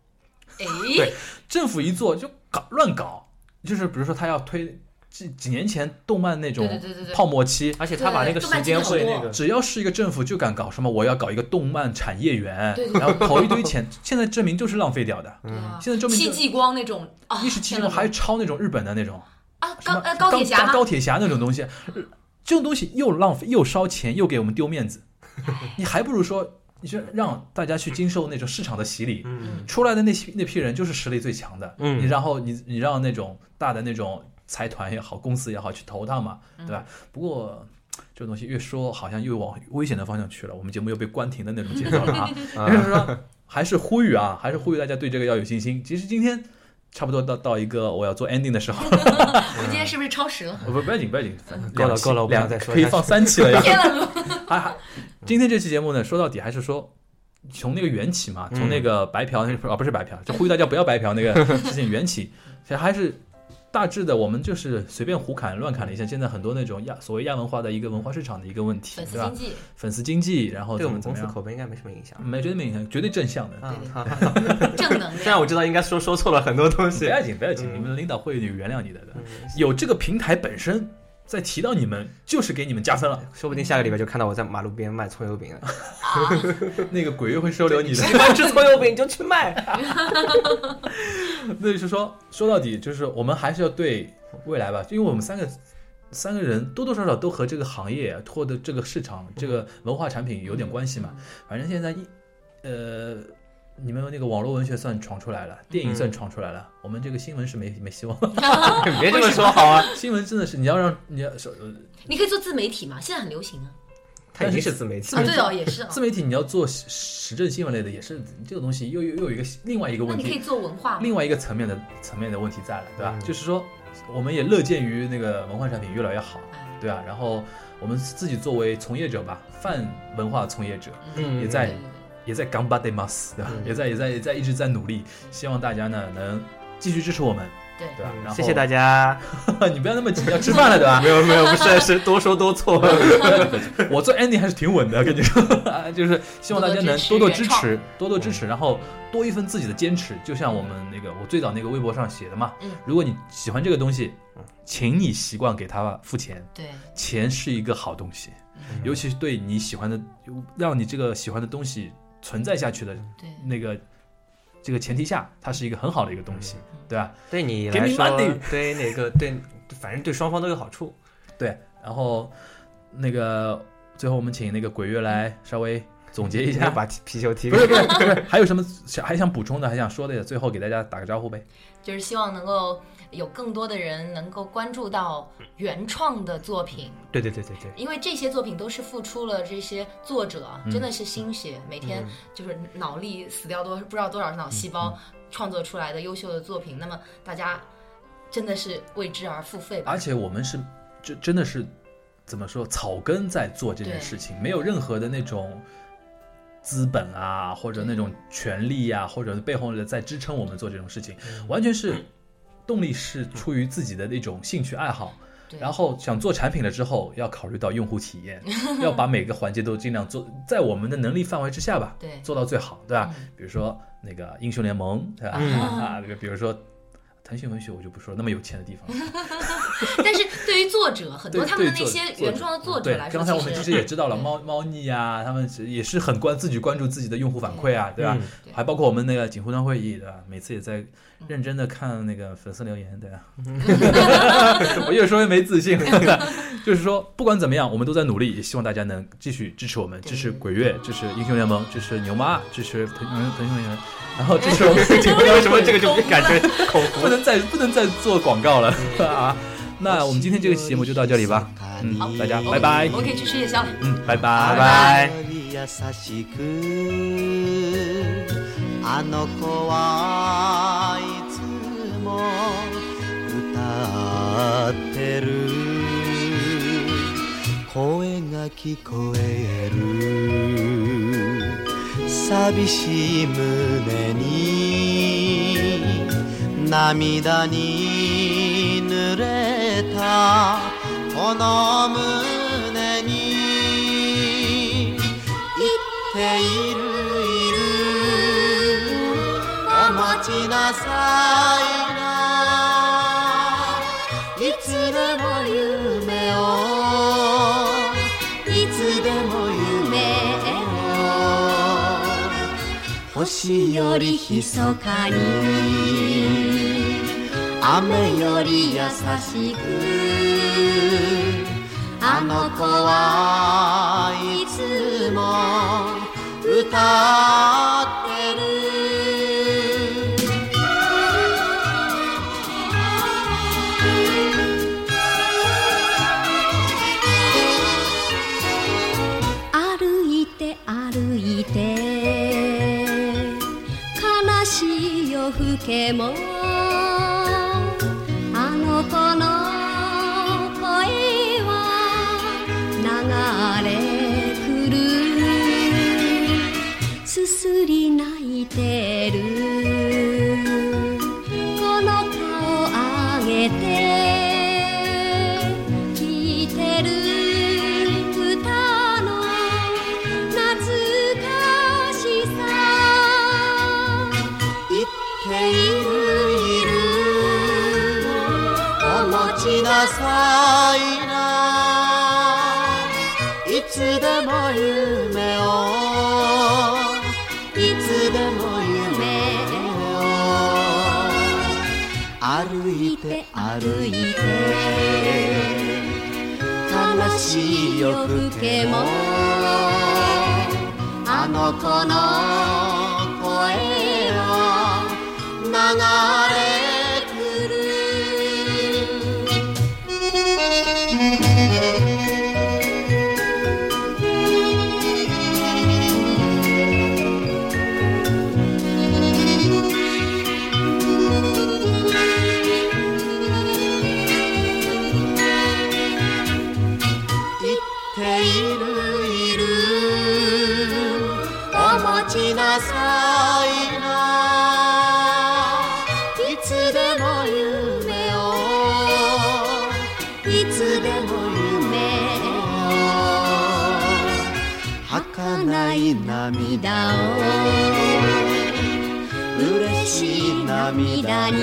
[SPEAKER 3] 哎，
[SPEAKER 2] 政府一做就搞乱搞，就是比如说他要推几几年前动漫那种
[SPEAKER 3] 对对对对对
[SPEAKER 2] 泡沫期，
[SPEAKER 4] 而且他把那个
[SPEAKER 3] 对
[SPEAKER 4] 时间会那个，
[SPEAKER 2] 只要是一个政府就敢搞什么，我要搞一个动漫产业园
[SPEAKER 3] 对，对对
[SPEAKER 2] 然后投一堆钱， 现在证明就是浪费掉的。
[SPEAKER 3] 对啊，
[SPEAKER 2] 现在证明
[SPEAKER 3] 戚
[SPEAKER 2] 就
[SPEAKER 3] 继光那种啊，
[SPEAKER 2] 一是七
[SPEAKER 3] 天
[SPEAKER 2] 中
[SPEAKER 3] 哪
[SPEAKER 2] 还抄那种日本的那种，
[SPEAKER 3] 啊，
[SPEAKER 2] 什
[SPEAKER 3] 高
[SPEAKER 2] 么
[SPEAKER 3] 呃高铁侠
[SPEAKER 2] 高
[SPEAKER 3] 吗？
[SPEAKER 2] 高铁侠那种东西，呃这种东西又浪费又烧钱，又给我们丢 面子，你还不如说，你说让大家去经受那种市场的洗礼，
[SPEAKER 4] 嗯
[SPEAKER 2] 出来的那批那批人就是实力最强的，
[SPEAKER 4] 嗯
[SPEAKER 2] 你然后你你让那种大的那种财团也好，公司也好去投他嘛，对吧？不过这个东西越说好像越往危险的方向去了，我们节目又被关停的那种节奏了啊。就是说，还是呼吁啊，还是呼吁大家对这个要有信心。其实今天差不多到到一个我要做 ending 的时 候了，
[SPEAKER 3] 我们今天是不是超时了？
[SPEAKER 2] 不不要紧不要紧，
[SPEAKER 4] 够了
[SPEAKER 2] 两期
[SPEAKER 4] 够了我不
[SPEAKER 2] 两
[SPEAKER 4] 想再说
[SPEAKER 2] 可以
[SPEAKER 4] 下去
[SPEAKER 2] 放三期了呀。
[SPEAKER 3] 天 了，
[SPEAKER 2] 还还，今天这期节目呢，说到底还是说。从那个缘起嘛，从
[SPEAKER 4] 嗯
[SPEAKER 2] 那个白嫖那个、啊不是白嫖，就呼吁大家不要白嫖 那个事情缘起，其实还是大致的，我们就是随便胡侃乱侃了一下，现在很多那种亚所谓亚文化的一个文化市场的一个问题
[SPEAKER 3] 粉，丝
[SPEAKER 2] 对吧
[SPEAKER 3] 经？济，
[SPEAKER 2] 粉丝经济，然后怎
[SPEAKER 4] 对我
[SPEAKER 2] 么
[SPEAKER 4] 们
[SPEAKER 2] 怎
[SPEAKER 4] 公
[SPEAKER 2] 么
[SPEAKER 4] 司
[SPEAKER 2] 样？
[SPEAKER 4] 口碑应该没什么影响。
[SPEAKER 2] 没绝对没影响，绝对正向的。
[SPEAKER 4] 啊
[SPEAKER 3] 对对，
[SPEAKER 4] 好，好
[SPEAKER 3] 正能
[SPEAKER 4] 虽然
[SPEAKER 3] 量。
[SPEAKER 4] 我知道应该说说错了很多东
[SPEAKER 2] 不
[SPEAKER 4] 西。
[SPEAKER 2] 要紧，不要紧，
[SPEAKER 4] 嗯
[SPEAKER 2] 你们的领导会原谅你的的。
[SPEAKER 4] 嗯
[SPEAKER 2] 有这个平台本身在提到你们，就是给你们加分 了。
[SPEAKER 4] 说不定下个礼拜就看到我在马路边卖葱油饼了。
[SPEAKER 2] 那个鬼月会收留你的。
[SPEAKER 4] 欢吃葱油饼你就去 卖。
[SPEAKER 2] 那就是说，说到底就是我们还是要对未来吧，因为我们三个三个人多多少少都和这个行业啊或者这个市场、这个文化产品有点关系嘛。反正现在一呃，你们那个网络文学算闯出来了，电影算闯出来了，我们这个新闻是没没希望。
[SPEAKER 4] 别这么说好啊，
[SPEAKER 2] 新闻真的是你要让你要呃
[SPEAKER 3] 你可以做自媒体嘛，现在很流行啊。
[SPEAKER 4] 他已经是自媒体
[SPEAKER 3] 啊，
[SPEAKER 4] 了。
[SPEAKER 3] 对哦，也是啊
[SPEAKER 2] 自。媒体你要做时时政新闻类的，也是这个东西又又又有一个另外一个
[SPEAKER 3] 那
[SPEAKER 2] 问
[SPEAKER 3] 你可以
[SPEAKER 2] 题，
[SPEAKER 3] 做文化嘛，
[SPEAKER 2] 另外一个层面的层面的问题在了，对吧？
[SPEAKER 4] 嗯
[SPEAKER 2] 就是说，我们也乐见于那个文化产品越来越好，
[SPEAKER 3] 啊
[SPEAKER 2] 对啊。然后我们自己作为从业者吧，泛文化从业者，
[SPEAKER 4] 嗯
[SPEAKER 2] 也在
[SPEAKER 3] 对对对
[SPEAKER 2] 也在 gamba de mas，对吧？
[SPEAKER 4] 嗯
[SPEAKER 2] 也在也在也在一直在努力，希望大家呢能继续支持我们，
[SPEAKER 3] 对
[SPEAKER 2] 对吧？然后
[SPEAKER 4] 谢谢大家。
[SPEAKER 2] 家， 你不要那么急，要吃饭了，对吧？
[SPEAKER 4] 没有没有，不是是多说多 错。
[SPEAKER 2] 我做 ending 还是挺稳的，跟你 说，啊就是希望大家能多多
[SPEAKER 3] 多多
[SPEAKER 2] 支
[SPEAKER 3] 支持
[SPEAKER 2] 持，嗯多多支持，然后多一份自己的坚持。就像我们那个我最早那个微博上写的嘛
[SPEAKER 3] 嗯，
[SPEAKER 2] 如果你喜欢这个东西，请你习惯给他付钱，
[SPEAKER 3] 对，
[SPEAKER 2] 钱是一个好东西，
[SPEAKER 4] 嗯
[SPEAKER 2] 尤其是对你喜欢的，让你这个喜欢的东西存在下去的
[SPEAKER 3] 对
[SPEAKER 2] 那个这个前提下，它是一个很好的一个东西，对吧？
[SPEAKER 4] 对你来
[SPEAKER 2] Give me
[SPEAKER 4] 说
[SPEAKER 2] money，
[SPEAKER 4] 对哪个对，反正对双方都有好处。
[SPEAKER 2] 对，然后那个最后我们请那个鬼月来稍微总结一下
[SPEAKER 4] 要。把皮皮球踢
[SPEAKER 2] 不
[SPEAKER 4] 开
[SPEAKER 2] 是。不是不是，还有什么想还想补充的，还想说的，最后给大家打个招呼呗。
[SPEAKER 3] 就是希望能够有更多的人能够关注到原创的作品，
[SPEAKER 4] 对对对对对，
[SPEAKER 3] 因为这些作品都是付出了这些作者
[SPEAKER 2] 嗯
[SPEAKER 3] 真的是心血，每
[SPEAKER 4] 嗯
[SPEAKER 3] 天就是脑力死掉多不知道多少脑细
[SPEAKER 2] 嗯
[SPEAKER 3] 胞创作出来的优秀的作品，那么大家真的是为之而付费吧
[SPEAKER 2] 而？且我们是，这真的是怎么说，草根在做这件事情，没有任何的那种资本啊，或者那种权利啊，或者背后的在支撑我们做这种事情，完全是动力是出于自己的那种兴趣爱好。
[SPEAKER 3] 对，
[SPEAKER 2] 然后想做产品了之后，要考虑到用户体验，要把每个环节都尽量做在我们的能力范围之下吧，
[SPEAKER 3] 对嗯
[SPEAKER 2] 做到最好，对吧？比如说那个英雄联盟，对
[SPEAKER 4] 嗯
[SPEAKER 2] 吧？啊，比如比如说腾讯文学，我就不说了，那么有钱的地方。
[SPEAKER 3] 但是对于作者，很多
[SPEAKER 2] 对
[SPEAKER 3] 他们的
[SPEAKER 2] 对作
[SPEAKER 3] 那
[SPEAKER 2] 者
[SPEAKER 3] 些
[SPEAKER 2] 作者
[SPEAKER 3] 原创的作者
[SPEAKER 2] 对
[SPEAKER 3] 来，说，
[SPEAKER 2] 刚才我们其实也知道了，
[SPEAKER 3] 对
[SPEAKER 2] 猫猫腻啊，他们也是很关自己关注自己的用户反馈啊，对吧？
[SPEAKER 4] 嗯
[SPEAKER 3] 对
[SPEAKER 2] 还包括我们那个锦湖端会议，对吧？每次也在认真的看那个粉丝留言， 对吧？我越说越没自信 了。就是说，不管怎么样，我们都在努力，也希望大家能继续支持我们，
[SPEAKER 3] 对
[SPEAKER 2] 支持鬼月，支持英雄联盟，支持牛妈，支持腾腾腾讯联，然后支持我们锦湖端
[SPEAKER 4] 为什么这个就感觉口
[SPEAKER 2] 不
[SPEAKER 4] 服？
[SPEAKER 2] 能再不能再做广告了 啊！那我们今天这个节目就到这里吧，嗯，大家拜拜，
[SPEAKER 3] 我可以去吃夜宵了。
[SPEAKER 2] 嗯，拜拜
[SPEAKER 4] 拜拜
[SPEAKER 5] 優しくあの子はいつも歌ってる声が聞こえる寂しい胸に涙に濡れたこの胸に言っているいるお待ちなさいないつでも夢をいつでも夢を星よりひそかに雨より優しくあの子はいつも歌ってる歩いて歩いて悲しい夜更けもあの子の声は流れ来るすすり泣いてるこの顔あげて聞いてる歌の懐かしさ言っているいるお持ちなさいないつでも夢をいつでも夢を歩いて歩いて悲しい夜更けもあの子の声は流れ来る言っているいるお持ちなさいないつでも夢をいつでも夢を儚い涙を嬉しい涙に